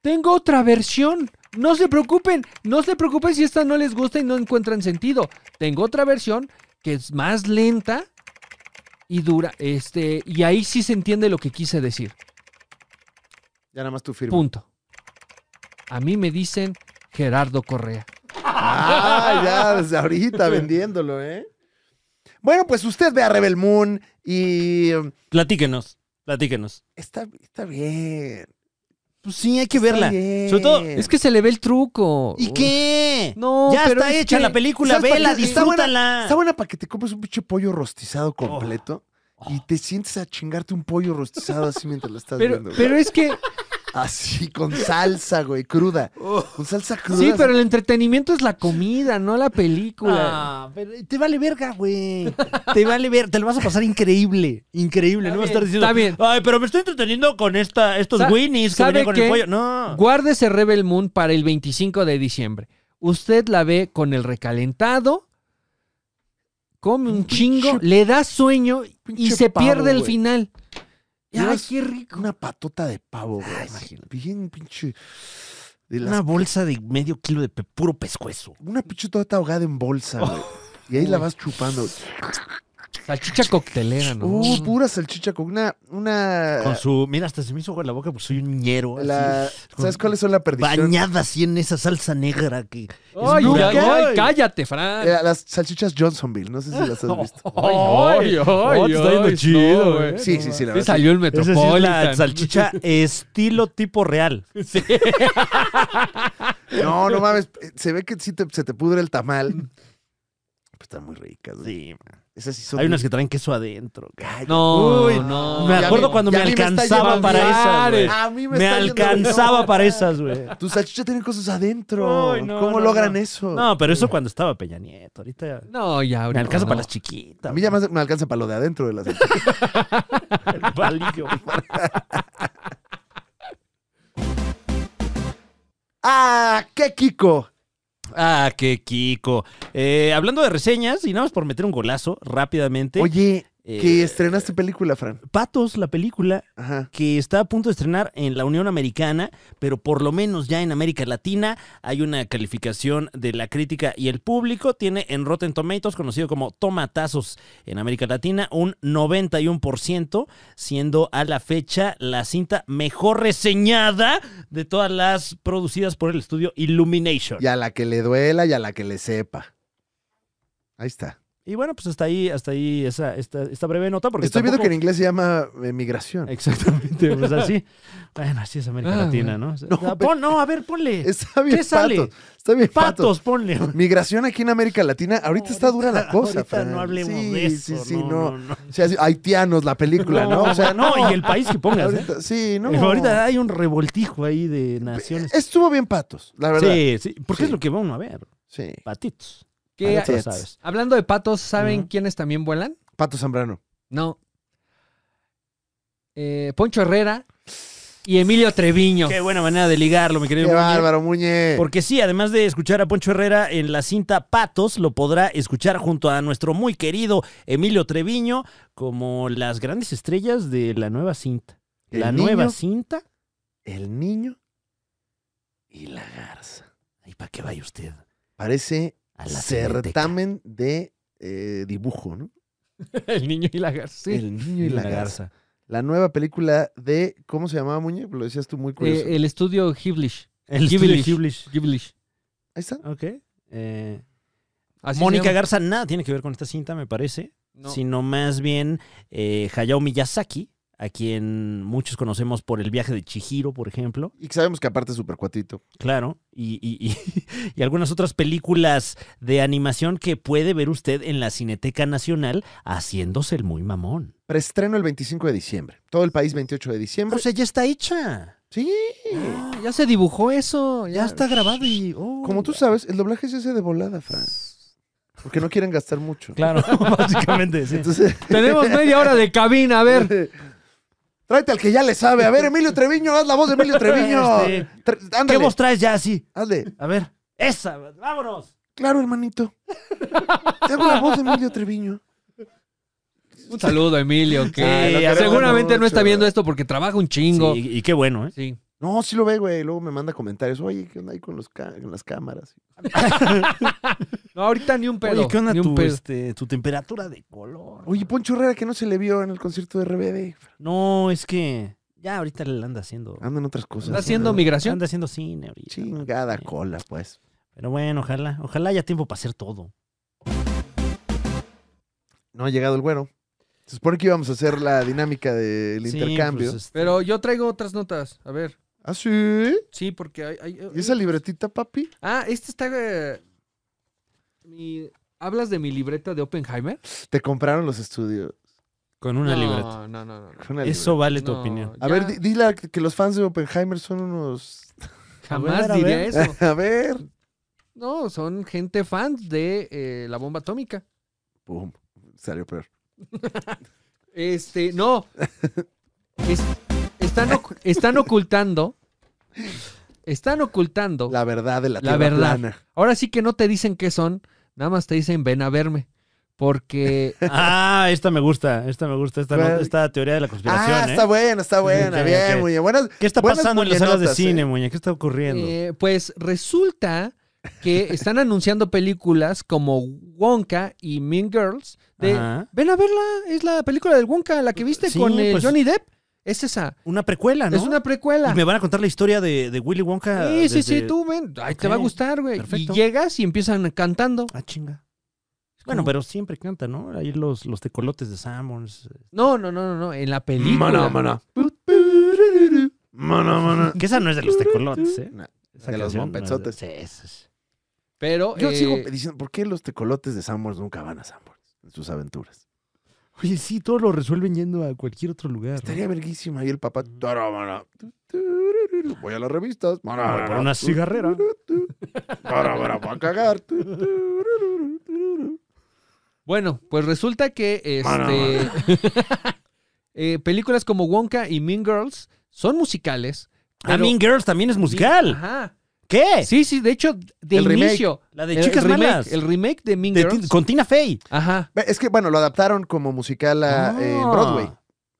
[SPEAKER 2] tengo otra versión. No se preocupen, no se preocupen si esta no les gusta y no encuentran sentido. Tengo otra versión que es más lenta y dura, este, y ahí sí se entiende lo que quise decir.
[SPEAKER 3] Ya nada más tú firma.
[SPEAKER 2] Punto. A mí me dicen Gerardo Correa.
[SPEAKER 3] Ah, ya desde ahorita vendiéndolo, ¿eh? Bueno, pues usted ve a Rebel Moon y um,
[SPEAKER 1] Platíquenos, platíquenos.
[SPEAKER 3] está, está bien.
[SPEAKER 1] Pues sí, hay que
[SPEAKER 3] Está
[SPEAKER 1] verla.
[SPEAKER 3] bien.
[SPEAKER 1] Sobre todo-
[SPEAKER 2] Es que se le ve el truco.
[SPEAKER 1] ¿Y qué?
[SPEAKER 2] No,
[SPEAKER 1] ya
[SPEAKER 2] pero
[SPEAKER 1] está
[SPEAKER 2] es
[SPEAKER 1] hecha
[SPEAKER 2] que-
[SPEAKER 1] la película,
[SPEAKER 3] ¿Sabes para
[SPEAKER 1] vela,
[SPEAKER 3] qué? Está buena-
[SPEAKER 1] disfrútala.
[SPEAKER 2] Ah.
[SPEAKER 3] Está buena para que te compres un pinche pollo rostizado completo
[SPEAKER 2] Oh.
[SPEAKER 3] y te sientes a chingarte un pollo rostizado así mientras lo estás
[SPEAKER 2] Pero,
[SPEAKER 3] viendo. güey.
[SPEAKER 2] pero es que
[SPEAKER 3] Así, con salsa, güey, cruda. Con salsa cruda.
[SPEAKER 2] Oh. Sí, pero el entretenimiento es la comida, no la película.
[SPEAKER 1] Ah, pero te vale verga, güey. Te vale ver, te lo vas a pasar increíble, increíble.
[SPEAKER 2] Está
[SPEAKER 1] no vas a
[SPEAKER 2] bien,
[SPEAKER 1] estar diciendo,
[SPEAKER 2] está bien.
[SPEAKER 1] ay, pero me estoy entreteniendo con esta, estos
[SPEAKER 2] Sa-
[SPEAKER 1] winnies que
[SPEAKER 2] ¿sabe
[SPEAKER 1] venía con
[SPEAKER 2] qué?
[SPEAKER 1] el pollo. No.
[SPEAKER 2] Guárdese Rebel Moon para el 25 de diciembre. Usted la ve con el recalentado, come un chingo,
[SPEAKER 3] Pinche-
[SPEAKER 2] le da sueño y
[SPEAKER 3] pinche
[SPEAKER 2] se
[SPEAKER 3] pavo,
[SPEAKER 2] pierde el
[SPEAKER 3] güey.
[SPEAKER 2] final.
[SPEAKER 3] Ya
[SPEAKER 2] Ay,
[SPEAKER 3] es
[SPEAKER 2] qué rico.
[SPEAKER 3] Una patota de pavo, güey. así, Bien pinche. de las-
[SPEAKER 1] Una bolsa de medio kilo de pe- puro pescuezo.
[SPEAKER 3] Una pinche torta ahogada en bolsa,
[SPEAKER 2] Oh.
[SPEAKER 3] güey. Y ahí la vas chupando.
[SPEAKER 2] Salchicha coctelera, ¿no?
[SPEAKER 3] Uh, pura salchicha con una. una
[SPEAKER 1] Con su, mira, hasta se me hizo agua en la boca porque soy un ñero. así,
[SPEAKER 3] la-
[SPEAKER 1] con-
[SPEAKER 3] ¿Sabes cuáles son la perdición?
[SPEAKER 1] Bañada así en esa salsa negra que. es
[SPEAKER 2] Ay,
[SPEAKER 1] pura-
[SPEAKER 2] ya-
[SPEAKER 3] nunca-
[SPEAKER 2] ay, cállate, Fran.
[SPEAKER 3] Eh, las salchichas Johnsonville, no sé si las has visto.
[SPEAKER 2] Ay, ay,
[SPEAKER 1] Oh, te está yendo
[SPEAKER 2] ay,
[SPEAKER 1] chido,
[SPEAKER 2] no, eh.
[SPEAKER 1] güey.
[SPEAKER 3] Sí, sí, sí, la
[SPEAKER 2] Sí
[SPEAKER 3] verdad.
[SPEAKER 2] salió el
[SPEAKER 1] Esa sí es la
[SPEAKER 2] Metropolitan.
[SPEAKER 1] salchicha estilo tipo real.
[SPEAKER 3] No, no mames. eh, Se ve que sí te- se te pudre el tamal.
[SPEAKER 2] Mm.
[SPEAKER 3] Pues están muy ricas, güey.
[SPEAKER 1] Sí, man.
[SPEAKER 3] Esas sí son.
[SPEAKER 1] Hay
[SPEAKER 3] bien-
[SPEAKER 1] unas que traen queso adentro.
[SPEAKER 2] No,
[SPEAKER 1] Uy,
[SPEAKER 2] no.
[SPEAKER 1] me
[SPEAKER 3] ya
[SPEAKER 1] acuerdo
[SPEAKER 3] me-
[SPEAKER 1] cuando me
[SPEAKER 3] ya a mí me está
[SPEAKER 1] alcanzaba
[SPEAKER 3] llevando
[SPEAKER 1] para esas, güey.
[SPEAKER 3] A mí me,
[SPEAKER 1] Me
[SPEAKER 3] está yendo-
[SPEAKER 1] alcanzaba
[SPEAKER 3] no.
[SPEAKER 1] para esas, güey.
[SPEAKER 3] Tus salchichas tienen cosas adentro.
[SPEAKER 1] Ay, no,
[SPEAKER 3] ¿Cómo
[SPEAKER 1] no,
[SPEAKER 3] logran
[SPEAKER 1] no.
[SPEAKER 3] eso?
[SPEAKER 1] No, pero eso cuando estaba Peña Nieto. Ahorita
[SPEAKER 2] No, ya
[SPEAKER 1] me
[SPEAKER 2] ahorita
[SPEAKER 1] alcanza
[SPEAKER 2] no.
[SPEAKER 1] para las chiquitas.
[SPEAKER 3] A mí ya más me alcanza para lo de adentro de las salchichas.
[SPEAKER 1] el palillo.
[SPEAKER 3] ¡Ah! ¡Qué Kiko!
[SPEAKER 1] Ah, qué Kiko. Eh, hablando de reseñas, y nada más por meter un golazo rápidamente.
[SPEAKER 3] Oye, que
[SPEAKER 1] Eh,
[SPEAKER 3] estrenaste película, Fran.
[SPEAKER 1] Patos, la película
[SPEAKER 3] Ajá.
[SPEAKER 1] que está a punto de estrenar en la Unión Americana, pero por lo menos ya en América Latina hay una calificación de la crítica y el público. Tiene en Rotten Tomatoes, conocido como Tomatazos en América Latina, un 91%, siendo a la fecha la cinta mejor reseñada de todas las producidas por el estudio Illumination.
[SPEAKER 3] Y a la que le duela y a la que le sepa. Ahí está.
[SPEAKER 1] Y bueno, pues hasta ahí, hasta ahí esa, esta, esta breve nota. Porque
[SPEAKER 3] Estoy viendo que en
[SPEAKER 1] tampoco-
[SPEAKER 3] inglés se llama eh, migración.
[SPEAKER 1] Exactamente, pues así. Bueno, así es América
[SPEAKER 2] Ah,
[SPEAKER 1] Latina, ¿no? O sea, pon- No, a ver, ponle.
[SPEAKER 3] Está bien
[SPEAKER 1] ¿Qué sale?
[SPEAKER 3] patos. Está bien patos.
[SPEAKER 1] Patos, ponle.
[SPEAKER 3] Migración aquí en América Latina, ahorita está dura la cosa.
[SPEAKER 1] Ahorita
[SPEAKER 3] Fran.
[SPEAKER 1] no hablemos
[SPEAKER 3] Sí,
[SPEAKER 1] de eso.
[SPEAKER 3] Sí, sí,
[SPEAKER 1] no,
[SPEAKER 3] no.
[SPEAKER 1] no, no.
[SPEAKER 3] O sea, haitianos, la película, ¿no? O sea,
[SPEAKER 1] no, y el país que pongas. ¿eh?
[SPEAKER 3] ahorita- sí, no.
[SPEAKER 1] Ahorita hay un revoltijo ahí de naciones.
[SPEAKER 3] Estuvo bien patos, la verdad.
[SPEAKER 1] Sí, sí, porque es
[SPEAKER 3] Sí.
[SPEAKER 1] lo que vamos a ver.
[SPEAKER 3] Sí.
[SPEAKER 1] Patitos.
[SPEAKER 2] Que-
[SPEAKER 1] Ya
[SPEAKER 3] Patitos.
[SPEAKER 1] sabes.
[SPEAKER 2] hablando de patos, ¿saben
[SPEAKER 1] Ujú.
[SPEAKER 2] quiénes también vuelan?
[SPEAKER 3] Pato Zambrano.
[SPEAKER 2] No. Eh, Poncho Herrera y Emilio Treviño.
[SPEAKER 1] Qué buena manera de ligarlo, mi
[SPEAKER 3] Qué
[SPEAKER 1] querido. Muñe.
[SPEAKER 3] bárbaro, Muñe.
[SPEAKER 1] Porque sí, además de escuchar a Poncho Herrera en la cinta Patos, lo podrá escuchar junto a nuestro muy querido Emilio Treviño como las grandes estrellas de la nueva cinta.
[SPEAKER 3] El
[SPEAKER 1] La nueva
[SPEAKER 3] niño,
[SPEAKER 1] cinta.
[SPEAKER 3] El niño y la garza.
[SPEAKER 1] ¿Y para qué vaya usted?
[SPEAKER 3] Parece
[SPEAKER 1] A la Cineteca?
[SPEAKER 3] certamen de eh, dibujo, ¿no?
[SPEAKER 2] El niño y la garza. Sí.
[SPEAKER 3] El niño y, la, garza. La nueva película de. ¿Cómo se llamaba, Muñe? Lo decías tú muy curioso.
[SPEAKER 2] Eh, el estudio Hiblish.
[SPEAKER 1] El
[SPEAKER 2] Ghibli.
[SPEAKER 1] estudio Ghibli.
[SPEAKER 2] Hiblish.
[SPEAKER 3] Ahí está.
[SPEAKER 1] Ok. Eh,
[SPEAKER 2] Así se
[SPEAKER 1] Mónica
[SPEAKER 2] llama.
[SPEAKER 1] Garza nada tiene que ver con esta cinta, me parece.
[SPEAKER 2] No.
[SPEAKER 1] Sino más bien eh, Hayao Miyazaki, a quien muchos conocemos por el viaje de Chihiro, por ejemplo.
[SPEAKER 3] Y que sabemos que aparte es súper cuatito.
[SPEAKER 1] Claro, y, y- y- y algunas otras películas de animación que puede ver usted en la Cineteca Nacional haciéndose el muy mamón.
[SPEAKER 3] Preestreno el 25 de diciembre. Todo el país 28 de
[SPEAKER 1] O
[SPEAKER 3] diciembre.
[SPEAKER 1] sea, ya está hecha.
[SPEAKER 3] Sí.
[SPEAKER 2] Ah, ya se dibujó eso. Ya,
[SPEAKER 1] Ya está grabado y. oh.
[SPEAKER 3] Como tú sabes, el doblaje se hace de volada, Fran. Porque no quieren gastar mucho.
[SPEAKER 1] Claro, básicamente, sí.
[SPEAKER 3] Entonces,
[SPEAKER 2] Tenemos media hora de cabina, a ver.
[SPEAKER 3] tráete al que ya le sabe. A ver, Emilio Treviño, haz la voz de Emilio Treviño.
[SPEAKER 1] Este,
[SPEAKER 3] Tre-
[SPEAKER 1] ¿Qué
[SPEAKER 3] ándale,
[SPEAKER 1] vos traes ya así?
[SPEAKER 3] hazle.
[SPEAKER 1] A ver, esa, vámonos.
[SPEAKER 3] Claro, hermanito. Te hago la voz de Emilio Treviño.
[SPEAKER 2] Un saludo, Emilio. Que
[SPEAKER 1] Ay, lo queremos
[SPEAKER 2] seguramente no está
[SPEAKER 3] mucho.
[SPEAKER 2] viendo esto porque trabaja un chingo.
[SPEAKER 1] Sí, y, y qué bueno, ¿eh?
[SPEAKER 2] Sí.
[SPEAKER 3] No, sí lo ve, güey. Luego me manda comentarios. Oye, ¿qué onda ahí con, los ca- con las cámaras?
[SPEAKER 2] No, ahorita ni un pedo.
[SPEAKER 1] Oye, ¿qué onda
[SPEAKER 2] ni un
[SPEAKER 1] tu,
[SPEAKER 2] pedo.
[SPEAKER 1] este, tu temperatura de color?
[SPEAKER 3] Oye, Poncho Herrera, que no se le vio en el concierto de RBD.
[SPEAKER 1] No, es que ya ahorita le anda haciendo.
[SPEAKER 3] Andan otras cosas.
[SPEAKER 2] ¿Está haciendo migración?
[SPEAKER 1] Anda Ah, pues haciendo cine ahorita.
[SPEAKER 3] Chingada cola, pues.
[SPEAKER 1] Pero bueno, ojalá, ojalá haya tiempo para hacer todo.
[SPEAKER 3] No ha llegado el güero. Se supone que íbamos a hacer la dinámica del
[SPEAKER 1] Sí,
[SPEAKER 3] intercambio.
[SPEAKER 1] pues, este,
[SPEAKER 2] Pero yo traigo otras notas. A ver.
[SPEAKER 3] ¿Ah, sí?
[SPEAKER 2] Sí, porque hay. hay-
[SPEAKER 3] ¿Y esa libretita, papi?
[SPEAKER 2] Ah, este está. eh, mi- ¿Hablas de mi libreta de Oppenheimer?
[SPEAKER 3] Te compraron los estudios.
[SPEAKER 1] Con una
[SPEAKER 2] no,
[SPEAKER 1] libreta.
[SPEAKER 2] No, no, no. no.
[SPEAKER 3] Una
[SPEAKER 1] Eso vale tu
[SPEAKER 2] No,
[SPEAKER 1] opinión.
[SPEAKER 3] libreta. A
[SPEAKER 2] ya
[SPEAKER 3] ver, di- dile a- que los fans de Oppenheimer son unos...
[SPEAKER 1] A
[SPEAKER 2] Jamás
[SPEAKER 1] ver, a
[SPEAKER 2] diré
[SPEAKER 1] ver.
[SPEAKER 2] eso.
[SPEAKER 3] A ver.
[SPEAKER 2] No, son gente fan de eh, la bomba atómica.
[SPEAKER 3] Pum. Salió peor.
[SPEAKER 2] Este, no. Es- están, ocu- están ocultando. Están ocultando.
[SPEAKER 3] La verdad de la,
[SPEAKER 2] La
[SPEAKER 3] tierra
[SPEAKER 2] verdad.
[SPEAKER 3] plana.
[SPEAKER 2] Ahora sí que no te dicen qué son, nada más te dicen ven a verme. Porque
[SPEAKER 1] Ah, esta me gusta, esta me gusta, esta,
[SPEAKER 3] Bueno.
[SPEAKER 1] no- esta teoría de la conspiración.
[SPEAKER 3] Ah,
[SPEAKER 1] ¿eh?
[SPEAKER 3] está buena, está buena.
[SPEAKER 1] Ok,
[SPEAKER 3] Bien,
[SPEAKER 1] ok.
[SPEAKER 3] muy bien. Buenas,
[SPEAKER 1] ¿Qué está
[SPEAKER 3] buenas
[SPEAKER 1] pasando en las salas de
[SPEAKER 3] muñenotas,
[SPEAKER 1] cine,
[SPEAKER 3] ¿eh?
[SPEAKER 1] muñe? ¿Qué está ocurriendo?
[SPEAKER 2] Eh, pues resulta que están anunciando películas como Wonka y Mean Girls. De,
[SPEAKER 1] Ajá.
[SPEAKER 2] Ven a verla, es la película del Wonka, la que viste
[SPEAKER 1] Sí,
[SPEAKER 2] con eh,
[SPEAKER 1] pues-
[SPEAKER 2] Johnny Depp. Es esa,
[SPEAKER 1] Una precuela, ¿no?
[SPEAKER 2] es una precuela.
[SPEAKER 1] Y me van a contar la historia de, de Willy Wonka.
[SPEAKER 2] Sí, sí,
[SPEAKER 1] desde-
[SPEAKER 2] sí, tú ven, ay, te
[SPEAKER 1] Ok,
[SPEAKER 2] va a gustar, güey. Y
[SPEAKER 1] perfecto.
[SPEAKER 2] llegas y empiezan cantando.
[SPEAKER 1] Ah, chinga. Bueno,
[SPEAKER 2] ¿Cómo?
[SPEAKER 1] pero siempre canta, ¿no? Ahí los, los tecolotes de Sammons. eh,
[SPEAKER 2] No, no, no, no, no, en la película.
[SPEAKER 3] Maná, maná. Maná, maná.
[SPEAKER 1] Que esa no es de los tecolotes, ¿eh?
[SPEAKER 3] No,
[SPEAKER 1] Esa
[SPEAKER 3] de los
[SPEAKER 1] canción no es de-
[SPEAKER 3] Mopetsotes.
[SPEAKER 1] Sí, sí, sí.
[SPEAKER 2] Pero
[SPEAKER 3] Yo
[SPEAKER 2] eh,
[SPEAKER 3] sigo diciendo, ¿por qué los tecolotes de Sanborns nunca van a Sanborns en sus aventuras?
[SPEAKER 1] Oye, sí, todo lo resuelven yendo a cualquier otro lugar. ¿no?
[SPEAKER 3] Estaría verguísima. Y el papá. "Tará, maná". Turururu. Voy a las revistas. maná,
[SPEAKER 1] Voy por
[SPEAKER 3] maná.
[SPEAKER 1] una cigarrera.
[SPEAKER 3] Turururu. Tará, maná, voy a cagar. Turururu, turururu.
[SPEAKER 2] Bueno, pues resulta que
[SPEAKER 3] Mano,
[SPEAKER 2] este, eh, películas como Wonka y Mean Girls son musicales.
[SPEAKER 1] Ah,
[SPEAKER 2] pero-
[SPEAKER 1] Mean Girls también es musical.
[SPEAKER 2] Ajá.
[SPEAKER 1] ¿Qué?
[SPEAKER 2] Sí, sí, de hecho, de
[SPEAKER 3] El remake.
[SPEAKER 2] inicio.
[SPEAKER 1] La de
[SPEAKER 2] el-
[SPEAKER 1] Chicas
[SPEAKER 2] el remake,
[SPEAKER 1] Malas.
[SPEAKER 2] El remake de Mean
[SPEAKER 1] De
[SPEAKER 2] Girls.
[SPEAKER 1] Ti- con Tina Fey.
[SPEAKER 2] Ajá.
[SPEAKER 3] Ve, Es que, bueno, lo adaptaron como musical a,
[SPEAKER 1] Ah.
[SPEAKER 3] en Broadway.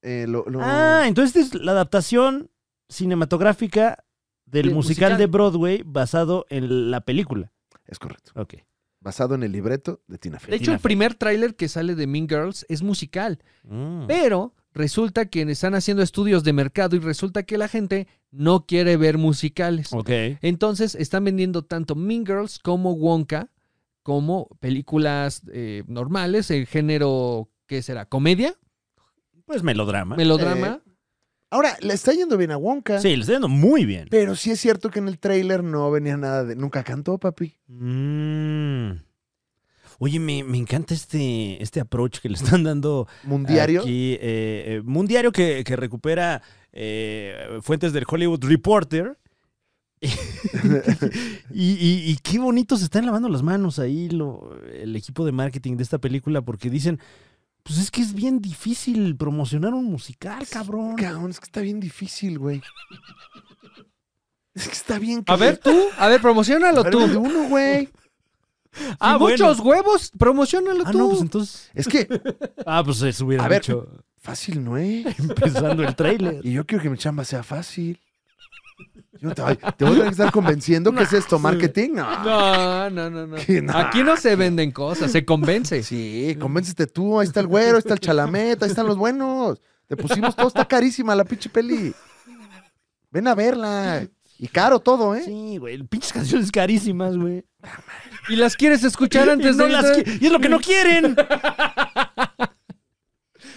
[SPEAKER 3] Eh, lo- lo-
[SPEAKER 1] Ah, entonces esta es la adaptación cinematográfica del
[SPEAKER 2] Del
[SPEAKER 1] musical,
[SPEAKER 2] musical.
[SPEAKER 1] de Broadway basado en la película.
[SPEAKER 3] Es correcto.
[SPEAKER 1] Ok.
[SPEAKER 3] Basado en el libreto de Tina Fey.
[SPEAKER 2] De hecho,
[SPEAKER 1] Tina
[SPEAKER 2] el
[SPEAKER 1] Fey.
[SPEAKER 2] primer tráiler que sale de Mean Girls es musical.
[SPEAKER 1] Mm.
[SPEAKER 2] Pero resulta que están haciendo estudios de mercado y resulta que la gente no quiere ver musicales.
[SPEAKER 1] Ok.
[SPEAKER 2] Entonces están vendiendo tanto Mean Girls como Wonka como películas eh, normales, el género, ¿qué será? ¿Comedia?
[SPEAKER 1] Pues melodrama.
[SPEAKER 2] ¿Melodrama?
[SPEAKER 3] Ahora, le está yendo bien a Wonka.
[SPEAKER 1] Sí, le está yendo muy bien.
[SPEAKER 3] Pero sí es cierto que en el tráiler no venía nada de. Nunca cantó, papi.
[SPEAKER 1] Mm. Oye, me, me encanta este, este approach que le están dando
[SPEAKER 3] Mundiario.
[SPEAKER 1] Aquí, eh, eh, un diario que, que recupera eh, fuentes del Hollywood Reporter. y, y- y qué bonito se están lavando las manos ahí lo- el equipo de marketing de esta película porque dicen, pues es que es bien difícil promocionar un musical, cabrón.
[SPEAKER 3] Cabrón, es que está bien difícil, güey. Es que está bien.
[SPEAKER 2] A ver, tú, a ver, promocionalo
[SPEAKER 3] cabrón. de
[SPEAKER 2] tú.
[SPEAKER 3] uno, güey.
[SPEAKER 1] Ah,
[SPEAKER 2] Ah,
[SPEAKER 1] bueno.
[SPEAKER 2] muchos huevos, promocionalo
[SPEAKER 1] Ah,
[SPEAKER 2] tú.
[SPEAKER 1] no, pues entonces...
[SPEAKER 3] Es que
[SPEAKER 1] Ah, pues se hubiera
[SPEAKER 3] A ver.
[SPEAKER 1] dicho
[SPEAKER 3] fácil no es.
[SPEAKER 1] empezando el tráiler.
[SPEAKER 3] Y yo quiero que mi chamba sea fácil. Yo te, ay, te voy a tener que estar convenciendo que es esto, marketing. No.
[SPEAKER 2] No, no, no, no.
[SPEAKER 3] Que no.
[SPEAKER 2] Aquí no se venden cosas, se convence.
[SPEAKER 3] Sí, convéncete tú. Ahí está el güero, ahí está el chalamet, ahí están los buenos. Te pusimos todo, está carísima la pinche peli. Ven a verla. Y caro todo, ¿eh?
[SPEAKER 1] Sí, güey, pinches canciones carísimas, güey.
[SPEAKER 2] Y las quieres escuchar
[SPEAKER 1] Y,
[SPEAKER 2] antes
[SPEAKER 1] no
[SPEAKER 2] de
[SPEAKER 1] las qui- y es lo que no quieren.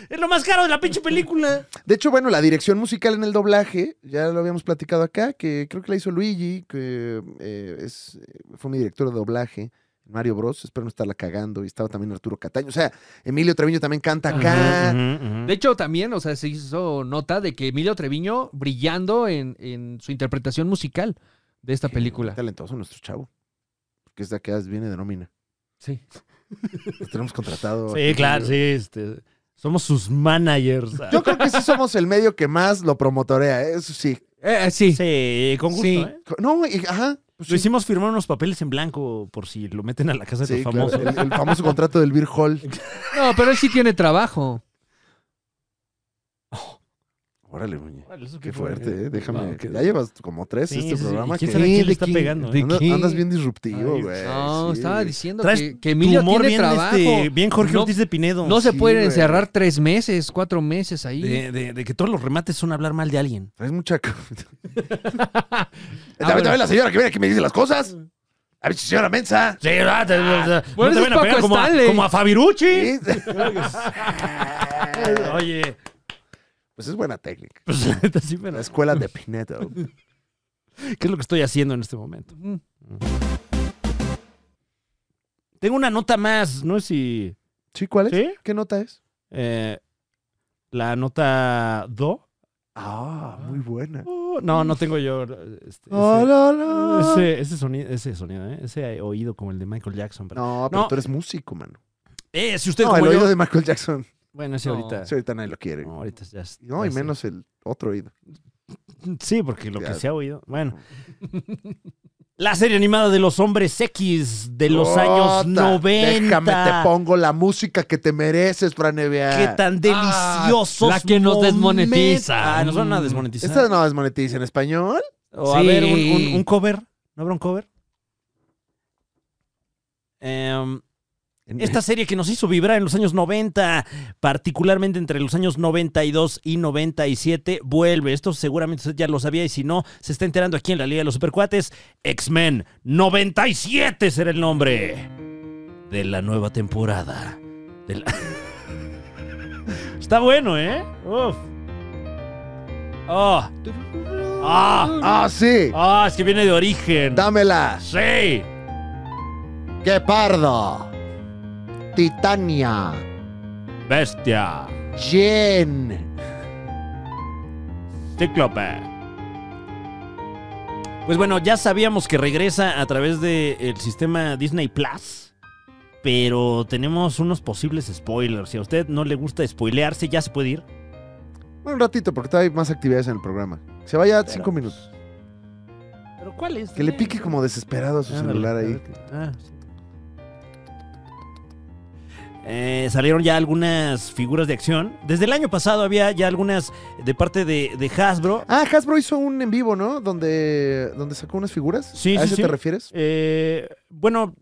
[SPEAKER 1] es lo más caro de la pinche película.
[SPEAKER 3] De hecho, bueno, la dirección musical en el doblaje, ya lo habíamos platicado acá, que creo que la hizo Luigi, que eh, es, eh, fue mi director de doblaje, Mario Bros. Espero no estarla cagando. Y estaba también Arturo Cataño. O sea, Emilio Treviño también canta acá.
[SPEAKER 2] De hecho, también, o sea, se hizo nota de que Emilio Treviño brillando en, en su interpretación musical de esta
[SPEAKER 3] Qué
[SPEAKER 2] película.
[SPEAKER 3] Talentoso nuestro chavo. Porque esta que viene de nómina.
[SPEAKER 2] Sí.
[SPEAKER 3] Lo tenemos contratado.
[SPEAKER 1] Sí, claro, sí. este, somos sus managers.
[SPEAKER 3] Yo creo que sí somos el medio que más lo promotorea, ¿eh? eso sí.
[SPEAKER 2] Eh, eh, sí.
[SPEAKER 1] Sí, con gusto,
[SPEAKER 2] Sí.
[SPEAKER 1] ¿eh?
[SPEAKER 3] No, y- ajá. pues
[SPEAKER 1] Lo
[SPEAKER 3] sí.
[SPEAKER 1] hicimos firmar unos papeles en blanco por si lo meten a la casa de
[SPEAKER 3] Sí,
[SPEAKER 1] los
[SPEAKER 3] claro,
[SPEAKER 1] famosos.
[SPEAKER 3] el, el famoso contrato del Beer Hall.
[SPEAKER 2] No, pero él sí tiene trabajo.
[SPEAKER 3] Órale, muñe.
[SPEAKER 1] Órale, eso
[SPEAKER 3] Qué
[SPEAKER 1] fue.
[SPEAKER 3] fuerte, ¿eh? Déjame.
[SPEAKER 1] Wow, qué-
[SPEAKER 3] ya llevas como tres
[SPEAKER 1] Sí,
[SPEAKER 3] este
[SPEAKER 1] sí, sí.
[SPEAKER 3] programa.
[SPEAKER 1] ¿Quién
[SPEAKER 3] que-
[SPEAKER 1] sabe quién le
[SPEAKER 2] ¿De
[SPEAKER 1] está
[SPEAKER 2] qué?
[SPEAKER 1] pegando?
[SPEAKER 2] ¿De
[SPEAKER 1] ¿eh?
[SPEAKER 3] Andas,
[SPEAKER 2] qué?
[SPEAKER 3] andas bien disruptivo,
[SPEAKER 1] Ay,
[SPEAKER 3] güey.
[SPEAKER 2] No,
[SPEAKER 3] sí.
[SPEAKER 2] estaba diciendo
[SPEAKER 1] Traes
[SPEAKER 2] que, que
[SPEAKER 1] tu
[SPEAKER 2] Emilio
[SPEAKER 1] humor
[SPEAKER 2] tiene
[SPEAKER 1] bien,
[SPEAKER 2] trabajo.
[SPEAKER 1] este, bien Jorge
[SPEAKER 2] no,
[SPEAKER 1] Ortiz de Pinedo.
[SPEAKER 2] no se
[SPEAKER 3] Sí,
[SPEAKER 2] pueden
[SPEAKER 3] güey.
[SPEAKER 2] encerrar tres meses, cuatro meses ahí.
[SPEAKER 1] de, de- de que todos los remates son hablar mal de alguien.
[SPEAKER 3] Traes mucha. co-
[SPEAKER 2] Ah,
[SPEAKER 3] Dame
[SPEAKER 2] bueno.
[SPEAKER 3] también la señora que viene aquí y me dice las cosas. A ver, señora Mensa.
[SPEAKER 1] Sí, ah, te- te- te-
[SPEAKER 2] bueno,
[SPEAKER 1] no te
[SPEAKER 2] ese es
[SPEAKER 1] van a pegar
[SPEAKER 2] Paco
[SPEAKER 1] como a,
[SPEAKER 2] Stanley.
[SPEAKER 1] como a Fabirucci.
[SPEAKER 3] Sí.
[SPEAKER 1] Oye,
[SPEAKER 3] Pues es buena técnica.
[SPEAKER 1] pues la neta sí, pero
[SPEAKER 3] La escuela de Pinedo.
[SPEAKER 1] ¿qué es lo que estoy haciendo en este momento?
[SPEAKER 2] Ujú.
[SPEAKER 1] Tengo una nota más, no sé si.
[SPEAKER 3] ¿Sí? ¿Cuál es?
[SPEAKER 1] ¿Sí?
[SPEAKER 3] ¿Qué nota es?
[SPEAKER 1] Eh, la nota do.
[SPEAKER 3] Ah, muy buena.
[SPEAKER 1] Oh, no, no tengo yo. este, ese,
[SPEAKER 3] Hola, hola.
[SPEAKER 1] ese- ese sonido, ese sonido, ¿eh? ese oído como el de Michael Jackson. pero-
[SPEAKER 3] No, pero
[SPEAKER 1] No.
[SPEAKER 3] tú eres músico, mano.
[SPEAKER 1] Eh, si usted
[SPEAKER 3] No, el
[SPEAKER 1] como yo-
[SPEAKER 3] oído de Michael Jackson.
[SPEAKER 1] Bueno, ese
[SPEAKER 2] No.
[SPEAKER 1] ahorita.
[SPEAKER 3] Sí, ahorita nadie lo quiere.
[SPEAKER 1] No, Pues ahorita ya. es-
[SPEAKER 3] No,
[SPEAKER 1] ya
[SPEAKER 3] y
[SPEAKER 1] es-
[SPEAKER 3] menos el otro oído.
[SPEAKER 1] Sí, porque lo que
[SPEAKER 3] Ya.
[SPEAKER 1] se ha oído. Bueno. La serie animada de los hombres X de los años
[SPEAKER 3] Ota,
[SPEAKER 1] 90.
[SPEAKER 3] Déjame, te pongo la música que te mereces, Fran Evia.
[SPEAKER 1] Qué tan
[SPEAKER 2] Ah,
[SPEAKER 1] deliciosos.
[SPEAKER 2] la que nos
[SPEAKER 1] momen-
[SPEAKER 2] desmonetiza.
[SPEAKER 1] Ah, nos van a
[SPEAKER 2] Mm.
[SPEAKER 1] desmonetizar.
[SPEAKER 3] ¿Esta no es monetiza en español?
[SPEAKER 1] O a
[SPEAKER 2] Sí.
[SPEAKER 1] ver, un, un- un cover. ¿No habrá un cover? Em, esta serie que nos hizo vibrar en los años 90, particularmente entre los años 92 y 97, vuelve. Esto seguramente usted ya lo sabía y si no, se está enterando aquí en la Liga de los Supercuates. X-Men 97 será el nombre de la nueva temporada. de la- está bueno, ¿eh? Uf. Oh. Ah.
[SPEAKER 3] Ah, sí.
[SPEAKER 1] Ah, es que viene de origen.
[SPEAKER 3] Dámela.
[SPEAKER 1] Sí.
[SPEAKER 3] ¡Qué pardo! Titania.
[SPEAKER 1] Bestia.
[SPEAKER 3] Jen.
[SPEAKER 1] Cíclope. Pues bueno, ya sabíamos que regresa a través del sistema Disney Plus. Pero tenemos unos posibles spoilers. Si a usted no le gusta spoilearse, ya se puede ir.
[SPEAKER 3] Bueno, un ratito, porque todavía hay más actividades en el programa. Se vaya cinco minutos.
[SPEAKER 1] ¿Pero cuál es?
[SPEAKER 3] Que le pique como desesperado a su
[SPEAKER 1] Ándale,
[SPEAKER 3] celular
[SPEAKER 1] a
[SPEAKER 3] ahí.
[SPEAKER 1] ver qué- ah, sí. Eh, salieron ya algunas figuras de acción. Desde el año pasado había ya algunas de parte de, de Hasbro.
[SPEAKER 3] Ah, Hasbro hizo un en vivo, ¿no? Donde, donde sacó unas figuras.
[SPEAKER 1] Sí,
[SPEAKER 3] ¿A
[SPEAKER 1] sí,
[SPEAKER 3] eso
[SPEAKER 1] sí.
[SPEAKER 3] te refieres?
[SPEAKER 1] Eh, bueno,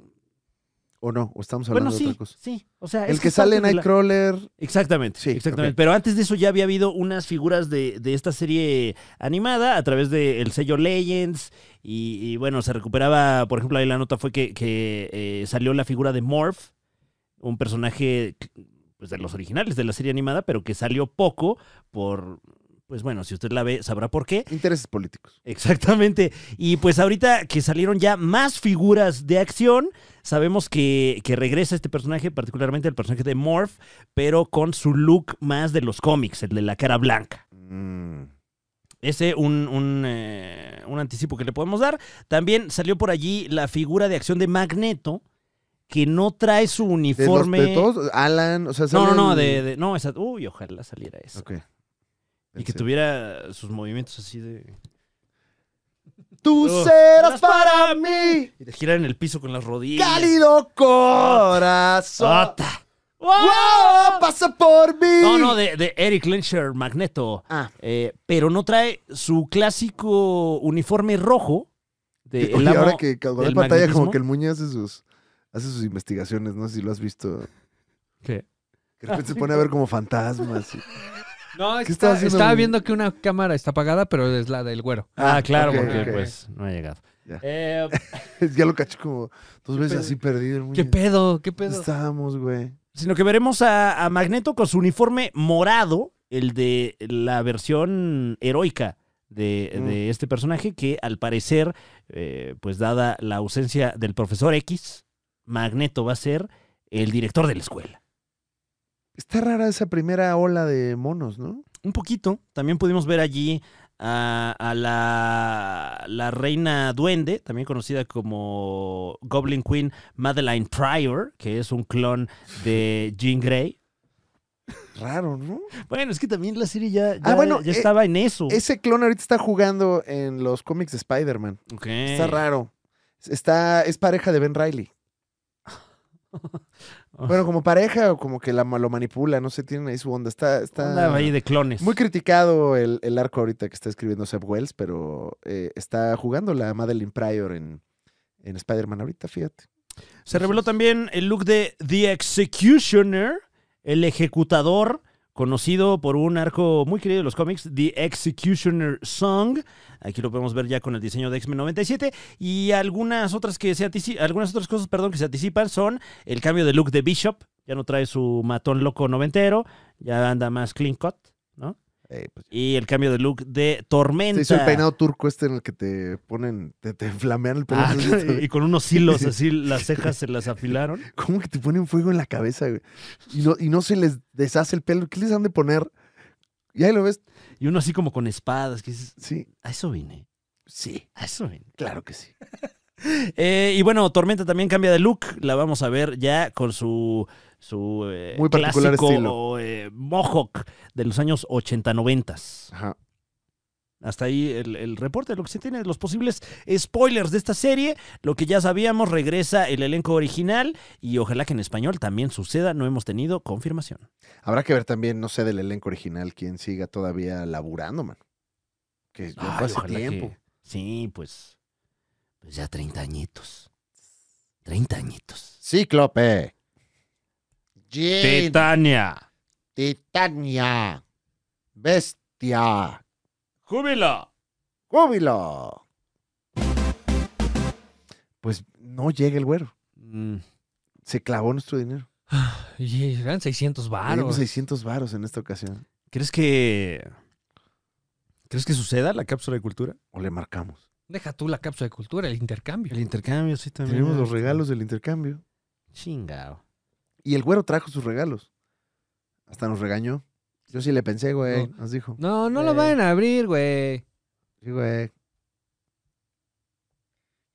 [SPEAKER 3] ¿O no? ¿O estamos hablando
[SPEAKER 1] Bueno,
[SPEAKER 3] de
[SPEAKER 1] sí,
[SPEAKER 3] otra cosa?
[SPEAKER 1] sí. O sea, es
[SPEAKER 3] El que
[SPEAKER 1] es
[SPEAKER 3] sale
[SPEAKER 1] parte
[SPEAKER 3] en
[SPEAKER 1] de la-
[SPEAKER 3] Nightcrawler.
[SPEAKER 1] Exactamente,
[SPEAKER 3] Sí,
[SPEAKER 1] exactamente.
[SPEAKER 3] ok.
[SPEAKER 1] Pero antes de eso ya había habido unas figuras de, de esta serie animada a través del sello Legends. Y, y bueno, se recuperaba, por ejemplo, ahí la nota fue que, que, eh, salió la figura de Morph, un personaje pues, de los originales de la serie animada, pero que salió poco por, pues bueno, si usted la ve sabrá por qué.
[SPEAKER 3] Intereses políticos.
[SPEAKER 1] Exactamente. Y pues ahorita que salieron ya más figuras de acción, sabemos que, que regresa este personaje, particularmente el personaje de Morph, pero con su look más de los cómics, el de la cara blanca.
[SPEAKER 3] Mm.
[SPEAKER 1] Ese un, un, eh, un anticipo que le podemos dar. También salió por allí la figura de acción de Magneto, que no trae su
[SPEAKER 3] De, los-
[SPEAKER 1] uniforme.
[SPEAKER 3] de todos, Alan, o sea,
[SPEAKER 1] no, no,
[SPEAKER 3] sale
[SPEAKER 1] no,
[SPEAKER 3] el-
[SPEAKER 1] de, de- no, esa, uy, ojalá saliera esa.
[SPEAKER 3] Ok.
[SPEAKER 1] Y que
[SPEAKER 3] Pensé.
[SPEAKER 1] tuviera sus movimientos así de...
[SPEAKER 3] Tú
[SPEAKER 1] Oh.
[SPEAKER 3] serás para mí,
[SPEAKER 1] Y de girar en el piso con las rodillas.
[SPEAKER 3] cálido
[SPEAKER 1] Ah.
[SPEAKER 3] corazón.
[SPEAKER 1] Ota.
[SPEAKER 3] ¡Wow! ¡Pasa por mí!
[SPEAKER 1] No, no, de, de Eric Lensher Magneto.
[SPEAKER 3] Ah.
[SPEAKER 1] Eh, pero no trae su clásico uniforme rojo. De
[SPEAKER 3] Oye,
[SPEAKER 1] el amo
[SPEAKER 3] ahora que cuando
[SPEAKER 1] del
[SPEAKER 3] la pantalla,
[SPEAKER 1] magnetismo.
[SPEAKER 3] como que el Muñe hace sus, hace sus investigaciones, no sé si lo has visto.
[SPEAKER 2] ¿Qué?
[SPEAKER 3] Que de repente se pone a ver como fantasmas. y-
[SPEAKER 2] No,
[SPEAKER 3] ¿Qué
[SPEAKER 2] está-
[SPEAKER 3] estás haciendo,
[SPEAKER 2] estaba
[SPEAKER 3] güey?
[SPEAKER 2] viendo que una cámara está apagada, pero es la del güero.
[SPEAKER 1] Ah,
[SPEAKER 3] Ah,
[SPEAKER 1] claro,
[SPEAKER 3] ok,
[SPEAKER 1] porque
[SPEAKER 3] ok.
[SPEAKER 1] pues no ha llegado.
[SPEAKER 3] Ya.
[SPEAKER 1] Eh,
[SPEAKER 3] ya lo caché como dos veces
[SPEAKER 2] pedo?
[SPEAKER 3] así perdido el Muñe.
[SPEAKER 2] ¿Qué pedo? ¿Qué
[SPEAKER 3] ¿Dónde
[SPEAKER 2] pedo?
[SPEAKER 3] estábamos, güey?
[SPEAKER 1] sino que veremos a, a Magneto con su uniforme morado, el de la versión heroica de,
[SPEAKER 3] Mm.
[SPEAKER 1] de este personaje, que al parecer, eh, pues dada la ausencia del profesor X, Magneto va a ser el director de la escuela.
[SPEAKER 3] Está rara esa primera ola de monos, ¿no?
[SPEAKER 1] Un poquito. También pudimos ver allí a, a la, la reina duende, también conocida como Goblin Queen Madeline Pryor, que es un clon de Jean Grey.
[SPEAKER 3] Raro, ¿no?
[SPEAKER 1] Bueno, es que también la serie ya, ya,
[SPEAKER 3] Ah, bueno,
[SPEAKER 1] ya
[SPEAKER 3] eh,
[SPEAKER 1] estaba en
[SPEAKER 2] Oh.
[SPEAKER 1] eso.
[SPEAKER 3] Ese clon ahorita está jugando en los cómics de Spider-Man.
[SPEAKER 1] Ok.
[SPEAKER 2] Eh.
[SPEAKER 3] Está raro. Está, es pareja de Ben Riley. Bueno, como pareja o como que la, lo manipula, no sé, tienen ahí su onda. Está, está
[SPEAKER 1] Andaba ahí de clones.
[SPEAKER 3] muy criticado el, el arco ahorita que está escribiendo Seb Wells, pero eh, está jugando la Madeline Pryor en, en Spider-Man ahorita, fíjate.
[SPEAKER 1] Se reveló también el look de The Executioner, el ejecutador, conocido por un arco muy querido de los cómics, The Executioner Song. Aquí lo podemos ver ya con el diseño de X-Men 97 y algunas otras que se antici- algunas otras cosas, perdón, que se anticipan son el cambio de look de Bishop, ya no trae su matón loco noventero, ya anda más clean cut, ¿no?
[SPEAKER 3] Eh, pues,
[SPEAKER 1] Y el cambio de look de Tormenta.
[SPEAKER 3] se hizo el peinado turco este en el que te ponen, te, te flamean el pelo.
[SPEAKER 1] Ah, y con unos hilos
[SPEAKER 3] Sí.
[SPEAKER 1] así las cejas se las afilaron.
[SPEAKER 3] ¿Cómo que te ponen fuego en la cabeza, güey? Y no, y no se les deshace el pelo. ¿Qué les han de poner? Y ahí lo ves.
[SPEAKER 1] Y uno así como con espadas, que dices,
[SPEAKER 3] Sí,
[SPEAKER 1] a eso vine,
[SPEAKER 3] sí,
[SPEAKER 1] a eso vine.
[SPEAKER 3] claro que sí.
[SPEAKER 1] Eh, y bueno, Tormenta también cambia de look, la vamos a ver ya con su, su eh,
[SPEAKER 3] Muy particular
[SPEAKER 1] clásico
[SPEAKER 3] estilo.
[SPEAKER 1] eh, mohawk de los años 80-90.
[SPEAKER 3] Ajá.
[SPEAKER 1] Hasta ahí el, el reporte, lo que se tiene de los posibles spoilers de esta serie, lo que ya sabíamos, regresa el elenco original y ojalá que en español también suceda, no hemos tenido confirmación.
[SPEAKER 3] Habrá que ver también, no sé, del elenco original, quién siga todavía laburando, man. Que ya
[SPEAKER 1] Ay,
[SPEAKER 3] fue hace
[SPEAKER 1] ojalá
[SPEAKER 3] tiempo.
[SPEAKER 1] que- Sí, pues, pues ya 30 añitos. 30 añitos.
[SPEAKER 3] Cíclope. Jean.
[SPEAKER 1] Titania.
[SPEAKER 3] Titania. Bestia.
[SPEAKER 1] Júbilo.
[SPEAKER 3] Júbilo. Pues no llega el güero.
[SPEAKER 1] Mm.
[SPEAKER 3] Se clavó nuestro dinero.
[SPEAKER 2] Y eran 600
[SPEAKER 3] Le dimos
[SPEAKER 2] varos.
[SPEAKER 3] 600 varos en esta ocasión.
[SPEAKER 1] ¿Crees que. ¿Crees que suceda la cápsula de cultura?
[SPEAKER 3] O le marcamos.
[SPEAKER 2] Deja tú la cápsula de cultura, el intercambio.
[SPEAKER 1] El intercambio, sí, también.
[SPEAKER 3] Tenemos los regalos del intercambio.
[SPEAKER 1] Chingao.
[SPEAKER 3] Y el güero trajo sus regalos. Hasta nos regañó. Yo sí le pensé, güey.
[SPEAKER 2] No.
[SPEAKER 3] Nos dijo.
[SPEAKER 2] No, no lo van a abrir, güey.
[SPEAKER 3] Sí, güey.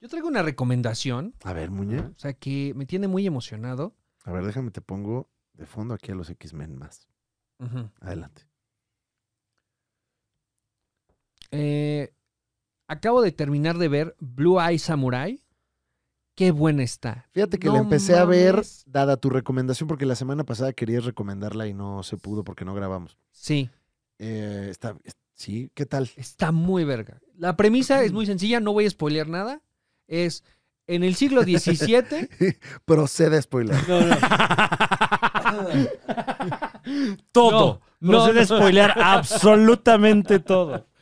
[SPEAKER 2] Yo traigo una recomendación,
[SPEAKER 3] A ver, Muñe.
[SPEAKER 2] o sea, que me tiene muy emocionado.
[SPEAKER 3] A ver, déjame, te pongo de fondo aquí a los X-Men más.
[SPEAKER 2] Ujú.
[SPEAKER 3] Adelante.
[SPEAKER 2] Eh, acabo de terminar de ver Blue Eye Samurai. Qué buena está.
[SPEAKER 3] Fíjate que
[SPEAKER 2] No
[SPEAKER 3] la empecé a ver,
[SPEAKER 2] mames.
[SPEAKER 3] dada tu recomendación, porque la semana pasada querías recomendarla y no se pudo porque no grabamos.
[SPEAKER 2] Sí,
[SPEAKER 3] Eh, está, es- sí, ¿qué tal?
[SPEAKER 2] está muy verga. La premisa es muy sencilla, no voy a spoilear nada. Es en el siglo XVII.
[SPEAKER 3] Procede a spoiler.
[SPEAKER 2] No, no.
[SPEAKER 1] Todo.
[SPEAKER 2] No,
[SPEAKER 1] No, se
[SPEAKER 2] no.
[SPEAKER 1] de spoilear absolutamente todo.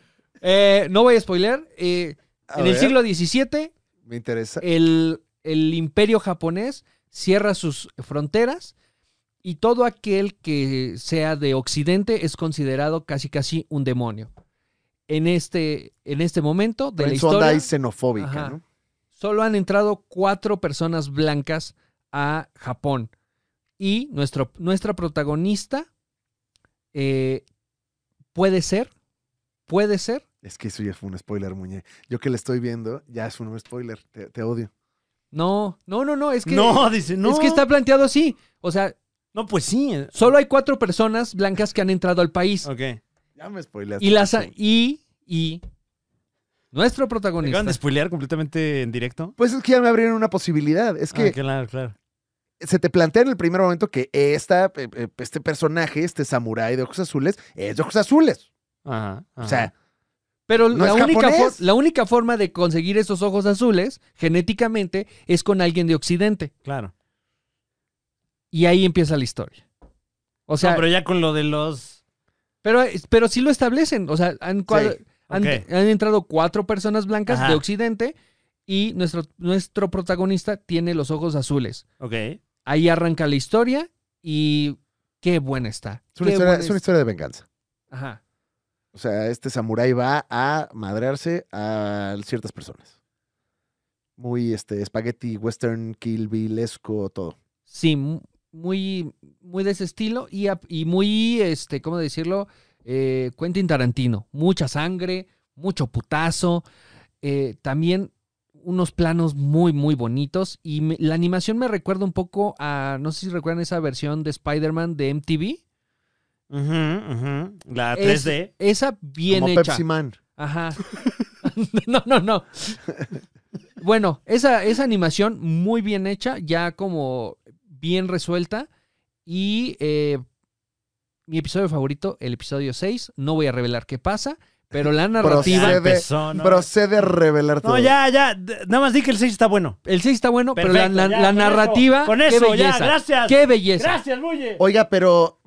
[SPEAKER 2] Eh, no voy a spoiler. eh,
[SPEAKER 3] A
[SPEAKER 2] en el
[SPEAKER 3] ver,
[SPEAKER 2] siglo XVII,
[SPEAKER 3] Me interesa.
[SPEAKER 2] el, el imperio japonés cierra sus fronteras y todo aquel que sea de occidente es considerado casi casi un demonio. En este, en este momento de
[SPEAKER 3] en
[SPEAKER 2] la
[SPEAKER 3] su onda
[SPEAKER 2] historia,
[SPEAKER 3] ahí xenofóbica,
[SPEAKER 2] Ajá.
[SPEAKER 3] ¿no?
[SPEAKER 2] solo han entrado cuatro personas blancas a Japón. Y nuestro, nuestra protagonista eh, puede ser, puede ser,
[SPEAKER 3] Es que eso ya fue un spoiler, Muñe. Yo que le estoy viendo, ya es un spoiler. Te, te odio.
[SPEAKER 2] no, no, no, no, es que,
[SPEAKER 1] No, dice, no.
[SPEAKER 2] es que está planteado así. O sea,
[SPEAKER 1] No, pues sí.
[SPEAKER 2] solo hay cuatro personas blancas que han entrado al país.
[SPEAKER 1] Ok.
[SPEAKER 3] Ya me spoileaste.
[SPEAKER 2] Y las ha- y, y nuestro
[SPEAKER 1] ¿Te
[SPEAKER 2] protagonista.
[SPEAKER 1] acaban de spoilear completamente en directo?
[SPEAKER 3] Pues es que ya me abrieron una posibilidad. Es que
[SPEAKER 1] Ah, claro, claro.
[SPEAKER 3] se te plantea en el primer momento que esta, eh, eh, este personaje, este samurái de ojos azules, es de ojos azules.
[SPEAKER 1] Ajá,
[SPEAKER 3] O
[SPEAKER 1] ajá.
[SPEAKER 3] sea,
[SPEAKER 2] Pero
[SPEAKER 3] No
[SPEAKER 2] la,
[SPEAKER 3] es
[SPEAKER 2] única
[SPEAKER 3] japonés.
[SPEAKER 2] for- la única forma de conseguir esos ojos azules genéticamente es con alguien de Occidente.
[SPEAKER 1] claro.
[SPEAKER 2] Y ahí empieza la historia. O sea,
[SPEAKER 1] no, pero
[SPEAKER 2] pero,
[SPEAKER 1] ya con lo de los.
[SPEAKER 2] pero, sí lo establecen. O sea, han, cua- han-
[SPEAKER 1] ok.
[SPEAKER 2] han entrado cuatro personas blancas
[SPEAKER 1] Ajá.
[SPEAKER 2] de Occidente y nuestro, nuestro protagonista tiene los ojos azules.
[SPEAKER 1] Ok.
[SPEAKER 2] Ahí arranca la historia y qué buena está.
[SPEAKER 3] es una,
[SPEAKER 2] Qué
[SPEAKER 3] historia,
[SPEAKER 2] buena
[SPEAKER 3] es
[SPEAKER 2] está.
[SPEAKER 3] una historia de venganza.
[SPEAKER 2] Ajá.
[SPEAKER 3] O sea, este samurái va a madrearse a ciertas personas. Muy este espagueti, western, kill bill, esco, todo.
[SPEAKER 2] Sí, mu- muy, muy de ese estilo y, ap- y muy, este, ¿cómo decirlo? Eh, Quentin Tarantino. Mucha sangre, mucho putazo. eh, también unos planos muy, muy bonitos. Y me- la animación me recuerda un poco a, no sé si recuerdan esa versión de Spider-Man de MTV.
[SPEAKER 1] Ujú, ujú. La
[SPEAKER 2] Es-
[SPEAKER 1] 3D.
[SPEAKER 2] Esa bien
[SPEAKER 3] Como
[SPEAKER 2] hecha.
[SPEAKER 3] Pepsi Man.
[SPEAKER 2] Ajá. no, no, no. Bueno, esa, esa animación muy bien hecha, ya como bien resuelta. Y eh, mi episodio favorito, el episodio 6, no voy a revelar qué pasa, pero la
[SPEAKER 1] Ya
[SPEAKER 2] narrativa...
[SPEAKER 3] Procede.
[SPEAKER 1] empezó, ¿no?
[SPEAKER 3] Procede a revelar todo.
[SPEAKER 1] No, ya, ya. D- Nada más di que el 6 está bueno.
[SPEAKER 2] El 6 está bueno, pero
[SPEAKER 1] Perfecto,
[SPEAKER 2] la, la-
[SPEAKER 1] ya,
[SPEAKER 2] la
[SPEAKER 1] con
[SPEAKER 2] narrativa...
[SPEAKER 1] eso, con
[SPEAKER 2] qué
[SPEAKER 1] eso, ya,
[SPEAKER 2] belleza,
[SPEAKER 1] gracias.
[SPEAKER 2] ¡Qué belleza!
[SPEAKER 1] Gracias, Muye.
[SPEAKER 3] Oiga, pero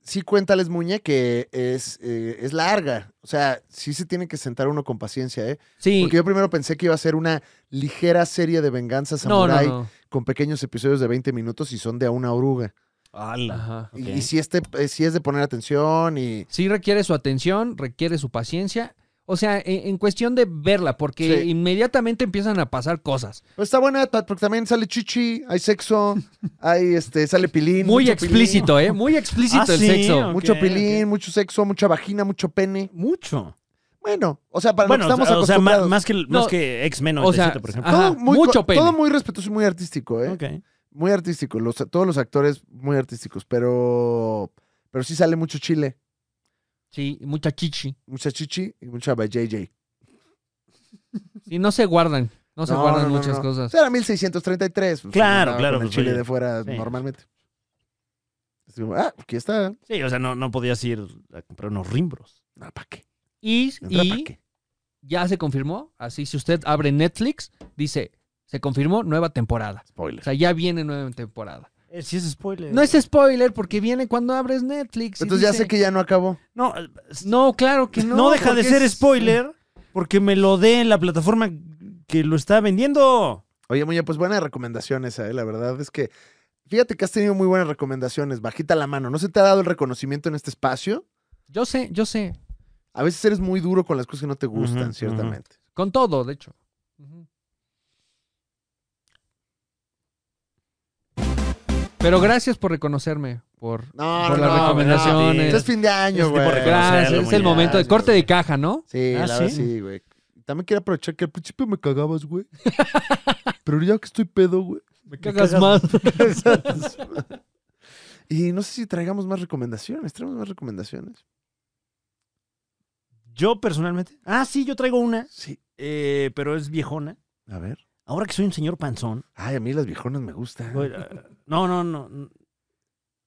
[SPEAKER 3] sí cuéntales, Muñe, que es, eh, es larga. O sea, sí se tiene que sentar uno con paciencia, ¿eh?
[SPEAKER 2] Sí,
[SPEAKER 3] Porque yo primero pensé que iba a ser una ligera serie de venganza
[SPEAKER 2] no, no,
[SPEAKER 3] samurái
[SPEAKER 2] no.
[SPEAKER 3] con pequeños episodios de 20 minutos y son de a una oruga.
[SPEAKER 1] Ala.
[SPEAKER 2] Ajá.
[SPEAKER 3] Y-
[SPEAKER 1] Ok.
[SPEAKER 3] Y, si este, eh, sí es de poner atención y...
[SPEAKER 2] Sí requiere su atención, requiere su paciencia. O sea, e, en, en cuestión de verla, porque
[SPEAKER 3] Sí.
[SPEAKER 2] inmediatamente empiezan a pasar cosas.
[SPEAKER 3] Pero Pues está buena ta- porque también sale chichi, hay sexo, hay este, sale pilín.
[SPEAKER 2] Muy
[SPEAKER 3] mucho pilín,
[SPEAKER 2] explícito, ¿eh? Muy explícito
[SPEAKER 1] Ah,
[SPEAKER 2] el
[SPEAKER 1] sí,
[SPEAKER 2] sexo.
[SPEAKER 1] ok.
[SPEAKER 3] mucho pilín, mucho sexo, mucha vagina, mucho pene.
[SPEAKER 1] Mucho.
[SPEAKER 3] Bueno, o sea, para
[SPEAKER 1] bueno,
[SPEAKER 3] lo que estamos
[SPEAKER 1] o sea, más,
[SPEAKER 3] acostumbrados.
[SPEAKER 1] más que, más
[SPEAKER 2] No.
[SPEAKER 1] que X-Men
[SPEAKER 2] O sea,
[SPEAKER 1] 97, por ejemplo.
[SPEAKER 2] ajá,
[SPEAKER 3] todo muy,
[SPEAKER 2] mucho
[SPEAKER 3] mucho
[SPEAKER 2] pene.
[SPEAKER 3] Todo muy respetuoso y muy artístico, ¿eh?
[SPEAKER 1] Ok.
[SPEAKER 3] Muy artístico. Los, todos los actores muy artísticos, pero, pero sí sale mucho chile,
[SPEAKER 2] Sí, mucha chichi.
[SPEAKER 3] mucha chichi y mucha JJ.
[SPEAKER 2] Sí, no se guardan. No se guardan muchas
[SPEAKER 3] no. O
[SPEAKER 2] cosas.
[SPEAKER 3] sea, era 1633. pues,
[SPEAKER 1] Claro,
[SPEAKER 3] andaba
[SPEAKER 1] claro,
[SPEAKER 3] Con el
[SPEAKER 1] pues,
[SPEAKER 3] chile
[SPEAKER 1] oye.
[SPEAKER 3] de fuera
[SPEAKER 1] Sí.
[SPEAKER 3] normalmente. Así como, ah, aquí está.
[SPEAKER 1] Sí, o sea, no, no podías ir a comprar unos rimbros.
[SPEAKER 3] No, ¿para qué?
[SPEAKER 2] Y,
[SPEAKER 3] ¿Entra
[SPEAKER 2] y
[SPEAKER 3] para qué?
[SPEAKER 2] ya se confirmó. Así, si usted abre Netflix, dice, se confirmó nueva temporada. O
[SPEAKER 3] Spoiler.
[SPEAKER 2] sea, ya viene nueva temporada.
[SPEAKER 1] Eh, sí es spoiler.
[SPEAKER 2] No es spoiler porque viene cuando abres Netflix. y
[SPEAKER 3] Entonces ya
[SPEAKER 2] dice-
[SPEAKER 3] sé que ya no acabó.
[SPEAKER 1] No, eh, s-
[SPEAKER 2] No, claro que no.
[SPEAKER 1] no deja de
[SPEAKER 2] porque
[SPEAKER 1] ser
[SPEAKER 2] es-
[SPEAKER 1] spoiler porque me lo dé en la plataforma que lo está vendiendo.
[SPEAKER 3] Oye, Muñe, pues buena recomendación esa, ¿eh? La verdad es que. Fíjate que has tenido muy buenas recomendaciones. Bajita la mano. No se te ha dado el reconocimiento en este espacio.
[SPEAKER 2] Yo sé, yo sé.
[SPEAKER 3] A veces eres muy duro con las cosas que no te gustan,
[SPEAKER 1] ujú.
[SPEAKER 3] ciertamente.
[SPEAKER 2] Con todo, de hecho. Ujú. Pero gracias por reconocerme, por
[SPEAKER 3] No,
[SPEAKER 2] por
[SPEAKER 3] no,
[SPEAKER 2] las
[SPEAKER 3] no,
[SPEAKER 2] recomendaciones.
[SPEAKER 3] Este es fin de año,
[SPEAKER 1] Es tipo
[SPEAKER 3] güey.
[SPEAKER 1] reconocerlo,
[SPEAKER 2] Gracias, es el
[SPEAKER 1] muñeca.
[SPEAKER 2] momento de corte de caja, ¿no?
[SPEAKER 3] Sí,
[SPEAKER 1] Ah,
[SPEAKER 3] la verdad
[SPEAKER 1] ¿sí?
[SPEAKER 3] sí, güey. También quiero aprovechar que al principio me cagabas, güey. Pero ya que estoy pedo, güey.
[SPEAKER 2] Me
[SPEAKER 1] cagas
[SPEAKER 2] más.
[SPEAKER 3] y no sé si traigamos más recomendaciones. Traemos más recomendaciones.
[SPEAKER 1] Yo personalmente. Ah, sí, yo traigo una,
[SPEAKER 3] Sí.
[SPEAKER 1] eh, pero es viejona.
[SPEAKER 3] A ver.
[SPEAKER 1] Ahora que soy un señor panzón.
[SPEAKER 3] Ay, a mí las viejonas me gustan.
[SPEAKER 1] voy a- No, no, no.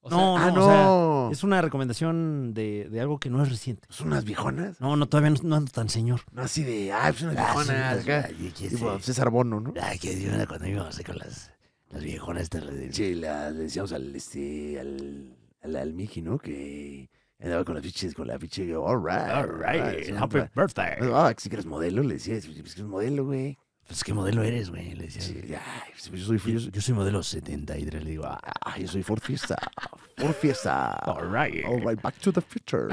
[SPEAKER 2] O sea,
[SPEAKER 1] no,
[SPEAKER 3] ah,
[SPEAKER 1] no, o sea,
[SPEAKER 3] no.
[SPEAKER 1] es una recomendación de, de algo que no es reciente.
[SPEAKER 3] Son unas viejonas.
[SPEAKER 1] No, no, todavía no, no ando tan señor.
[SPEAKER 3] No así de, ay, pues unas
[SPEAKER 1] Ah, sí,
[SPEAKER 3] viejonas.
[SPEAKER 1] pues,
[SPEAKER 3] acá.
[SPEAKER 1] ay, ¿quién
[SPEAKER 3] Tipo
[SPEAKER 1] sabe?
[SPEAKER 3] César Bono, ¿no?
[SPEAKER 1] Ay, que Dios mío, cuando íbamos con las, las viejonas estas, las del-
[SPEAKER 3] Sí, la, le decíamos al, este, al, al, al Mickey, ¿no? Que andaba con las pinches, con la pinche, all right.
[SPEAKER 1] All right, happy birthday.
[SPEAKER 3] Ah, que si que eres modelo, le decía, pues que eres modelo, güey.
[SPEAKER 1] Pues, ¿qué modelo eres, güey? Le decía.
[SPEAKER 3] Sí, ay, pues, yo soy, yo,
[SPEAKER 1] Yo, yo soy modelo 73, le digo, ah,
[SPEAKER 3] ay, yo soy Ford Fiesta, Ford Fiesta.
[SPEAKER 1] all right.
[SPEAKER 3] All right, back to the future.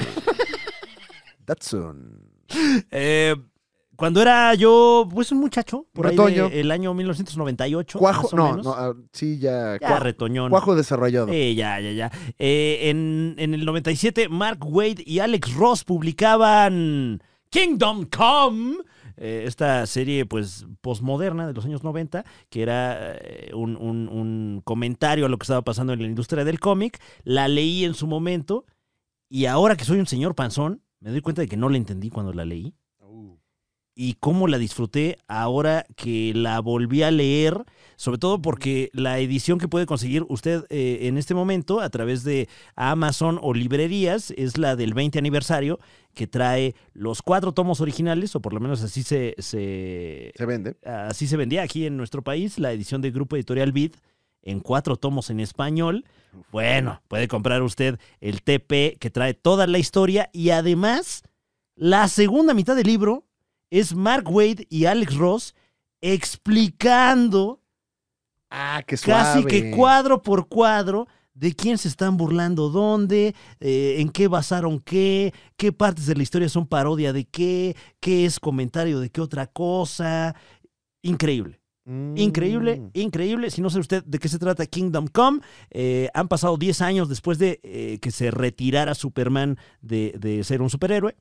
[SPEAKER 3] Datsun.
[SPEAKER 1] Eh, cuando era yo, pues un muchacho, por ahí
[SPEAKER 3] Retoño.
[SPEAKER 1] de- el año 1998.
[SPEAKER 3] Cuajo,
[SPEAKER 1] más o
[SPEAKER 3] no,
[SPEAKER 1] menos.
[SPEAKER 3] no, ah, sí, ya,
[SPEAKER 1] Ya,
[SPEAKER 3] cua-
[SPEAKER 1] retoñón.
[SPEAKER 3] cuajo desarrollado.
[SPEAKER 1] Eh, ya, ya, ya. Eh, en, en el 97, Mark Wade y Alex Ross publicaban Kingdom Come, eh, esta serie pues posmoderna de los años 90, que era eh, un, un- un comentario a lo que estaba pasando en la industria del cómic. La leí en su momento y ahora que soy un señor panzón, me doy cuenta de que no la entendí cuando la leí. Y cómo la disfruté ahora que la volví a leer sobre todo porque la edición que puede conseguir usted eh, en este momento a través de Amazon o librerías es la del 20 aniversario que trae los cuatro tomos originales, o por lo menos así se, se-
[SPEAKER 3] Se vende.
[SPEAKER 1] así se vendía aquí en nuestro país, la edición de Grupo Editorial Vid en cuatro tomos en español. Bueno, puede comprar usted el TP que trae toda la historia y además la segunda mitad del libro es Mark Wade y Alex Ross explicando
[SPEAKER 3] Ah, que suave.
[SPEAKER 1] casi que cuadro por cuadro de quién se están burlando dónde, eh, en qué basaron qué, qué partes de la historia son parodia de qué, qué es comentario de qué otra cosa. Increíble,
[SPEAKER 3] Mm.
[SPEAKER 1] increíble, increíble. Si no sé usted de qué se trata Kingdom Come, eh, han pasado 10 años después de eh, que se retirara Superman de, de ser un superhéroe.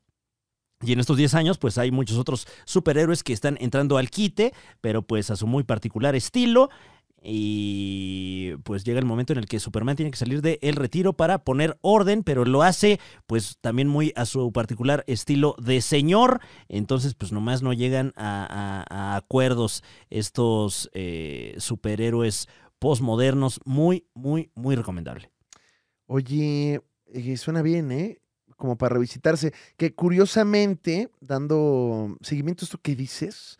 [SPEAKER 1] Y en estos 10 años, pues hay muchos otros superhéroes que están entrando al quite, pero pues a su muy particular estilo. Y pues llega el momento en el que Superman tiene que salir del el retiro para poner orden, pero lo hace pues también muy a su particular estilo de señor. Entonces pues nomás no llegan a, a- a acuerdos estos eh, superhéroes postmodernos. Muy, muy, muy recomendable.
[SPEAKER 3] Oye, eh, suena bien, ¿eh? Como para revisitarse. Que curiosamente, dando seguimiento a esto que dices,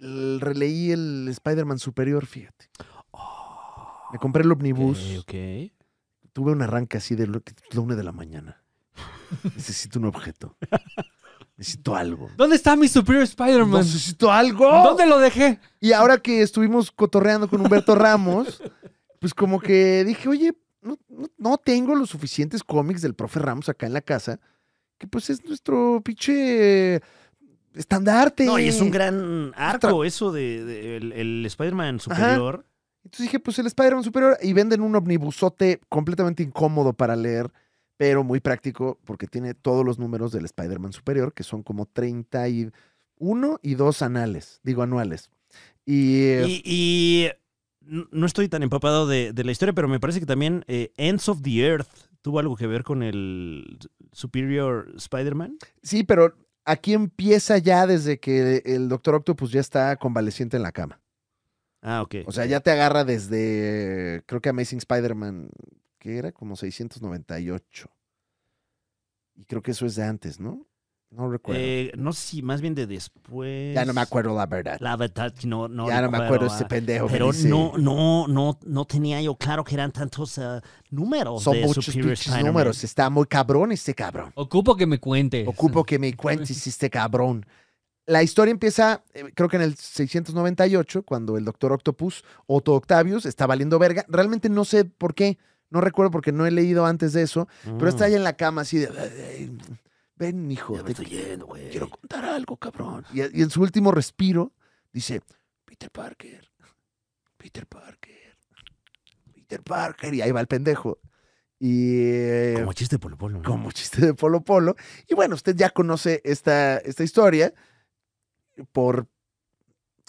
[SPEAKER 3] el- releí el Spider-Man Superior, fíjate.
[SPEAKER 1] Oh,
[SPEAKER 3] Me compré el Omnibus. Tuve un arranque así de lo que- la una de la mañana. Necesito un objeto. Necesito algo.
[SPEAKER 2] ¿Dónde está mi Superior Spider-Man?
[SPEAKER 3] Necesito algo.
[SPEAKER 2] ¿Dónde lo dejé?
[SPEAKER 3] Y ahora que estuvimos cotorreando con Humberto Ramos, pues como que dije, oye, no, no- no tengo los suficientes cómics del profe Ramos acá en la casa, que pues es nuestro pinche estandarte.
[SPEAKER 1] No, y es un gran arco eso de, de- el, el Spider-Man superior.
[SPEAKER 3] Entonces dije, pues el Spider-Man Superior y venden un omnibusote completamente incómodo para leer, pero muy práctico porque tiene todos los números del Spider-Man Superior, que son como 31 y 2 anales, digo anuales. Y, eh,
[SPEAKER 1] Y, y, n- no estoy tan empapado de, de la historia, pero me parece que también eh, Ends of the Earth tuvo algo que ver con el Superior Spider-Man.
[SPEAKER 3] Sí, pero aquí empieza ya desde que el Doctor Octopus ya está convaleciente en la cama.
[SPEAKER 1] Ah, ok.
[SPEAKER 3] O sea, ya te agarra desde, creo que Amazing Spider-Man, que era como 698. Y creo que eso es de antes, ¿no? No recuerdo.
[SPEAKER 1] Eh, no sé si más bien de después.
[SPEAKER 3] ya no me acuerdo la verdad.
[SPEAKER 1] La verdad que no, no
[SPEAKER 3] ya no me acuerdo
[SPEAKER 1] recuerdo,
[SPEAKER 3] ese
[SPEAKER 1] ah.
[SPEAKER 3] pendejo. que
[SPEAKER 1] Pero
[SPEAKER 3] dice,
[SPEAKER 1] no, no, no, no tenía yo claro que eran tantos ah, números
[SPEAKER 3] Son
[SPEAKER 1] de
[SPEAKER 3] muchos
[SPEAKER 1] Superior
[SPEAKER 3] pinches
[SPEAKER 1] Spider-Man.
[SPEAKER 3] números. Está muy cabrón este cabrón.
[SPEAKER 2] Ocupo que me cuentes.
[SPEAKER 3] Ocupo que me cuentes este cabrón. La historia empieza, eh, creo que en el 698, cuando el doctor Octopus, Otto Octavius, está valiendo verga. Realmente no sé por qué, no recuerdo porque no he leído antes de eso, pero
[SPEAKER 1] Mm.
[SPEAKER 3] está ahí en la cama así de... "Ay, Ven, hijo,
[SPEAKER 1] Ya me
[SPEAKER 3] te
[SPEAKER 1] estoy yendo, güey.
[SPEAKER 3] quiero contar algo, cabrón. Y, y en su último respiro dice, Peter Parker, Peter Parker, Peter Parker. Y ahí va el pendejo. Y... eh,
[SPEAKER 1] Como chiste polo polo. ¿no?
[SPEAKER 3] como chiste de Polo Polo. Y bueno, usted ya conoce esta, esta historia por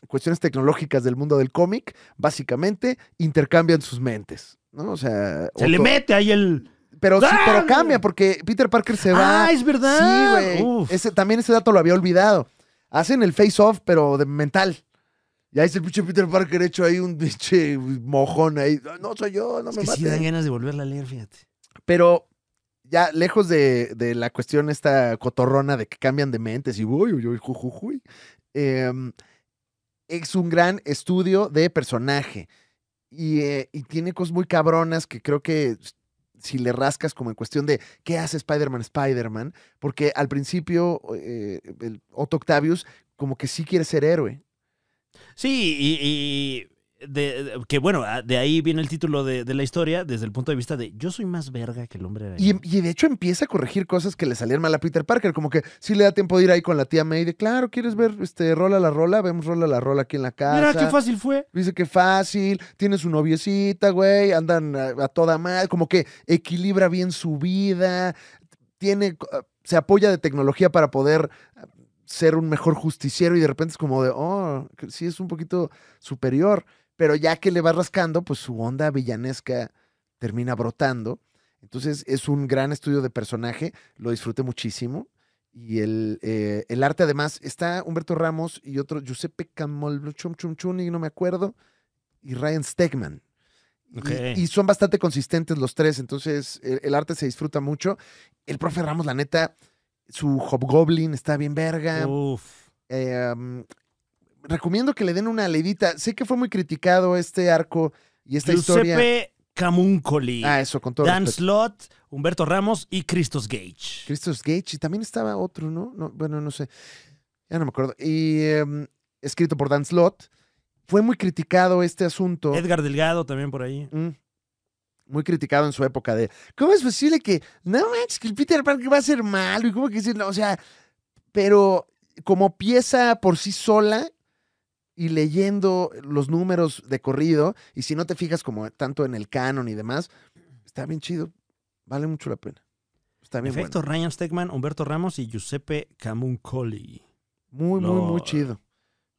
[SPEAKER 3] cuestiones tecnológicas del mundo del cómic. Básicamente, intercambian sus mentes, ¿no? O sea...
[SPEAKER 1] Se le
[SPEAKER 3] Otto-
[SPEAKER 1] mete ahí el.
[SPEAKER 3] Pero sí, pero
[SPEAKER 1] ¡Ah!
[SPEAKER 3] cambia porque Peter Parker se va...
[SPEAKER 1] Ah, es verdad.
[SPEAKER 3] Sí, güey.
[SPEAKER 1] Uf.
[SPEAKER 3] Ese- También ese dato lo había olvidado. Hacen el face-off, pero de mental. Y ahí está el pinche Peter Parker hecho ahí un pinche mojón ahí. No soy yo, no
[SPEAKER 1] Es
[SPEAKER 3] me
[SPEAKER 1] que sí
[SPEAKER 3] maten".
[SPEAKER 1] dan ganas de volverla a leer, fíjate.
[SPEAKER 3] Pero ya lejos de, de la cuestión esta cotorrona de que cambian de mentes y uy, uy, uy, ju, ju, ju, em, es un gran estudio de personaje. Y, eh, y tiene cosas muy cabronas que creo que s- si le rascas como en cuestión de qué hace Spider-Man, Spider-Man, porque al principio eh, el Otto Octavius como que sí quiere ser héroe.
[SPEAKER 1] Sí, y, y de- de- que bueno, a- de ahí viene el título de, de la historia desde el punto de vista de yo soy más verga que el hombre araña.
[SPEAKER 3] Y, y de hecho empieza a corregir cosas que le salían mal a Peter Parker, como que sí le da tiempo de ir ahí con la tía May de, claro, ¿quieres ver este rola la rola? Vemos rola la rola aquí en la casa.
[SPEAKER 1] Mira qué fácil fue.
[SPEAKER 3] Dice que fácil, tiene su noviecita, güey, andan a, a toda madre, como que equilibra bien su vida, tiene, co- ah, se apoya de tecnología para poder eh, ser un mejor justiciero y de repente es como de, oh, que sí es un poquito superior, pero ya que le va rascando, pues su onda villanesca termina brotando. Entonces es un gran estudio de personaje, lo disfruté muchísimo. Y el, eh, el arte, además, está Humberto Ramos y otro, Giuseppe Camol, Chum Chum Chum, y no me acuerdo, y Ryan Stegman. Y-
[SPEAKER 1] Ok.
[SPEAKER 3] Y, son bastante consistentes los tres, entonces el, el arte se disfruta mucho. El profe Ramos, la neta, su Hobgoblin está bien verga.
[SPEAKER 1] Uf.
[SPEAKER 3] Eh, um, recomiendo que le den una leidita. Sé que fue muy criticado este arco y esta historia.
[SPEAKER 1] Giuseppe Camuncoli,
[SPEAKER 3] Ah, eso, con todo
[SPEAKER 1] Dan
[SPEAKER 3] respeto.
[SPEAKER 1] Slott, Humberto Ramos y Christos Gage.
[SPEAKER 3] Christos Gage y también estaba otro, ¿no? No, Bueno, no sé. Ya no me acuerdo. Y em, escrito por Dan Slott. Fue muy criticado este asunto.
[SPEAKER 1] Edgar Delgado también por ahí.
[SPEAKER 3] Mm. Muy criticado en su época de ¿Cómo es posible que no manches que el Peter Parker va a ser malo? Y cómo que sí, no, o sea, pero como pieza por sí sola y leyendo los números de corrido, y si no te fijas como tanto en el canon y demás, está bien chido. Vale mucho la pena. Está bien bueno.
[SPEAKER 1] Perfecto, Ryan Stegman, Humberto Ramos y Giuseppe Camuncoli.
[SPEAKER 3] Muy, muy, muy
[SPEAKER 1] No.
[SPEAKER 3] chido.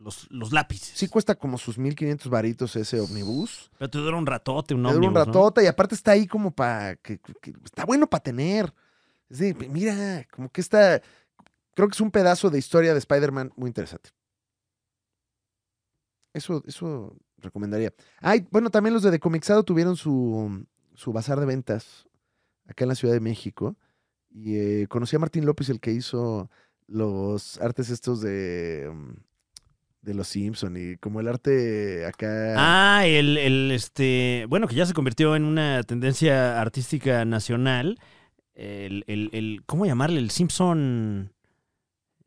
[SPEAKER 1] Los, los lápices.
[SPEAKER 3] Sí cuesta como sus 1500 varitos ese omnibus.
[SPEAKER 1] Pero te dura un ratote, un
[SPEAKER 3] Te dura un
[SPEAKER 1] ómnibus, ¿no?
[SPEAKER 3] ratota y aparte está ahí como para que, que- que está bueno para tener. Es de, mira, como que está creo que es un pedazo de historia de Spider-Man muy interesante. Eso eso recomendaría. Ay, bueno, también los de Decomixado tuvieron su su bazar de ventas acá en la Ciudad de México y eh, conocí a Martín López el que hizo los artes estos de mm, de los Simpson y como el arte acá
[SPEAKER 1] Ah, el, el, este, bueno, que ya se convirtió en una tendencia artística nacional. El, el, el- ¿cómo llamarle? El Simpson.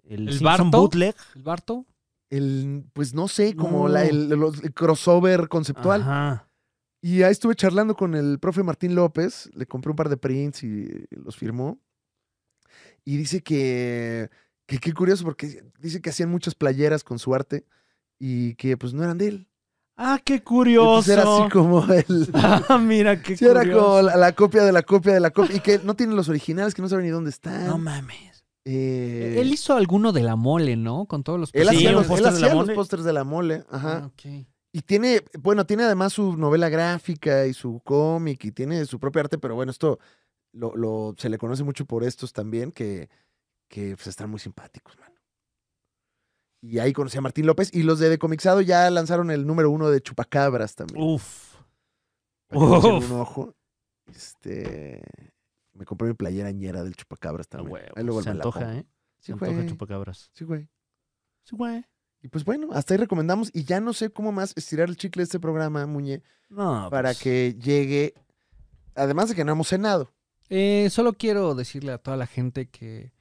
[SPEAKER 1] El,
[SPEAKER 2] ¿El
[SPEAKER 1] Simpson
[SPEAKER 2] Barto?
[SPEAKER 1] bootleg.
[SPEAKER 2] ¿El Barto?
[SPEAKER 3] el, pues no sé,
[SPEAKER 1] No.
[SPEAKER 3] como la- el, los- el crossover conceptual.
[SPEAKER 1] Ajá.
[SPEAKER 3] Y ahí estuve charlando con el profe Martín López, le compré un par de prints y eh, los firmó. Y dice que, que qué curioso, porque dice que hacían muchas playeras con su arte y que pues no eran de él.
[SPEAKER 1] Ah, qué
[SPEAKER 3] Entonces
[SPEAKER 1] curioso.
[SPEAKER 3] era así como el...
[SPEAKER 1] Ah, mira, qué
[SPEAKER 3] sí, era
[SPEAKER 1] curioso.
[SPEAKER 3] como la, la copia de la copia de la copia. Y que no tienen los originales, que no saben ni dónde están.
[SPEAKER 1] No mames.
[SPEAKER 3] Eh,
[SPEAKER 2] Él hizo alguno de la mole, ¿no? Con todos los
[SPEAKER 3] él
[SPEAKER 1] Sí,
[SPEAKER 3] hacía
[SPEAKER 1] un
[SPEAKER 3] los, él
[SPEAKER 1] póster de la
[SPEAKER 3] hacía los
[SPEAKER 1] mole.
[SPEAKER 3] pósters de la mole. Ajá.
[SPEAKER 2] Ah, ok.
[SPEAKER 3] Y tiene, bueno, tiene además su novela gráfica y su cómic y tiene su propio arte, pero bueno, esto lo, lo- se le conoce mucho por estos también, que, que pues, están muy simpáticos, mano. Y ahí conocí a Martín López y los de Decomixado ya lanzaron el número uno de Chupacabras también.
[SPEAKER 1] Uf.
[SPEAKER 3] para que le echen
[SPEAKER 1] uf.
[SPEAKER 3] un ojo. Este, me compré mi playera ñera del Chupacabras
[SPEAKER 1] Ah,
[SPEAKER 3] también.
[SPEAKER 1] huevo,
[SPEAKER 3] ahí luego
[SPEAKER 1] se
[SPEAKER 3] me la
[SPEAKER 1] antoja,
[SPEAKER 3] pongo.
[SPEAKER 1] ¿eh?
[SPEAKER 3] Sí,
[SPEAKER 1] Se antoja
[SPEAKER 3] güey.
[SPEAKER 1] chupacabras.
[SPEAKER 3] Sí, güey.
[SPEAKER 1] Sí, güey.
[SPEAKER 3] Y pues bueno, hasta ahí recomendamos y ya no sé cómo más estirar el chicle de este programa, Muñe.
[SPEAKER 1] No,
[SPEAKER 3] para
[SPEAKER 1] pues,
[SPEAKER 3] que llegue. Además de que no hemos cenado.
[SPEAKER 2] Eh, solo quiero decirle a toda la gente que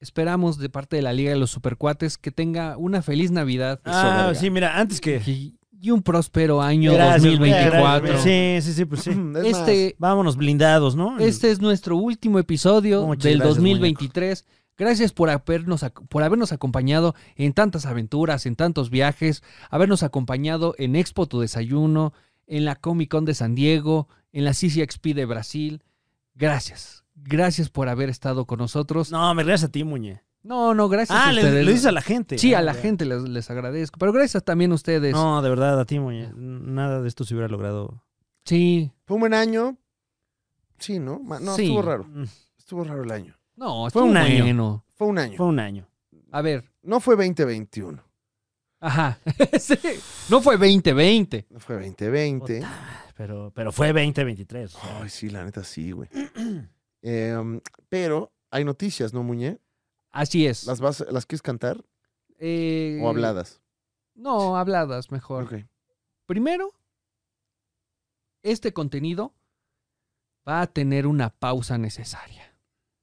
[SPEAKER 2] esperamos de parte de la Liga de los Supercuates que tenga una feliz Navidad
[SPEAKER 1] Ah,
[SPEAKER 3] verga.
[SPEAKER 1] sí, mira, antes que.
[SPEAKER 2] y, y un próspero año
[SPEAKER 1] Gracias,
[SPEAKER 2] 2024.
[SPEAKER 1] gracias. Sí, sí, sí, pues sí.
[SPEAKER 3] Es más,
[SPEAKER 2] Este,
[SPEAKER 1] Vámonos blindados, ¿no?
[SPEAKER 2] este es nuestro último episodio
[SPEAKER 1] Muchas
[SPEAKER 2] del
[SPEAKER 1] gracias,
[SPEAKER 2] 2023. Gracias por habernos, ac- por habernos acompañado en tantas aventuras, en tantos viajes, habernos acompañado en Expo Tu Desayuno, en la Comic Con de San Diego, en la CCXP de Brasil. Gracias. Gracias por haber estado con nosotros.
[SPEAKER 1] No, me gracias a ti, Muñe.
[SPEAKER 2] No, no, gracias
[SPEAKER 1] Ah,
[SPEAKER 2] a
[SPEAKER 1] le,
[SPEAKER 2] ustedes.
[SPEAKER 1] le dices a la gente.
[SPEAKER 2] Sí,
[SPEAKER 1] Ah,
[SPEAKER 2] a la
[SPEAKER 1] ya.
[SPEAKER 2] gente les, les agradezco. Pero gracias también a ustedes.
[SPEAKER 1] No, de verdad, a ti, Muñe. Nada de esto se hubiera logrado.
[SPEAKER 2] Sí.
[SPEAKER 3] Fue un buen año. Sí, ¿no? Ma- No,
[SPEAKER 2] Sí.
[SPEAKER 3] estuvo raro.
[SPEAKER 1] Mm,
[SPEAKER 3] Estuvo raro el año.
[SPEAKER 2] No,
[SPEAKER 1] Fue
[SPEAKER 2] estuvo
[SPEAKER 1] un año.
[SPEAKER 2] bueno.
[SPEAKER 3] Fue un año.
[SPEAKER 1] Fue un año.
[SPEAKER 2] A ver,
[SPEAKER 3] No fue 2021.
[SPEAKER 2] Ajá. Sí. No fue 2020.
[SPEAKER 3] No Fue 2020.
[SPEAKER 1] Pero, pero fue 2023. o sea.
[SPEAKER 3] Ay, sí, la neta sí, güey. Em, pero hay noticias, ¿no, Muñe?
[SPEAKER 2] Así es.
[SPEAKER 3] ¿Las, vas, ¿Las quieres cantar
[SPEAKER 2] Eh,
[SPEAKER 3] o habladas?
[SPEAKER 2] No, habladas mejor.
[SPEAKER 3] Ok.
[SPEAKER 2] Primero, este contenido va a tener una pausa necesaria.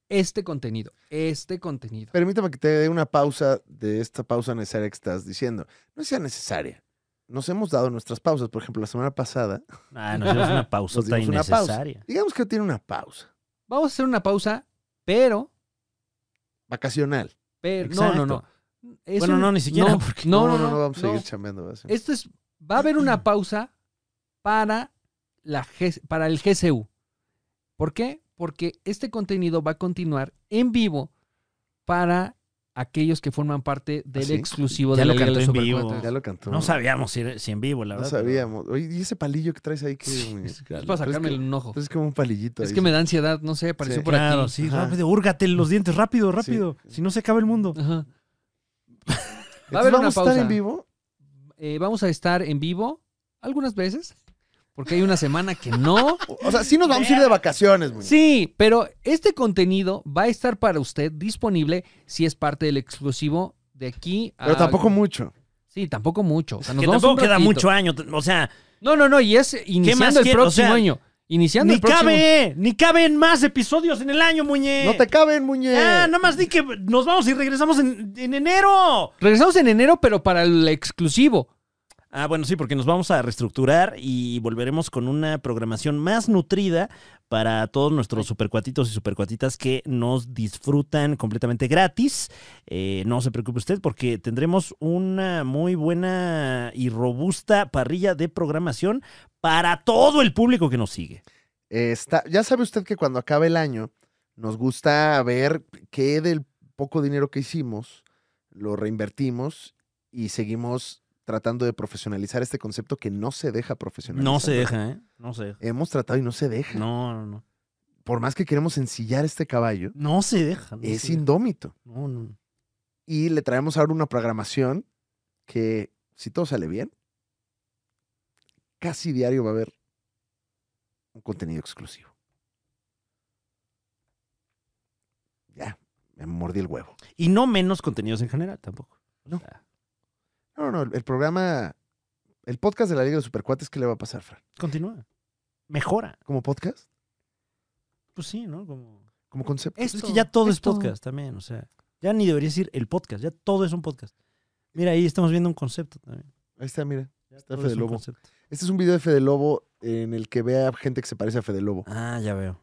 [SPEAKER 2] Este contenido, este contenido.
[SPEAKER 3] Permítame que te dé una pausa de esta pausa necesaria que estás diciendo. No sea necesaria. Nos hemos dado nuestras pausas. Por ejemplo, la semana pasada,
[SPEAKER 1] Ah, nos dimos una pausota
[SPEAKER 3] dimos una pausa.
[SPEAKER 1] innecesaria.
[SPEAKER 3] digamos que tiene una pausa
[SPEAKER 2] Vamos a hacer una pausa, pero,
[SPEAKER 3] vacacional.
[SPEAKER 2] pero no, no,
[SPEAKER 1] Exacto.
[SPEAKER 2] no. Es
[SPEAKER 1] Bueno, no, ni siquiera,
[SPEAKER 2] No,
[SPEAKER 1] porque-
[SPEAKER 2] no, no,
[SPEAKER 3] no,
[SPEAKER 2] no,
[SPEAKER 3] vamos
[SPEAKER 2] no.
[SPEAKER 3] a seguir chambeando. va a ser.
[SPEAKER 2] Esto es, va a haber una pausa para, la G- para el GCU. ¿Por qué? Porque este contenido va a continuar en vivo para aquellos que forman parte del
[SPEAKER 3] ¿Ah, sí?
[SPEAKER 2] exclusivo
[SPEAKER 1] Ya
[SPEAKER 2] de
[SPEAKER 1] lo
[SPEAKER 2] la Liga de
[SPEAKER 1] cantó
[SPEAKER 2] los
[SPEAKER 1] en vivo.
[SPEAKER 2] Supercuates.
[SPEAKER 3] Ya lo cantó.
[SPEAKER 1] No sabíamos si, era- si en vivo, la
[SPEAKER 3] No
[SPEAKER 1] verdad. pero-
[SPEAKER 3] sabíamos. Oye, ¿y ese palillo que traes ahí? Que, Muñe?
[SPEAKER 2] Es para sacarme
[SPEAKER 3] Pero es que-
[SPEAKER 2] un ojo.
[SPEAKER 3] pero es como un palillito.
[SPEAKER 2] Es
[SPEAKER 3] ahí,
[SPEAKER 2] que me
[SPEAKER 3] sí.
[SPEAKER 2] da ansiedad, no sé, apareció
[SPEAKER 3] Sí.
[SPEAKER 2] por
[SPEAKER 1] claro,
[SPEAKER 2] aquí.
[SPEAKER 1] sí,
[SPEAKER 3] Ajá.
[SPEAKER 1] rápido, húrgate los dientes, rápido, rápido.
[SPEAKER 3] Sí.
[SPEAKER 1] Si no se acaba el mundo.
[SPEAKER 2] Ajá. Va a haber
[SPEAKER 3] Entonces,
[SPEAKER 2] una
[SPEAKER 3] ¿Vamos a
[SPEAKER 2] pausa.
[SPEAKER 3] estar en vivo?
[SPEAKER 2] Eh, vamos a estar en vivo algunas veces, porque hay una semana que no.
[SPEAKER 3] O o sea, sí nos vamos a ir de vacaciones, Muñe.
[SPEAKER 2] Sí, pero este contenido va a estar para usted disponible si es parte del exclusivo de aquí a...
[SPEAKER 3] Pero tampoco mucho.
[SPEAKER 2] Sí, tampoco mucho. O sea, nos
[SPEAKER 1] que
[SPEAKER 2] vamos un
[SPEAKER 1] tampoco queda
[SPEAKER 2] ratito.
[SPEAKER 1] mucho año. t- O sea,
[SPEAKER 2] No, no, no, y es
[SPEAKER 1] más
[SPEAKER 2] iniciando el
[SPEAKER 1] quiere? O
[SPEAKER 2] próximo
[SPEAKER 1] sea,
[SPEAKER 2] año. Iniciando
[SPEAKER 1] ni
[SPEAKER 2] el próximo
[SPEAKER 1] cabe, ni caben más episodios en el año, muñe.
[SPEAKER 3] No te caben, Muñe.
[SPEAKER 1] Ah, nada más di que nos vamos y regresamos en, en enero.
[SPEAKER 2] Regresamos en enero, pero para el exclusivo.
[SPEAKER 1] Ah, bueno, sí, porque nos vamos a reestructurar y volveremos con una programación más nutrida para todos nuestros supercuatitos y supercuatitas que nos disfrutan completamente gratis. Eh, no se preocupe usted porque tendremos una muy buena y robusta parrilla de programación para todo el público que nos sigue.
[SPEAKER 3] Está, ya sabe usted que cuando acabe el año nos gusta ver qué del poco dinero que hicimos lo reinvertimos y seguimos tratando de profesionalizar este concepto que no se deja profesionalizar.
[SPEAKER 1] No se deja, ¿eh? No se deja.
[SPEAKER 3] Hemos tratado y no se deja.
[SPEAKER 1] No, no, no.
[SPEAKER 3] Por más que queremos ensillar este caballo,
[SPEAKER 1] No se deja. no
[SPEAKER 3] es
[SPEAKER 1] se deja.
[SPEAKER 3] indómito.
[SPEAKER 1] No, no, no.
[SPEAKER 3] Y le traemos ahora una programación que, si todo sale bien, casi diario va a haber un contenido exclusivo. Ya, me mordí el huevo.
[SPEAKER 1] Y no menos contenidos en general tampoco.
[SPEAKER 3] No. No, no, el programa, el podcast de la Liga de Supercuates, ¿qué le va a pasar, Fran?
[SPEAKER 1] Continúa. Mejora.
[SPEAKER 3] ¿Como podcast?
[SPEAKER 1] Pues sí, ¿no? Como...
[SPEAKER 3] ¿Como concepto?
[SPEAKER 1] Pues es que ya todo es podcast también, o sea, ya ni debería decir el podcast, ya todo es un podcast. Mira, ahí estamos viendo un concepto también.
[SPEAKER 3] Ahí está, mira.
[SPEAKER 1] Ya
[SPEAKER 3] Está
[SPEAKER 1] todo
[SPEAKER 3] Fede
[SPEAKER 1] es un
[SPEAKER 3] Lobo.
[SPEAKER 1] concepto.
[SPEAKER 3] Este es un video de Fede Lobo en el que ve a gente que se parece a Fede Lobo.
[SPEAKER 1] Ah, ya veo.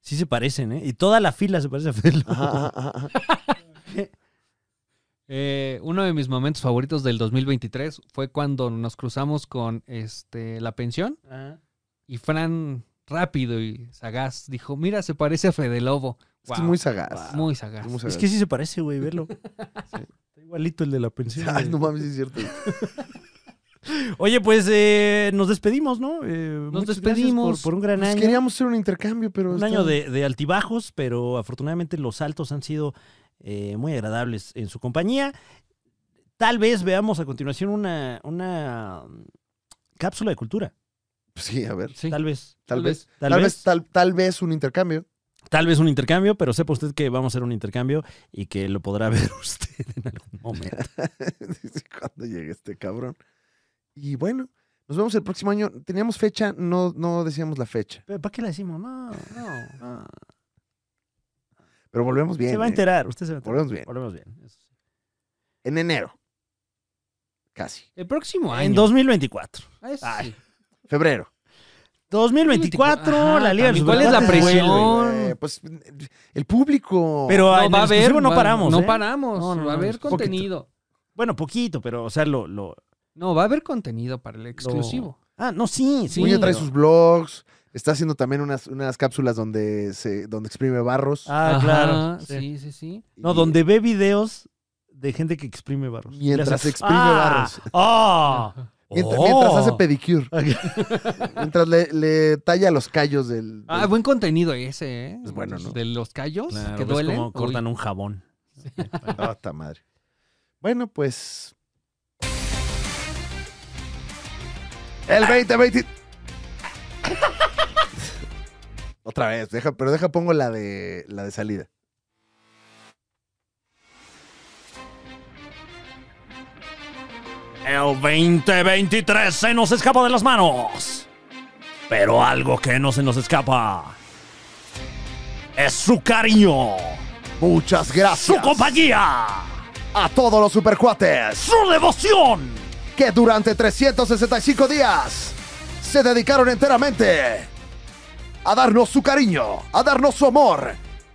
[SPEAKER 1] Sí se parecen, ¿eh? Y toda la fila se parece a Fede Lobo.
[SPEAKER 3] Ajá, ajá, ajá, ajá.
[SPEAKER 2] Eh, uno de mis momentos favoritos del 2023 fue cuando nos cruzamos con este, la pensión
[SPEAKER 1] Ah.
[SPEAKER 2] y Fran rápido y sagaz dijo, mira, se parece a Fede Lobo.
[SPEAKER 3] Es que es
[SPEAKER 2] Wow.
[SPEAKER 3] muy sagaz.
[SPEAKER 2] Muy sagaz.
[SPEAKER 3] Es muy
[SPEAKER 1] Es
[SPEAKER 3] sagaz.
[SPEAKER 1] que sí se parece, güey, verlo. Está igualito el de la pensión.
[SPEAKER 3] Ay,
[SPEAKER 1] güey.
[SPEAKER 3] Ah, no mames, sí es cierto.
[SPEAKER 1] Oye, pues eh, nos despedimos, ¿no? Eh, muchas gracias
[SPEAKER 2] despedimos.
[SPEAKER 1] Por, por un gran
[SPEAKER 3] Pues
[SPEAKER 1] año.
[SPEAKER 3] queríamos hacer un intercambio, pero.
[SPEAKER 1] Un
[SPEAKER 3] está-
[SPEAKER 1] año de, de altibajos, pero afortunadamente los saltos han sido eh, muy agradables en su compañía. Tal vez veamos a continuación una, una mm, cápsula de cultura.
[SPEAKER 3] Pues sí, a ver.
[SPEAKER 2] Sí,
[SPEAKER 1] Tal vez.
[SPEAKER 3] Tal, vez.
[SPEAKER 1] Tal,
[SPEAKER 3] Tal
[SPEAKER 1] vez.
[SPEAKER 3] vez, tal, tal vez un intercambio.
[SPEAKER 1] Tal vez un intercambio, pero sepa usted que vamos a hacer un intercambio y que lo podrá ver usted en algún momento.
[SPEAKER 3] Dice, Cuando llegue este cabrón. Y bueno, nos vemos el próximo año. Teníamos fecha, no, no decíamos la fecha.
[SPEAKER 1] ¿Para qué la decimos? No, no, no.
[SPEAKER 3] Pero volvemos bien.
[SPEAKER 1] se va a
[SPEAKER 3] ¿eh?
[SPEAKER 1] enterar, usted se va a enterar.
[SPEAKER 3] Volvemos bien.
[SPEAKER 1] Volvemos bien. eso sí.
[SPEAKER 3] En enero. Casi.
[SPEAKER 2] El próximo año.
[SPEAKER 1] En 2024.
[SPEAKER 2] Ah, eso
[SPEAKER 1] Ay.
[SPEAKER 2] sí.
[SPEAKER 3] Febrero.
[SPEAKER 1] 2024,
[SPEAKER 2] Ajá,
[SPEAKER 1] Pues, la Liga de
[SPEAKER 2] también, ¿cuál es la
[SPEAKER 1] Supercuates
[SPEAKER 2] presión?
[SPEAKER 1] vuelve.
[SPEAKER 3] Eh, pues el público.
[SPEAKER 1] Pero en
[SPEAKER 2] No, va
[SPEAKER 1] el
[SPEAKER 2] a haber,
[SPEAKER 1] exclusivo no
[SPEAKER 2] va-
[SPEAKER 1] paramos.
[SPEAKER 2] No
[SPEAKER 1] ¿eh?
[SPEAKER 2] paramos.
[SPEAKER 1] No, no,
[SPEAKER 2] va a
[SPEAKER 1] no,
[SPEAKER 2] haber
[SPEAKER 1] es poquito.
[SPEAKER 2] contenido.
[SPEAKER 1] Bueno, poquito, pero, o sea, lo. lo
[SPEAKER 2] No, va a haber contenido para el exclusivo.
[SPEAKER 1] ah, no, sí, sí.
[SPEAKER 3] Muñe trae
[SPEAKER 1] pero-
[SPEAKER 3] sus blogs. Está haciendo también unas, unas cápsulas donde se donde exprime barros.
[SPEAKER 1] Ah,
[SPEAKER 2] Ajá,
[SPEAKER 1] claro. sí.
[SPEAKER 2] Sí, sí, sí.
[SPEAKER 1] No,
[SPEAKER 3] Y-
[SPEAKER 1] donde ve videos de gente que exprime barros.
[SPEAKER 3] Mientras
[SPEAKER 1] Le hace,
[SPEAKER 3] exprime barros".
[SPEAKER 1] ¡Ah!
[SPEAKER 3] Mientras,
[SPEAKER 1] ¡Oh!
[SPEAKER 3] mientras hace pedicure. mientras le, le talla los callos del. del-
[SPEAKER 2] Ah, buen contenido ese, ¿eh?
[SPEAKER 3] Es bueno, ¿no?
[SPEAKER 2] De los callos
[SPEAKER 1] Claro,
[SPEAKER 2] que
[SPEAKER 1] ves
[SPEAKER 2] duelen.
[SPEAKER 1] cómo cortan un jabón.
[SPEAKER 3] Ah, ta madre. Bueno, pues. El 2020.
[SPEAKER 7] Otra vez, deja, pero deja pongo la de la de salida.
[SPEAKER 1] El 2023 se nos escapa de las manos. Pero algo que no se nos escapa es su cariño,
[SPEAKER 3] Muchas gracias
[SPEAKER 1] su compañía,
[SPEAKER 3] a todos los supercuates
[SPEAKER 1] su devoción.
[SPEAKER 3] que durante 365 días se dedicaron enteramente a darnos su cariño, a darnos su amor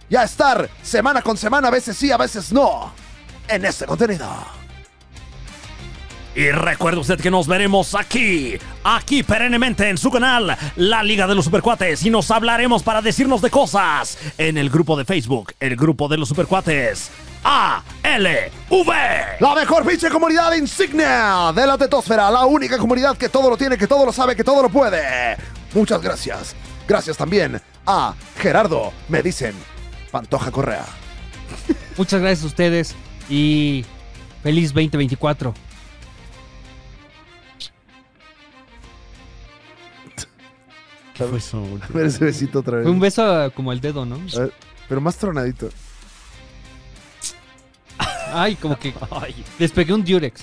[SPEAKER 3] y a estar semana con semana, a veces sí, a veces no, en este contenido.
[SPEAKER 1] Y recuerde usted que nos veremos aquí, aquí perennemente en su canal, La Liga de los Supercuates, y nos hablaremos para decirnos de cosas en el grupo de Facebook, el grupo de los Supercuates, ALV.
[SPEAKER 3] La mejor pinche comunidad insignia de la tetosfera, la única comunidad que todo lo tiene, que todo lo sabe, que todo lo puede. Muchas gracias. Gracias también a Gerardo, me dicen, Pantoja Correa.
[SPEAKER 2] Muchas gracias a ustedes y feliz 2024.
[SPEAKER 1] ¿Qué fue eso, boludo?
[SPEAKER 7] A ver ese besito otra vez.
[SPEAKER 2] Fue un beso como el dedo, ¿no?
[SPEAKER 7] A ver, pero más tronadito.
[SPEAKER 2] Ay, como que
[SPEAKER 1] Ay.
[SPEAKER 2] despegué un Durex.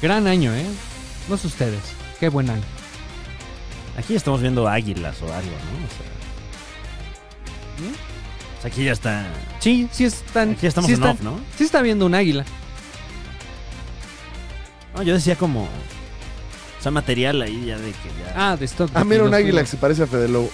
[SPEAKER 2] Gran año, ¿eh? No sé ustedes. Qué buen año.
[SPEAKER 1] Aquí estamos viendo águilas o algo, ¿no? O sea, o sea, aquí ya está.
[SPEAKER 2] Sí, sí están.
[SPEAKER 1] Aquí estamos
[SPEAKER 2] sí
[SPEAKER 1] en
[SPEAKER 2] están-
[SPEAKER 1] off, ¿no?
[SPEAKER 2] Sí está viendo un águila.
[SPEAKER 1] No, yo decía como. O sea, material ahí ya de que ya.
[SPEAKER 2] Ah, de stock.
[SPEAKER 7] Ah, mira un
[SPEAKER 2] No,
[SPEAKER 7] águila
[SPEAKER 2] no.
[SPEAKER 7] que se parece a Fede Lobo.